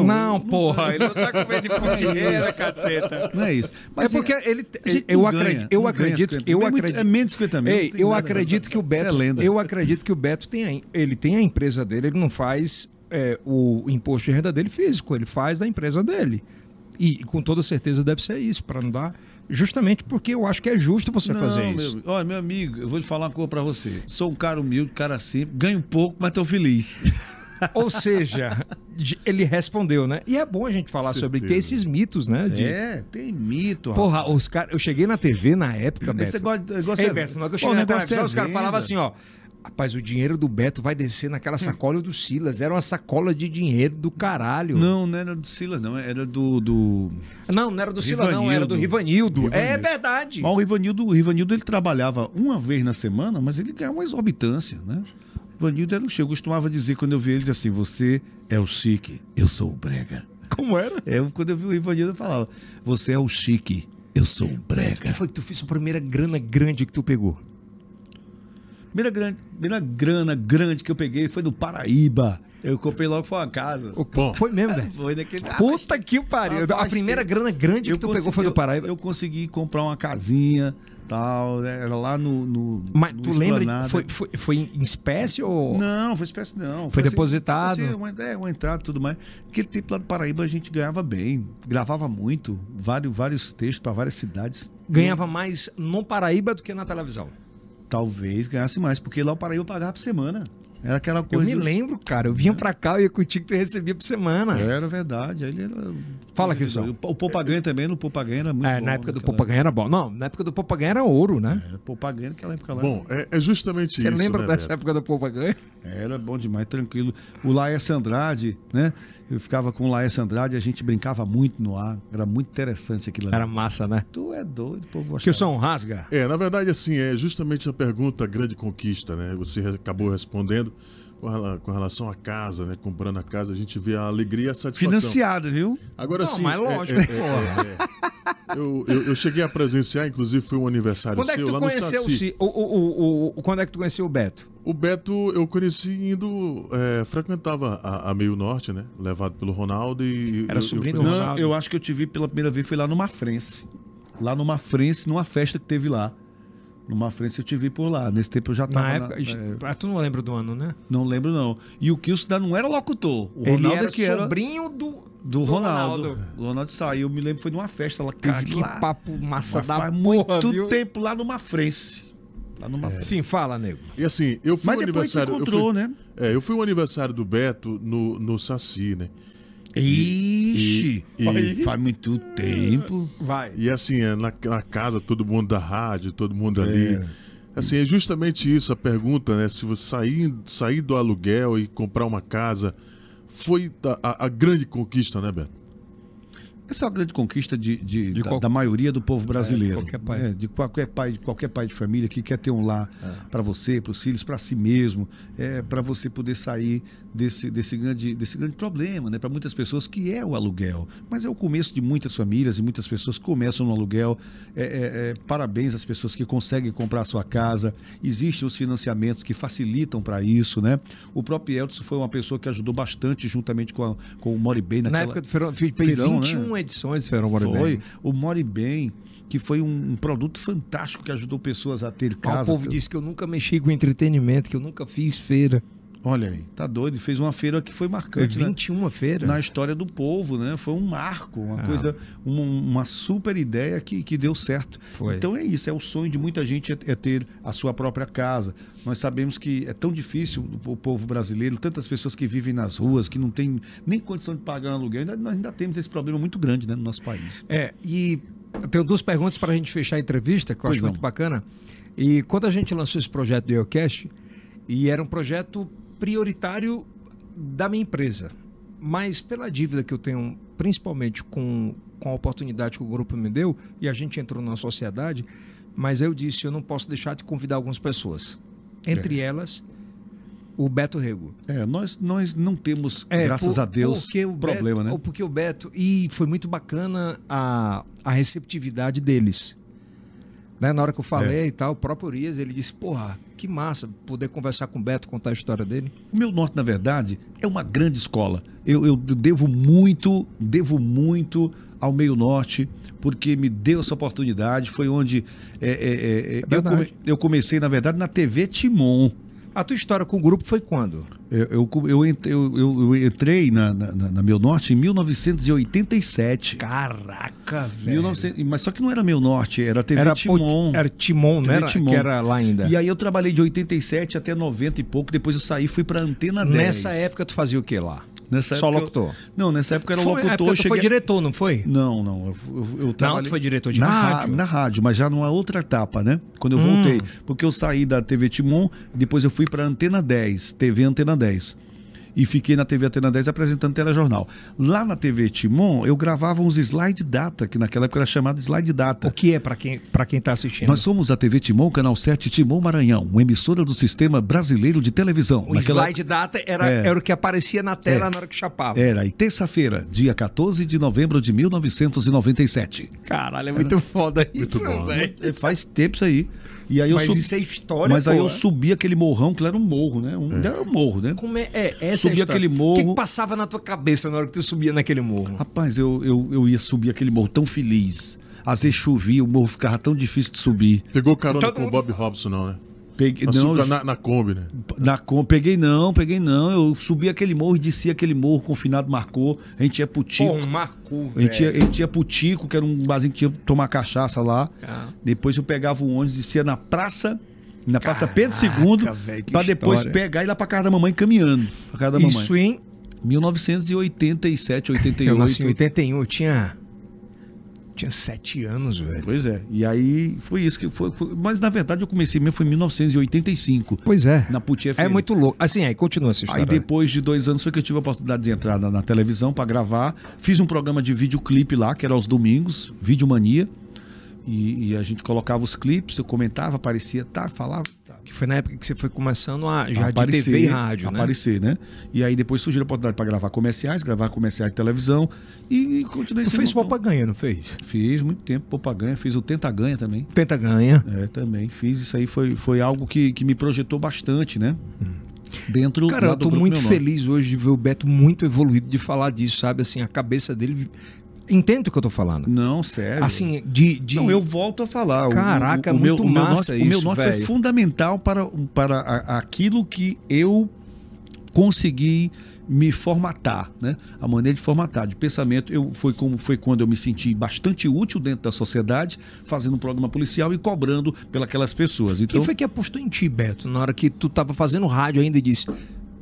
Não,
Não, porra, ele não tá com medo de pôr dinheiro, caceta.
não é isso.
É porque ele.
a gente
Eu
não
acredito.
ganha,
Eu
não ganha
acredito.
50
Eu
mil. É muito-
acredito.
É menos de 50 mil.
Ei,
não tem
eu
nada.
acredito que o Beto,
É lenda.
eu acredito que o Beto tem, a- ele tem a empresa dele, ele não faz é, o imposto de renda dele físico, ele faz da empresa dele. E com toda certeza deve ser isso, para não dar, justamente porque eu acho que é justo você
Não,
fazer
meu-
isso.
Olha, meu amigo, eu vou lhe falar uma coisa pra você. Sou um cara humilde, cara simples, ganho pouco, mas tô feliz.
Ou seja, de- ele respondeu, né? E é bom a gente falar sobre ter
Certeza.
esses mitos, né? de-
É, tem mito, rapaz.
Porra, os cara, eu cheguei na TV na época,
Esse
Beto.
negócio- negócio
Ei,
é-
Beto, na hora que eu
Pô,
cheguei na
negócio
televisão,
é
os caras
venda.
falavam assim, ó. Rapaz, o dinheiro do Beto vai descer naquela sacola do Silas. Era uma sacola de dinheiro do caralho.
Não, não era do Silas, não. Era do. do...
Não, não era do Silas, não, era do Rivanildo.
Rivanildo.
É verdade.
Mas o Rivanildo, o Rivanildo ele trabalhava uma vez na semana, mas ele ganhava uma exorbitância, né? O Rivanildo era o cheio. Eu costumava dizer quando eu via ele ele dizia assim: você é o chique, eu sou o brega. É,
Como era?
Eu, quando eu vi o Rivanildo, eu falava: você é o chique, eu sou o
Beto, que
brega.
foi que tu fez a primeira grana grande que tu pegou?
Primeira, grande, primeira grana grande que eu peguei foi no Paraíba. Eu comprei logo foi uma casa.
Bom,
Foi mesmo, Beto?
Foi daquele.
Puta que pariu. A
Rapaz,
primeira grana grande que tu pegou
consegui-
foi do Paraíba.
Eu, eu consegui comprar uma casinha, tal, né? era lá no. no
Mas
no
tu lembra?
Esplanada.
Foi, foi, foi em espécie ou...
Não, foi espécie não.
Foi depositado?
assim, uma, é, uma entrada e tudo mais. Naquele tempo lá do Paraíba a gente ganhava bem, gravava muito, vários, vários textos para várias cidades.
Ganhava mais no Paraíba do que na televisão.
Talvez ganhasse mais, porque lá o Paraíba pagava por semana. Era aquela
Eu
coisa.
me lembro, cara. Eu vinha pra cá e ia contigo que tu recebia por semana.
Era verdade. Aí ele era...
Fala, Kilson.
O Popaganha também, no Popaganha era muito
É,
bom, É.
na época do
naquela-
Popaganha era bom. Não, na época do Popaganha era ouro, né?
Era Popaganha naquela época lá.
bom é, é justamente
Você
isso.
lembra
né,
dessa
Beto?
época do Popaganha?
Era bom demais, tranquilo. O Laércio Andrade, né? Eu ficava com o Laércio Andrade, a gente brincava muito no ar. Era muito interessante aquilo lá.
Era massa, né?
Tu é doido, o povo
Que o
gostava.
som rasga.
É, na verdade, assim, é justamente a pergunta a grande conquista, né? Você re- acabou respondendo com rela- com relação à casa, né? Comprando a casa, a gente vê a alegria e a satisfação.
Financiado, viu?
Agora assim, é,
Não,
sim.
mas lógico,
é, Eu, eu- eu cheguei a presenciar, inclusive foi um aniversário
Quando é que
seu
tu
lá
conheceu
no
o,
Saci.
Ci- o, o, o, o- Quando é que tu conheceu o Beto?
O Beto eu conheci indo. é, frequentava a, a Meio Norte, né? Levado pelo Ronaldo e.
Era
eu-
sobrinho
eu
do
conheci-
Ronaldo.
Não, eu acho que eu te vi pela primeira vez, foi lá no Mafrense. Lá no Mafrense, numa festa que teve lá. No Mafrense eu te vi por lá. Nesse tempo eu já
Na
tava na-
época.
é,
Ah, tu não lembra do ano, né?
não lembro, não. E o Kilson ainda não era locutor. O
Ele
Ronaldo
era
é que era
sobrinho do.
do Ronaldo.
Ronaldo.
O Ronaldo saiu, eu me lembro, foi numa festa lá que
Cara,
teve
que
lá.
papo massa
Mas
da porra,
faz muito
viu?
tempo lá no Mafrense. Lá no Mafrense.
Sim, fala, nego.
E assim, eu fui
Mas
o
depois se
É. aniversário. eu
encontrou,
fui-
né?
É, eu fui o aniversário do Beto no, no Saci, né?
Ixi!
E- e-
Aí. faz muito tempo.
Vai.
E assim, é, na, na casa, todo mundo da rádio, todo mundo ali. Assim, é justamente isso a pergunta, né? Se você sair, sair do aluguel e comprar uma casa, foi a- a, a grande conquista, né, Beto?
Essa é uma grande conquista de, de- da,
qual- É,
da maioria do povo brasileiro.
de qualquer pai.
É, de qualquer pai, de qualquer pai de família que quer ter um lar
É.
para você, para os filhos, para si mesmo, é, para você poder sair desse, desse, grande, desse grande problema, né? Para muitas pessoas que é o aluguel. Mas é o começo de muitas famílias e muitas pessoas que começam no aluguel. É, é, é, parabéns às pessoas que conseguem comprar a sua casa. Existem os financiamentos que facilitam para isso, né? O próprio Edson foi uma pessoa que ajudou bastante juntamente com, a- com o Mori Bem
Na
naquela...
época do Feirão, fez fez
Feirão, né?
21 edições do Feirão Moribé.
Foi o More Bem, que foi um, um produto fantástico que ajudou pessoas a ter
Ah,
casa.
o povo disse que eu nunca mexi com entretenimento, que eu nunca fiz feira.
Olha aí, tá doido. Fez uma feira que foi marcante, né?
21 feira.
Na história do povo, né? Foi um marco, uma coisa, uma, uma super ideia que, que deu certo.
Foi.
Então é isso, é o sonho de muita gente é, é ter a sua própria casa. Nós sabemos que é tão difícil o, o povo brasileiro, tantas pessoas que vivem nas ruas, que não tem nem condição de pagar um aluguel, ainda, nós ainda temos esse problema muito grande né, no nosso país.
É, e eu tenho duas perguntas para a gente fechar a entrevista, que eu
Pois
acho
não.
muito bacana. E quando a gente lançou esse projeto do EOCast, e era um projeto prioritário da minha empresa, mas pela dívida que eu tenho, principalmente com, com a oportunidade que o grupo me deu, e a gente entrou numa sociedade, mas eu disse, eu não posso deixar de convidar algumas pessoas. Entre elas, o Beto Rego.
É, nós, nós não temos, graças
É, por-
a Deus,
porque o
problema,
Beto,
né?
ou Porque o Beto. E foi muito bacana a, a receptividade deles. né? Na hora que eu falei
É.
e tal, o próprio Urias, ele disse, porra, que massa poder conversar com o Beto, contar a história dele.
O meu norte, na verdade, é uma grande escola. Eu, eu devo muito, devo muito ao meio norte, porque me deu essa oportunidade. Foi onde é, é, é, eu,
verdade.
come- eu comecei, na verdade, na TV Timon.
A tua história com o grupo foi quando?
Eu, eu, co- eu, ent- eu, eu- eu entrei na, na, na- na Meu Norte em 1987.
Caraca,
1900 mas só que não era Meu Norte, era TV
Era
Timon.
Timon. Era Timon,
TV
né? Era-
um. Timon.
Que era lá ainda.
E aí eu trabalhei de 87 até 90 e pouco, depois eu saí e fui pra Antena 10.
Nessa época tu fazia o que lá?
Nessa
Só
época eu-
locutor.
Não, nessa época eu era
Foi- é
locutor.
porque tu
cheguei...
foi diretor, não foi?
Não, não. Eu, eu, eu
Na
trabalhei-
aula tu foi diretor de
na ra-
rádio? Hum.
Na rádio, mas já numa outra etapa, né? Quando eu voltei. Porque eu saí da TV Timon, depois eu fui para Antena 10, TV Antena 10. E fiquei na TV Antena 10 apresentando telejornal. Lá na TV Timon, eu gravava uns slide data, que naquela época era chamado slide data.
O que é pra quem, pra quem tá assistindo?
Nós somos a TV Timon, Canal 7 Timon Maranhão, uma emissora do Sistema Brasileiro de Televisão.
O
Naquela-
slide data era,
É.
era o que aparecia na tela na hora que chapava.
Era, e terça-feira, dia 14 de novembro de 1997.
Caralho, é muito foda isso, velho.
É, Faz tempo isso aí. E aí eu
Mas
subi-
isso é história,
Mas aí
pô.
eu subi aquele morrão, que lá era um morro, né? Um, Era um morro, né?
Como é, é essa é a
Subia
história.
aquele
O que,
morro.
que passava na tua cabeça na hora que tu subia naquele morro?
Rapaz, eu, eu, eu ia subir aquele morro tão feliz. Às vezes chovia, o morro ficava tão difícil de subir.
Pegou carona
Todo
com o
mundo-
Bob Robson, não, né?
Peguei,
Mas
não,
fica na, na Kombi, né?
na com, peguei não, peguei não. Eu subi aquele morro e desci aquele morro, confinado marcou. A gente ia pro Tico.
Pô, um macu,
A gente, ia, a
velho.
gente ia pro Tico, que era um barzinho que tinha que tomar cachaça lá. Depois eu pegava o ônibus, descia na praça, na Praça Pedro II,
velho, que
pra depois
história.
pegar e ir lá pra casa da mamãe caminhando. Pra casa da mamãe.
Isso em...
1987, 88.
Eu nasci em 81, eu tinha... Tinha sete anos, velho.
Pois é. E aí foi isso que foi, foi- Mas na verdade eu comecei mesmo foi em 1985.
Pois é.
Na Puti FM.
É muito louco. Assim, aí continua essa história.
Aí depois de dois anos foi que eu tive a oportunidade de entrar na, na televisão pra gravar. Fiz um programa de videoclipe lá, que era aos domingos, Videomania. E, e a gente colocava os clipes, eu comentava, aparecia, tá, falava. Tá.
Que foi na época que você foi começando a já
aparecer,
de TV e rádio, né?
aparecer, né? E aí depois surgiu a oportunidade pra gravar comerciais, gravar comerciais de televisão e continuei
Tu fez
locutor.
propaganda, não fez?
Fiz muito tempo Popaganha, fiz o Tenta Ganha também.
Pentaganha.
É, também fiz. Isso aí foi, foi algo que, que me projetou bastante, né? Dentro
Hum. Cara,
lá
eu
do
tô
grupo
muito
Meu Nome.
feliz hoje de ver o Beto muito evoluído de falar disso, sabe? Assim, a cabeça dele. Entende o que eu tô falando?
Não, sério.
Assim, de. de...
Não, eu volto a falar. O-
Caraca,
o, o,
muito
meu, o meu
massa
norte, O meu
isso,
norte foi
velho.
fundamental para, para a- aquilo que eu consegui me formatar, né? A maneira de formatar, de pensamento, eu foi como foi quando eu me senti bastante útil dentro da sociedade, fazendo um programa policial e cobrando pelas pessoas. Então,
Quem foi que apostou em ti, Beto, na hora que tu tava fazendo rádio ainda e disse: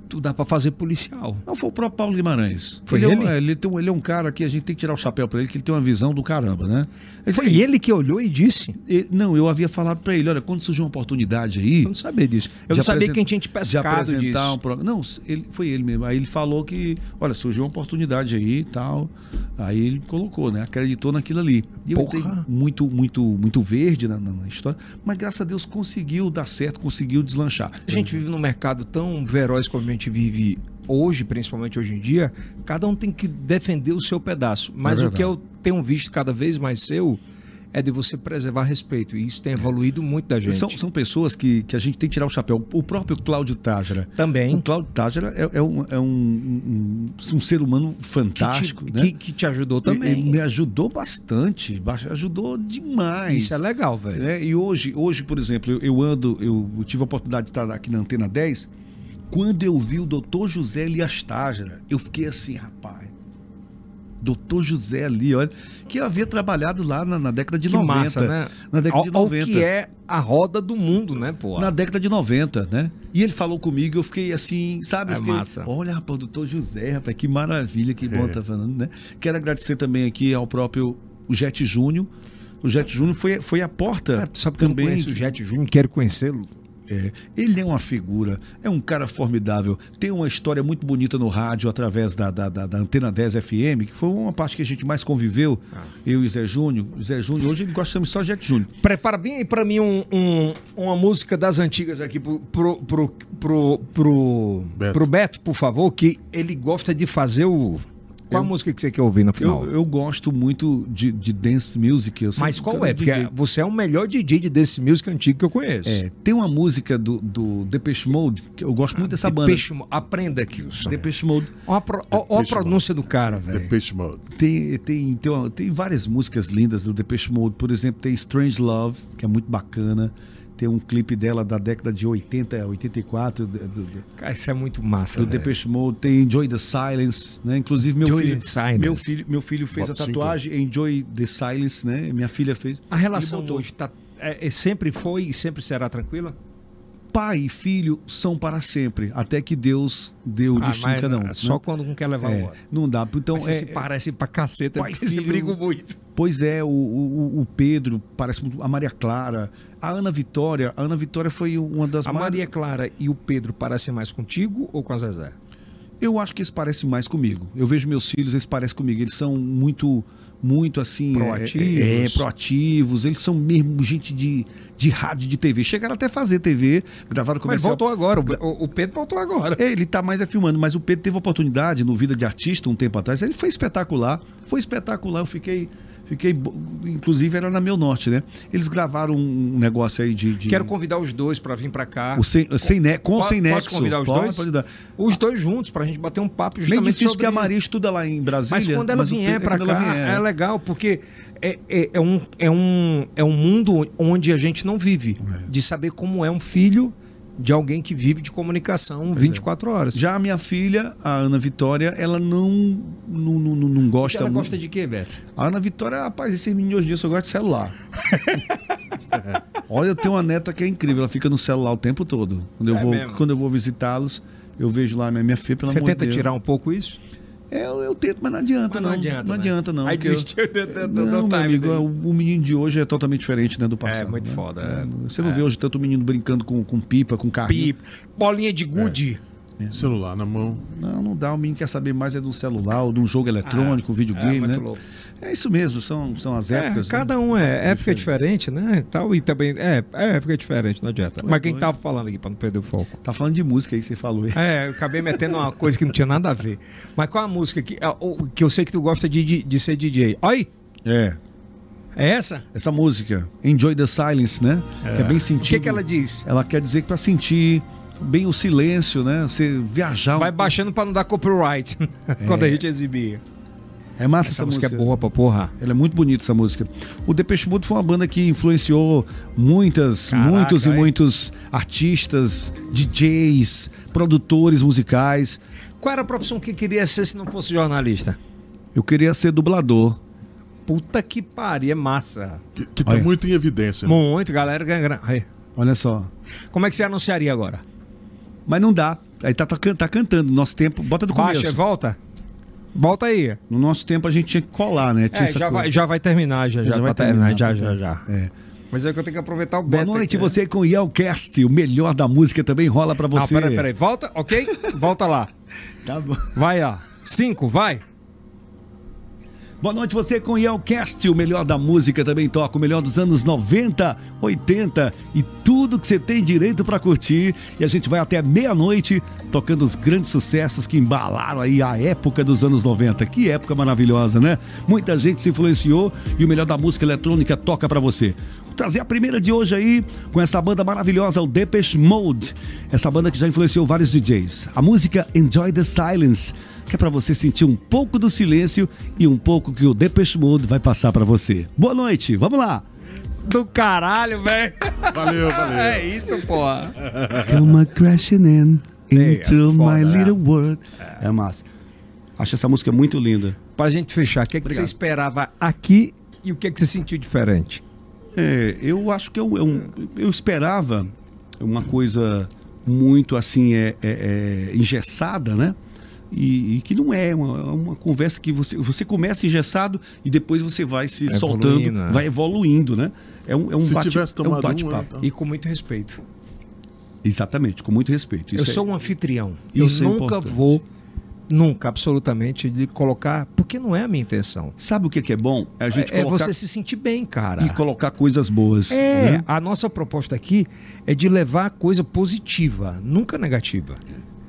Tu dá pra fazer policial?
Não, foi o próprio Paulo Guimarães.
Foi
ele? é um-
ele?
é, ele, tem um- ele é um cara que a gente tem que tirar o chapéu pra ele, que ele tem uma visão do caramba, né? Ele-
Foi ele que olhou e disse.
ele- não, eu havia falado pra ele, olha, quando surgiu uma oportunidade aí...
Eu não sabia disso. Eu
de
não sabia
apresen-
quem tinha te
de
pescado
apresentar
disso.
um pro- Não, ele, foi ele mesmo. Aí ele falou que, olha, surgiu uma oportunidade aí e tal. Aí ele colocou, né? Acreditou naquilo ali. E eu
Porra.
entrei muito, muito, muito verde na, na- na história. Mas graças a Deus conseguiu dar certo, conseguiu deslanchar.
A gente vive num mercado tão veroz como a gente vive hoje, principalmente hoje em dia, cada um tem que defender o seu pedaço. Mas
É
o que eu tenho visto cada vez mais seu é de você preservar respeito. E isso tem evoluído muito da gente.
São, são pessoas que, que a gente tem que tirar o chapéu. O próprio Cláudio Tágera.
Também.
O Cláudio Tágera é, é um, é um, um- um ser humano fantástico,
que, te,
né?
que, que te ajudou também.
E- e me ajudou bastante, ba- ajudou demais.
isso é legal, velho.
né? E hoje, hoje, por exemplo, eu, eu ando, eu tive a oportunidade de estar aqui na Antena 10. Quando eu vi o doutor José Elias Tágera, eu fiquei assim, rapaz. Doutor José ali, olha, que eu havia trabalhado lá na, na década de
que
90.
massa, né?
Na década de
Ao- ao
90
que é a roda do mundo, né, pô?
na década de 90, né? E ele falou comigo, eu fiquei assim, sabe? Eu
É
fiquei,
massa. É.
Olha, rapaz, doutor José, rapaz, que maravilha, que bom tá falando, né? Quero agradecer também aqui ao próprio Jet Júnior. O Jet Júnior foi, foi a porta
Cara, sabe que É, eu não
também.
conheço o Jet Júnior, quero conhecê-lo.
É, ele é uma figura, é um cara formidável, tem uma história muito bonita no rádio através da, da, da- da Antena 10 FM, que foi uma parte que a gente mais conviveu,
Ah.
eu e o Zé Júnior. O Zé Júnior, hoje ele gosta de chamar só Jet Júnior.
Prepara bem aí pra mim um- um- uma música das antigas aqui pro, pro, pro, pro, pro,
Beto.
pro Beto, por favor, que ele gosta de fazer o, Qual a música que você quer ouvir no final?
Eu, eu gosto muito de, de dance music. Eu um sempre
Mas qual
fui
é? Porque
DJ.
você é o melhor DJ de desse music antigo que eu conheço.
É, tem uma música do, do Depeche Mode, que eu gosto muito dessa banda.
Ah, Depeche Mo- Aprenda, Kilson.
Depeche Mode.
Olha a, pro- ó- ó a
Depeche Mode.
pronúncia do cara,
The
velho.
Pitch Mode.
Tem, tem, tem, uma- tem várias músicas lindas do Depeche Mode. Por exemplo, tem Strange Love, que é muito bacana. Tem um clipe dela da década de 80, 84, do, do, do
Cara, isso é muito massa. velho.
Depeche Mode. Tem Enjoy the Silence, né? Inclusive, meu
Enjoy
filho,
the Silence.
meu filho meu filho fez
Bota
a
cinco.
tatuagem Enjoy the Silence, né? Minha filha fez.
A relação
Ele botou.
hoje tá, é- é- sempre foi e sempre será tranquila?
Pai e filho são para sempre, até que Deus deu o
Ah,
destino a
mas
cada um.
Só
né?
quando um quer levar o
É,
outro.
não dá. Então,
Mas
é-
vocês se parecem pra caceta,
pai e
porque vocês
filho-
brigam muito.
Pois é, o, o, o Pedro parece muito a Maria Clara, a Ana Vitória. A Ana Vitória foi uma das
A
mais-
Maria Clara e o Pedro parecem mais contigo ou com a Zezé?
Eu acho que eles parecem mais comigo. Eu vejo meus filhos, eles parecem comigo. Eles são muito, muito assim. é-
Proativos.
É, é, proativos. Eles são mesmo gente de, de rádio, de TV. Chegaram até a fazer TV, gravaram
Mas
comercial.
voltou agora, o, o Pedro voltou agora.
É, ele tá mais é filmando, mas o Pedro teve oportunidade no Vida de Artista um tempo atrás. Ele foi espetacular, foi espetacular. Eu fiquei, fiquei, bo- inclusive era na Meu Norte, né? Eles gravaram um negócio aí de, de-
Quero convidar os dois pra vir pra cá.
o sem, sem ne, com ou
Posso-
sem
posso
nexo.
convidar os
Pode-
dois?
pode dar.
Os dois juntos, pra gente bater um papo
Meio
justamente
difícil
sobre
que a Maria estuda lá em Brasília.
Mas quando ela
o
vier
Pedro-
pra
quando ela
cá,
vier,
é legal, porque é, é- é um, é, um, é um mundo onde a gente não vive. De saber como é um filho de alguém que vive de comunicação 24 horas.
é. Já a minha filha, a Ana Vitória, ela não, não, não, não- não gosta
ela
muito.
gosta de quê, Beto?
A Ana Vitória, rapaz, esses meninos hoje em dia só gostam de celular. Olha, eu tenho uma neta que é incrível, ela fica no celular o tempo todo. Quando eu
É
vou,
mesmo?
quando eu vou visitá-los, eu vejo lá minha, minha filha, pelo
Você
amor de
tenta
Deus.
tirar um pouco isso?
É, eu, eu tento, mas não adianta
Mas
não.
não adianta,
Não
né?
adianta não.
Aí
porque eu-
desistiu do- do- do- do
Não, meu
time
amigo,
dele.
o, o menino de hoje é totalmente diferente né, do passado.
muito
né?
foda,
É,
é.
Você não vê hoje tanto menino brincando com, com pipa, com carrinho.
Pi- Bolinha de gude.
É.
Celular na mão.
Não, não dá. O menino quer saber mais é de um celular, ou de um jogo eletrônico, um videogame,
Ah, é,
né?
muito louco.
É isso mesmo, são, são as
É,
épocas. né?
cada um é época é diferente, né? Tal, e também. É, é época é diferente, não adianta. Mas quem tava falando aqui pra não perder o foco?
Tá falando de música aí que você falou.
É, eu acabei metendo uma coisa que não tinha nada a ver. Mas qual a música que, a- o- que eu sei que tu gosta de, de, de ser DJ? Oi!
É.
É essa?
Essa música, Enjoy the Silence, né? Que é bem
O
sentido.
que, que ela diz?
Ela quer dizer que pra sentir bem o silêncio, né? Você viajar. um
Vai
pouco.
baixando pra não dar copyright quando a gente exibia.
É massa essa,
Essa música é
música.
boa pra porra.
Ela é muito bonita essa música. O Depeche Mode foi uma banda que influenciou muitas,
Caraca,
muitos e
hein?
muitos artistas, DJs, produtores musicais.
Qual era a profissão que queria ser se não fosse jornalista?
Eu queria ser dublador.
Puta que pariu, é massa.
Que, que tá
Olha.
muito em evidência. né?
Muito, galera ganha grana. Aí.
Olha só.
Como é que você anunciaria agora?
Mas não dá. Aí tá, tá, can- tá cantando. Nosso tempo, bota do
Baixa, é
começo. É,
volta. Volta aí.
No nosso tempo a gente tinha que colar, né? Tinha
É,
essa
já,
coisa.
vai, já vai terminar, já, já,
Já
tá
vai
terminando, já,
terminar,
já,
tá
já.
É.
Mas é que eu tenho que aproveitar o
Boa
beta
noite,
aqui, né?
você com o Yelcast. O melhor da música também rola pra
Não,
você.
peraí, peraí. Volta, ok? Volta lá.
Tá bom.
Vai, ó. Cinco, vai.
Boa noite, você com o Yelcast, o melhor da música também toca, o melhor dos anos 90, 80 e tudo que você tem direito pra curtir. E a gente vai até meia-noite tocando os grandes sucessos que embalaram aí a época dos anos 90. Que época maravilhosa, né? Muita gente se influenciou e o melhor da música eletrônica toca pra você. Vou Trazer a primeira de hoje aí com essa banda maravilhosa, o Depeche Mode. Essa banda que já influenciou vários DJs. A música Enjoy the Silence que é para você sentir um pouco do silêncio e um pouco que o Depeche Mode vai passar para você. Boa noite, vamos lá.
Do caralho, velho.
Valeu, valeu.
É isso, porra.
Come crashing in
foda,
into my
né?
little world. É massa. Acho essa música muito linda.
Pra gente fechar, o que, é que você esperava aqui e o que, é que você sentiu diferente?
É, eu acho que eu, eu, eu esperava uma coisa muito assim é, é- é engessada, né? E, e que não é uma, é uma conversa que você, você começa engessado e depois você vai se
Evoluindo,
soltando,
né?
vai evoluindo, né? É um, é um
Se
bate-
tivesse
é um
tomado um,
bate-papo.
então.
E com muito respeito.
Exatamente, com muito respeito.
eu
é-
sou um anfitrião.
Isso é
eu nunca
importante.
vou, nunca, absolutamente, de colocar. Porque não é a minha intenção.
Sabe o que que é bom? É a gente
É
colocar
você se sentir bem, cara.
e colocar coisas boas.
É,
né?
a nossa proposta aqui é de levar coisa positiva, nunca negativa.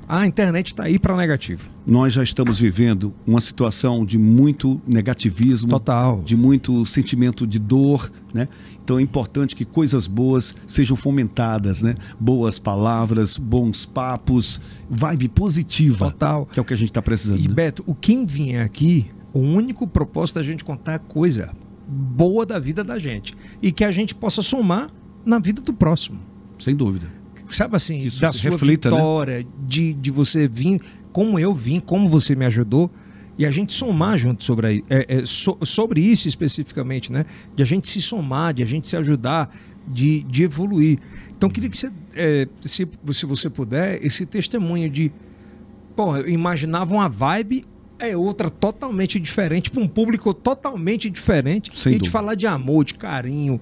A internet está aí para negativo.
Nós já estamos vivendo uma situação de muito negativismo,
Total.
de muito sentimento de dor, né? Então é importante que coisas boas sejam fomentadas, né? Boas palavras, bons papos, vibe positiva,
Total.
que é o que a gente está precisando.
E
né?
Beto, o quem vier aqui, o único propósito é a gente contar a coisa boa da vida da gente e que a gente possa somar na vida do próximo.
Sem dúvida.
Sabe assim,
Isso
da
se
sua
reflita, né?
vitória, de, de você vir, como eu vim, como você me ajudou. E a gente somar junto sobre, aí, é, é, so- sobre isso especificamente, né? De a gente se somar, de a gente se ajudar, de, de evoluir. Então, queria que você, é, se, se você puder, esse testemunho de Bom, eu imaginava uma vibe, é outra totalmente diferente, para um público totalmente diferente.
Sem
e de
dúvida.
falar de amor, de carinho,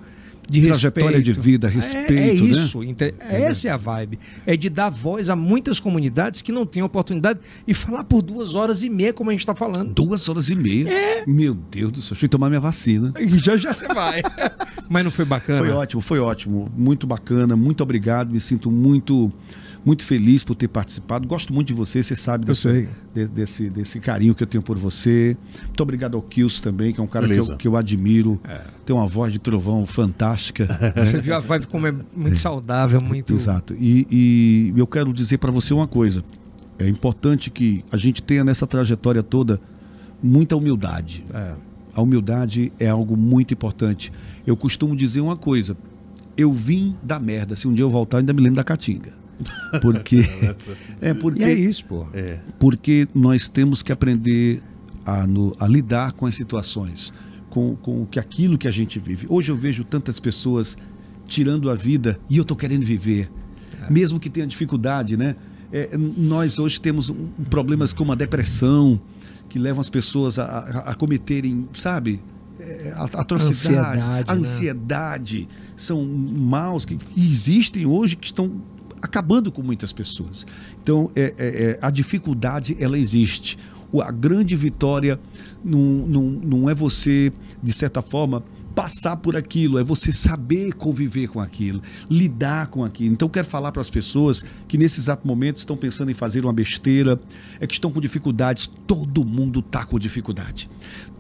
de
Trajetória
respeito.
de vida,
É-
respeito,
É,
né?
isso, inte- essa é a vibe. É de dar voz a muitas comunidades que não têm oportunidade e falar por duas horas e meia, como a gente está falando.
Duas horas e meia.
É.
Meu Deus do céu, deixa eu tomar minha vacina.
E já já você vai. Mas não foi bacana?
Foi ótimo, foi ótimo. Muito bacana, muito obrigado. Me sinto muito muito feliz por ter participado. Gosto muito de você, você sabe desse,
sei.
de- desse, desse carinho que eu tenho por você. Muito obrigado ao Kills também, que é um cara que
Beleza.
eu, que eu admiro. Tem uma voz de trovão fantástica.
Você viu a vibe como é muito saudável, muito.
Exato. E, e eu quero dizer para você uma coisa. É importante que a gente tenha nessa trajetória toda muita humildade.
É.
A humildade é algo muito importante. Eu costumo dizer uma coisa. Eu vim da merda. Se um dia eu voltar, eu ainda me lembro da Caatinga. Porque. é porque,
E é isso, pô.
porque nós temos que aprender a, no- a lidar com as situações, com, com o que aquilo que a gente vive. Hoje eu vejo tantas pessoas tirando a vida e eu estou querendo viver,
É.
mesmo que tenha dificuldade, né? É, n- nós hoje temos um- problemas como a depressão, que levam as pessoas a, a- a cometerem, sabe? é, a- Atrocidade,
Ansiedade,
a
né?
ansiedade, são maus que existem hoje que estão acabando com muitas pessoas. Então, é, é, é, a dificuldade, ela existe. O- A grande vitória não, não, não é você, de certa forma, passar por aquilo, é você saber conviver com aquilo, lidar com aquilo. Então, eu quero falar para as pessoas que nesse exato momento estão pensando em fazer uma besteira, é que estão com dificuldades. Todo mundo está com dificuldade.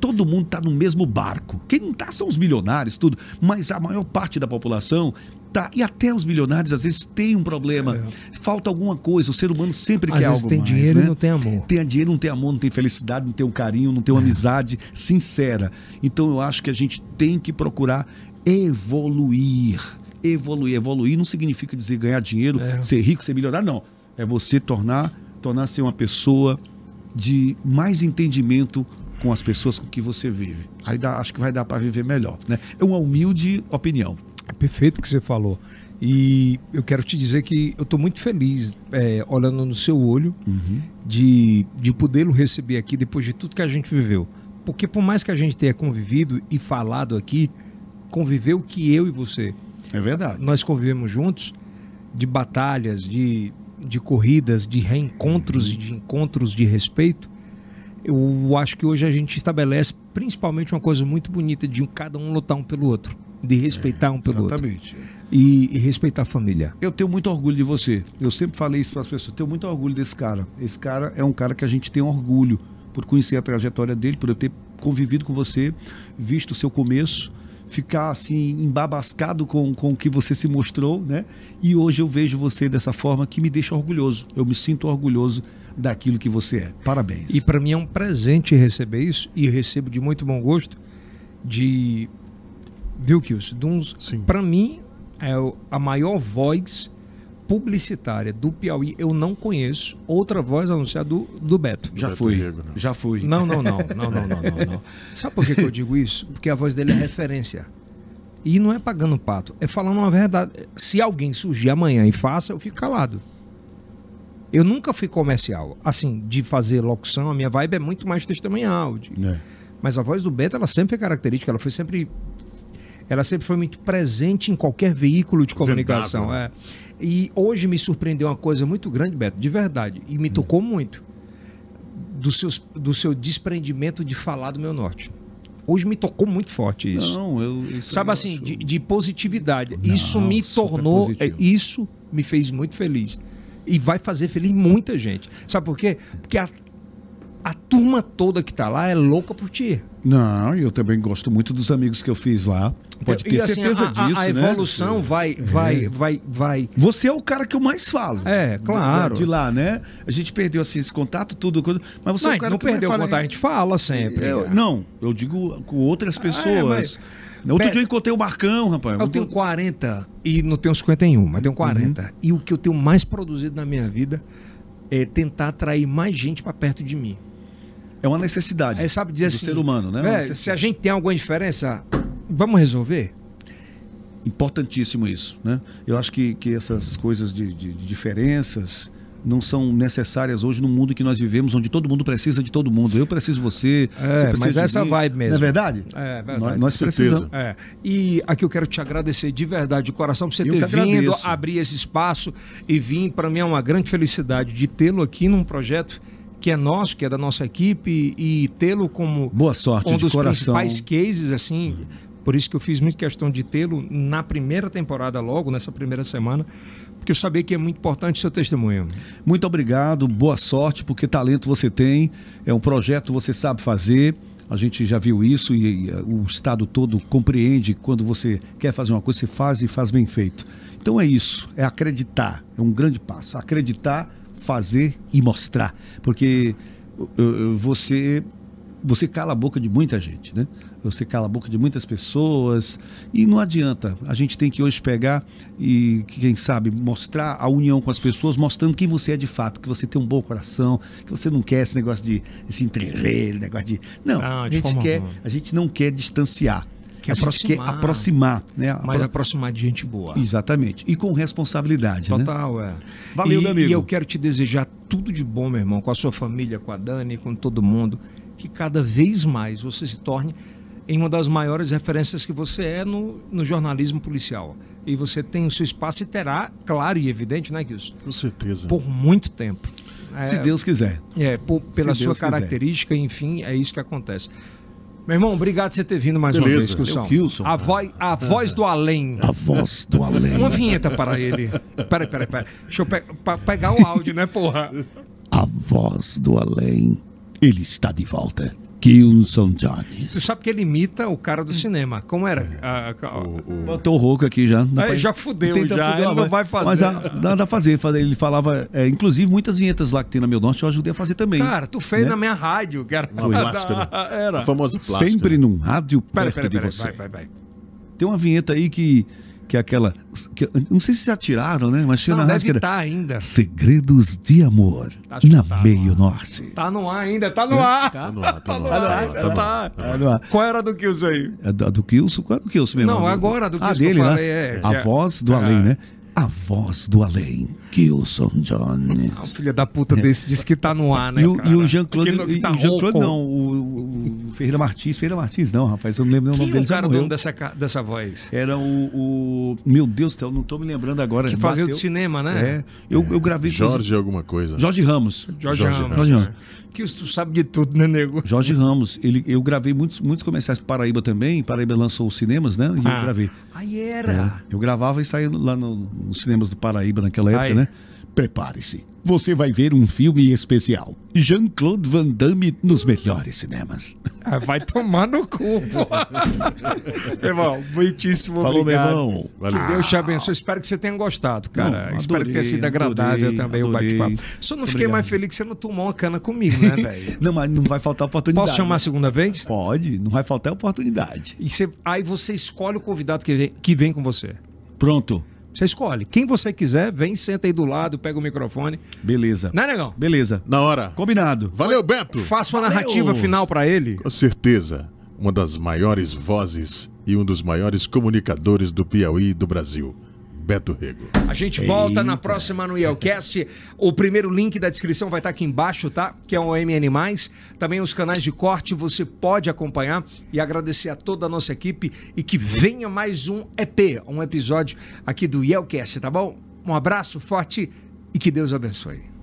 Todo mundo está no mesmo barco. Quem não está são os milionários, tudo, mas a maior parte da população tá e até os milionários às vezes têm um problema. Falta alguma coisa, o ser humano sempre
É. Às
quer
vezes
algo
tem
mais,
dinheiro
né?
e não tem amor.
Tem dinheiro, não tem amor, não tem felicidade, não tem um carinho, não tem uma amizade sincera. Então eu acho que a gente tem que procurar evoluir. Evoluir. Evoluir não significa dizer ganhar dinheiro, ser rico, ser milionário, não. É você tornar, tornar-se uma pessoa de mais entendimento com as pessoas com que você vive. Aí dá- acho que vai dar para viver melhor, né? É uma humilde opinião.
É perfeito o que você falou. E eu quero te dizer que eu estou muito feliz é, olhando no seu olho de, de podê-lo receber aqui depois de tudo que a gente viveu. Porque por mais que a gente tenha convivido e falado aqui, conviveu que eu e você,
É verdade.
nós convivemos juntos de batalhas, de, de corridas, de reencontros e de encontros de respeito. Eu acho que hoje a gente estabelece principalmente uma coisa muito bonita de cada um lutar um pelo outro, de respeitar um pelo outro
Exatamente.
e, e respeitar a família.
Eu tenho muito orgulho de você. Eu sempre falei isso para as pessoas. Tenho muito orgulho desse cara. Esse cara é um cara que a gente tem orgulho por conhecer a trajetória dele, por eu ter convivido com você, visto o seu começo, ficar assim embabascado com, com o que você se mostrou, né? E hoje eu vejo você dessa forma que me deixa orgulhoso. Eu me sinto orgulhoso daquilo que você é. Parabéns.
E para mim é um presente receber isso e recebo de muito bom gosto de viu Kilson, de uns
Sim.
para mim é o- a maior voz publicitária do Piauí. Eu não conheço outra voz a não ser a do, do Beto.
já
Beto
foi.
Rego, não.
Já foi.
Não, não, não, não, não, não, não, não. Sabe por que, que eu digo isso? Porque a voz dele é referência. E não é pagando pato, é falando uma verdade. Se alguém surgir amanhã e faça, eu fico calado. Eu nunca fui comercial, assim, de fazer locução, a minha vibe é muito mais testemunhal. de-
É.
Mas a voz do Beto, ela sempre foi característica, ela foi sempre ela sempre foi muito presente em qualquer veículo de comunicação.
né?
é. E hoje me surpreendeu uma coisa muito grande, Beto, de verdade, e
Hum.
me tocou muito do, seus, do seu desprendimento de falar do meu norte. Hoje me tocou muito forte isso.
Não, eu. isso é um
Sabe
eu
assim,
acho-
de, de positividade. isso
Não,
me
super
tornou,
positivo.
é, isso me fez muito feliz. E vai fazer feliz muita gente. Sabe por quê? Porque a, a turma toda que tá lá é louca por ti.
Não, e eu também gosto muito dos amigos que eu fiz lá. Pode
E,
ter
assim,
certeza
a, a-
disso,
A
né?
evolução vai, vai, vai, vai.
Você é o cara que eu mais falo.
É, claro.
De, de lá, né? A gente perdeu assim esse contato, tudo, coisa, mas você é
Não,
o cara
não
que eu mais
perdeu o
falo. É,
contato, a gente fala sempre.
Eu- não, eu digo com outras pessoas.
mas-
Outro
Pe-
dia eu encontrei o Marcão, rapaz.
Eu tenho 40 e não tenho 51, mas tenho 40.
Uhum.
E o que eu tenho mais produzido na minha vida é tentar atrair mais gente pra perto de mim.
É uma necessidade.
É, sabe dizer
do
assim,
ser humano, né?
é,
Uma necessidade.
se a gente tem alguma diferença, vamos resolver?
Importantíssimo isso, né? Eu acho que, que essas coisas de, de- de diferenças não são necessárias hoje no mundo que nós vivemos, onde todo mundo precisa de todo mundo. Eu preciso de você.
É,
você precisa
mas
de
essa
mim.
vibe mesmo.
Não é verdade?
É, verdade.
Nós, nós
Certeza.
precisamos.
É. E aqui eu quero te agradecer de verdade, de coração, por você
Eu
ter
que
vindo,
agradeço.
abrir esse espaço e vir. Para mim é uma grande felicidade de tê-lo aqui num projeto que é nosso, que é da nossa equipe e tê-lo como
Boa sorte,
um
de
dos
coração.
principais cases, assim. Por isso que eu fiz muito questão de tê-lo na primeira temporada, logo nessa primeira semana, porque eu sabia que é muito importante o seu testemunho.
Muito obrigado, boa sorte, porque talento você tem, é um projeto você sabe fazer. A gente já viu isso e, e, eh, o Estado todo compreende quando você quer fazer uma coisa, você faz e faz bem feito. Então é isso, é acreditar, é um grande passo. Acreditar, fazer e mostrar. Porque eh, eh, você você cala a boca de muita gente, né? Você cala a boca de muitas pessoas e não adianta. A gente tem que hoje pegar e, quem sabe, mostrar a união com as pessoas, mostrando quem você é de fato, que você tem um bom coração, que você não quer esse negócio de esse entreveiro, negócio de. Não,
Não,
a,
Ah, de
gente
forma
quer,
alguma.
a gente não quer distanciar.
Quer
a gente quer
aproximar.
aproximar, né?
Mas
Apro-
aproximar de gente boa.
Exatamente. E com responsabilidade, né?
Total, é.
Valeu,
e,
meu amigo.
E eu quero te desejar tudo de bom, meu irmão, com a sua família, com a Dani, com todo mundo, que cada vez mais você se torne em uma das maiores referências que você é no, no jornalismo policial. E você tem o seu espaço e terá, claro e evidente, né, Gilson?
Com certeza.
Por muito tempo.
Tá. né? Se
É,
Deus quiser.
É, por- pela
se
sua
Deus quiser.
característica, enfim, é isso que acontece. Meu irmão, obrigado por você ter vindo mais uma
Beleza.
vez, discussão.
Eu, Gilson. Ah.
a, voz, a voz do além.
A voz do além.
Uma vinheta para ele. Peraí, peraí, peraí. Deixa eu pe- pa- pegar o áudio, né, porra?
A voz do além. Ele está de volta. Kilson Jones.
Você sabe que ele imita o cara do cinema. Como era? Ah, ca-
Botou É. o rouco aqui já. Dá
Aí
pra-
É, já fudeu,
Tenta
já,
fuder,
ele não vai fazer.
Mas ah, dá pra fazer. fazer. Ele falava, é, inclusive, muitas vinhetas lá que tem na Meu Norte, eu ajudei a fazer também.
Cara, tu
Né?
fez na minha rádio, cara.
A
um
plástica, né?
Ah, Era.
A famosa plástica. né?
né?
Sempre num rádio
Peraí,
perto
peraí,
um de
peraí.
você.
Vai, vai, vai.
Tem uma vinheta aí que, que é aquela... que- não sei se já tiraram, né? Mas tinha
Não,
na rádio
deve
que era...
estar ainda.
Segredos de Amor,
Acho que
na
tá,
Meio Norte.
Tá no ar ainda, tá
Né?
no ar.
Tá no ar,
Tá
tá no
no
ar,
ar,
tá no ar,
tá.
tá no ar.
Olha lá.
Qual era do Kills aí?
É da- do Kilson? Qual é do Kilson mesmo?
Não,
Do-
agora, do
ah,
Kilson que eu
dele, né?
falei, é.
A
É.
voz do
É.
além, né? A voz do além. Kilson
O
Jones.
filho da puta desse disse que tá no ar, né?
né? E o,
cara?
e o Jean-Claude.
Aquele que
e-
tá
e o Jean-Claude
rouco.
não. O, o- o Ferreira Martins. Ferreira Martins não, rapaz. Eu não lembro nem o nome
Quem é
dele.
o
já
cara
morreu.
dono dessa, ca- dessa voz?
Era o, o- Meu Deus do céu, não tô me lembrando agora.
Que fazia o de
Bateu.
cinema, né?
É. Eu, eu gravei.
Jorge alguma coisa.
Jorge Ramos.
Jorge,
Jorge
Ramos.
Jorge Ramos.
Que tu sabe de tudo, né, nego?
Jorge Ramos, ele, eu gravei muitos, muitos comerciais para Paraíba também. Paraíba lançou os cinemas, né? E
Ah.
eu gravei.
Aí era.
Eu gravava e saía lá no- nos cinemas do Paraíba naquela época,
Aí.
né? Prepare-se. Você vai ver um filme especial. Jean-Claude Van Damme nos melhores cinemas.
Ah, vai tomar no cu, pô. irmão, muitíssimo
Falou, meu
obrigado.
irmão.
Valeu.
Que Deus te abençoe. Espero que você tenha gostado,
Não,
cara.
adorei,
Espero que tenha sido agradável
adorei,
também
adorei.
o bate-papo. Só não
Muito
fiquei mais
obrigado.
feliz que você não tomou uma cana comigo, né, velho?
Não, mas não vai faltar oportunidade.
Posso chamar a segunda vez?
Pode, não vai faltar oportunidade.
E você- aí você escolhe o convidado que vem, que vem com você.
Pronto.
Você escolhe. Quem você quiser, vem, senta aí do lado, pega o microfone.
Beleza.
Né, negão?
Beleza.
Na hora.
Combinado.
Valeu, Beto!
Faça uma narrativa
Valeu.
final pra ele.
Com certeza, uma das maiores vozes e um dos maiores comunicadores do Piauí e do Brasil, Beto Rego.
A gente volta na próxima no Yelcast. O primeiro link da descrição vai estar aqui embaixo, tá? Que é o MN. Também os canais de corte você pode acompanhar e agradecer a toda a nossa equipe e que venha mais um EP, um episódio aqui do Yelcast, tá bom? Um abraço forte e que Deus abençoe.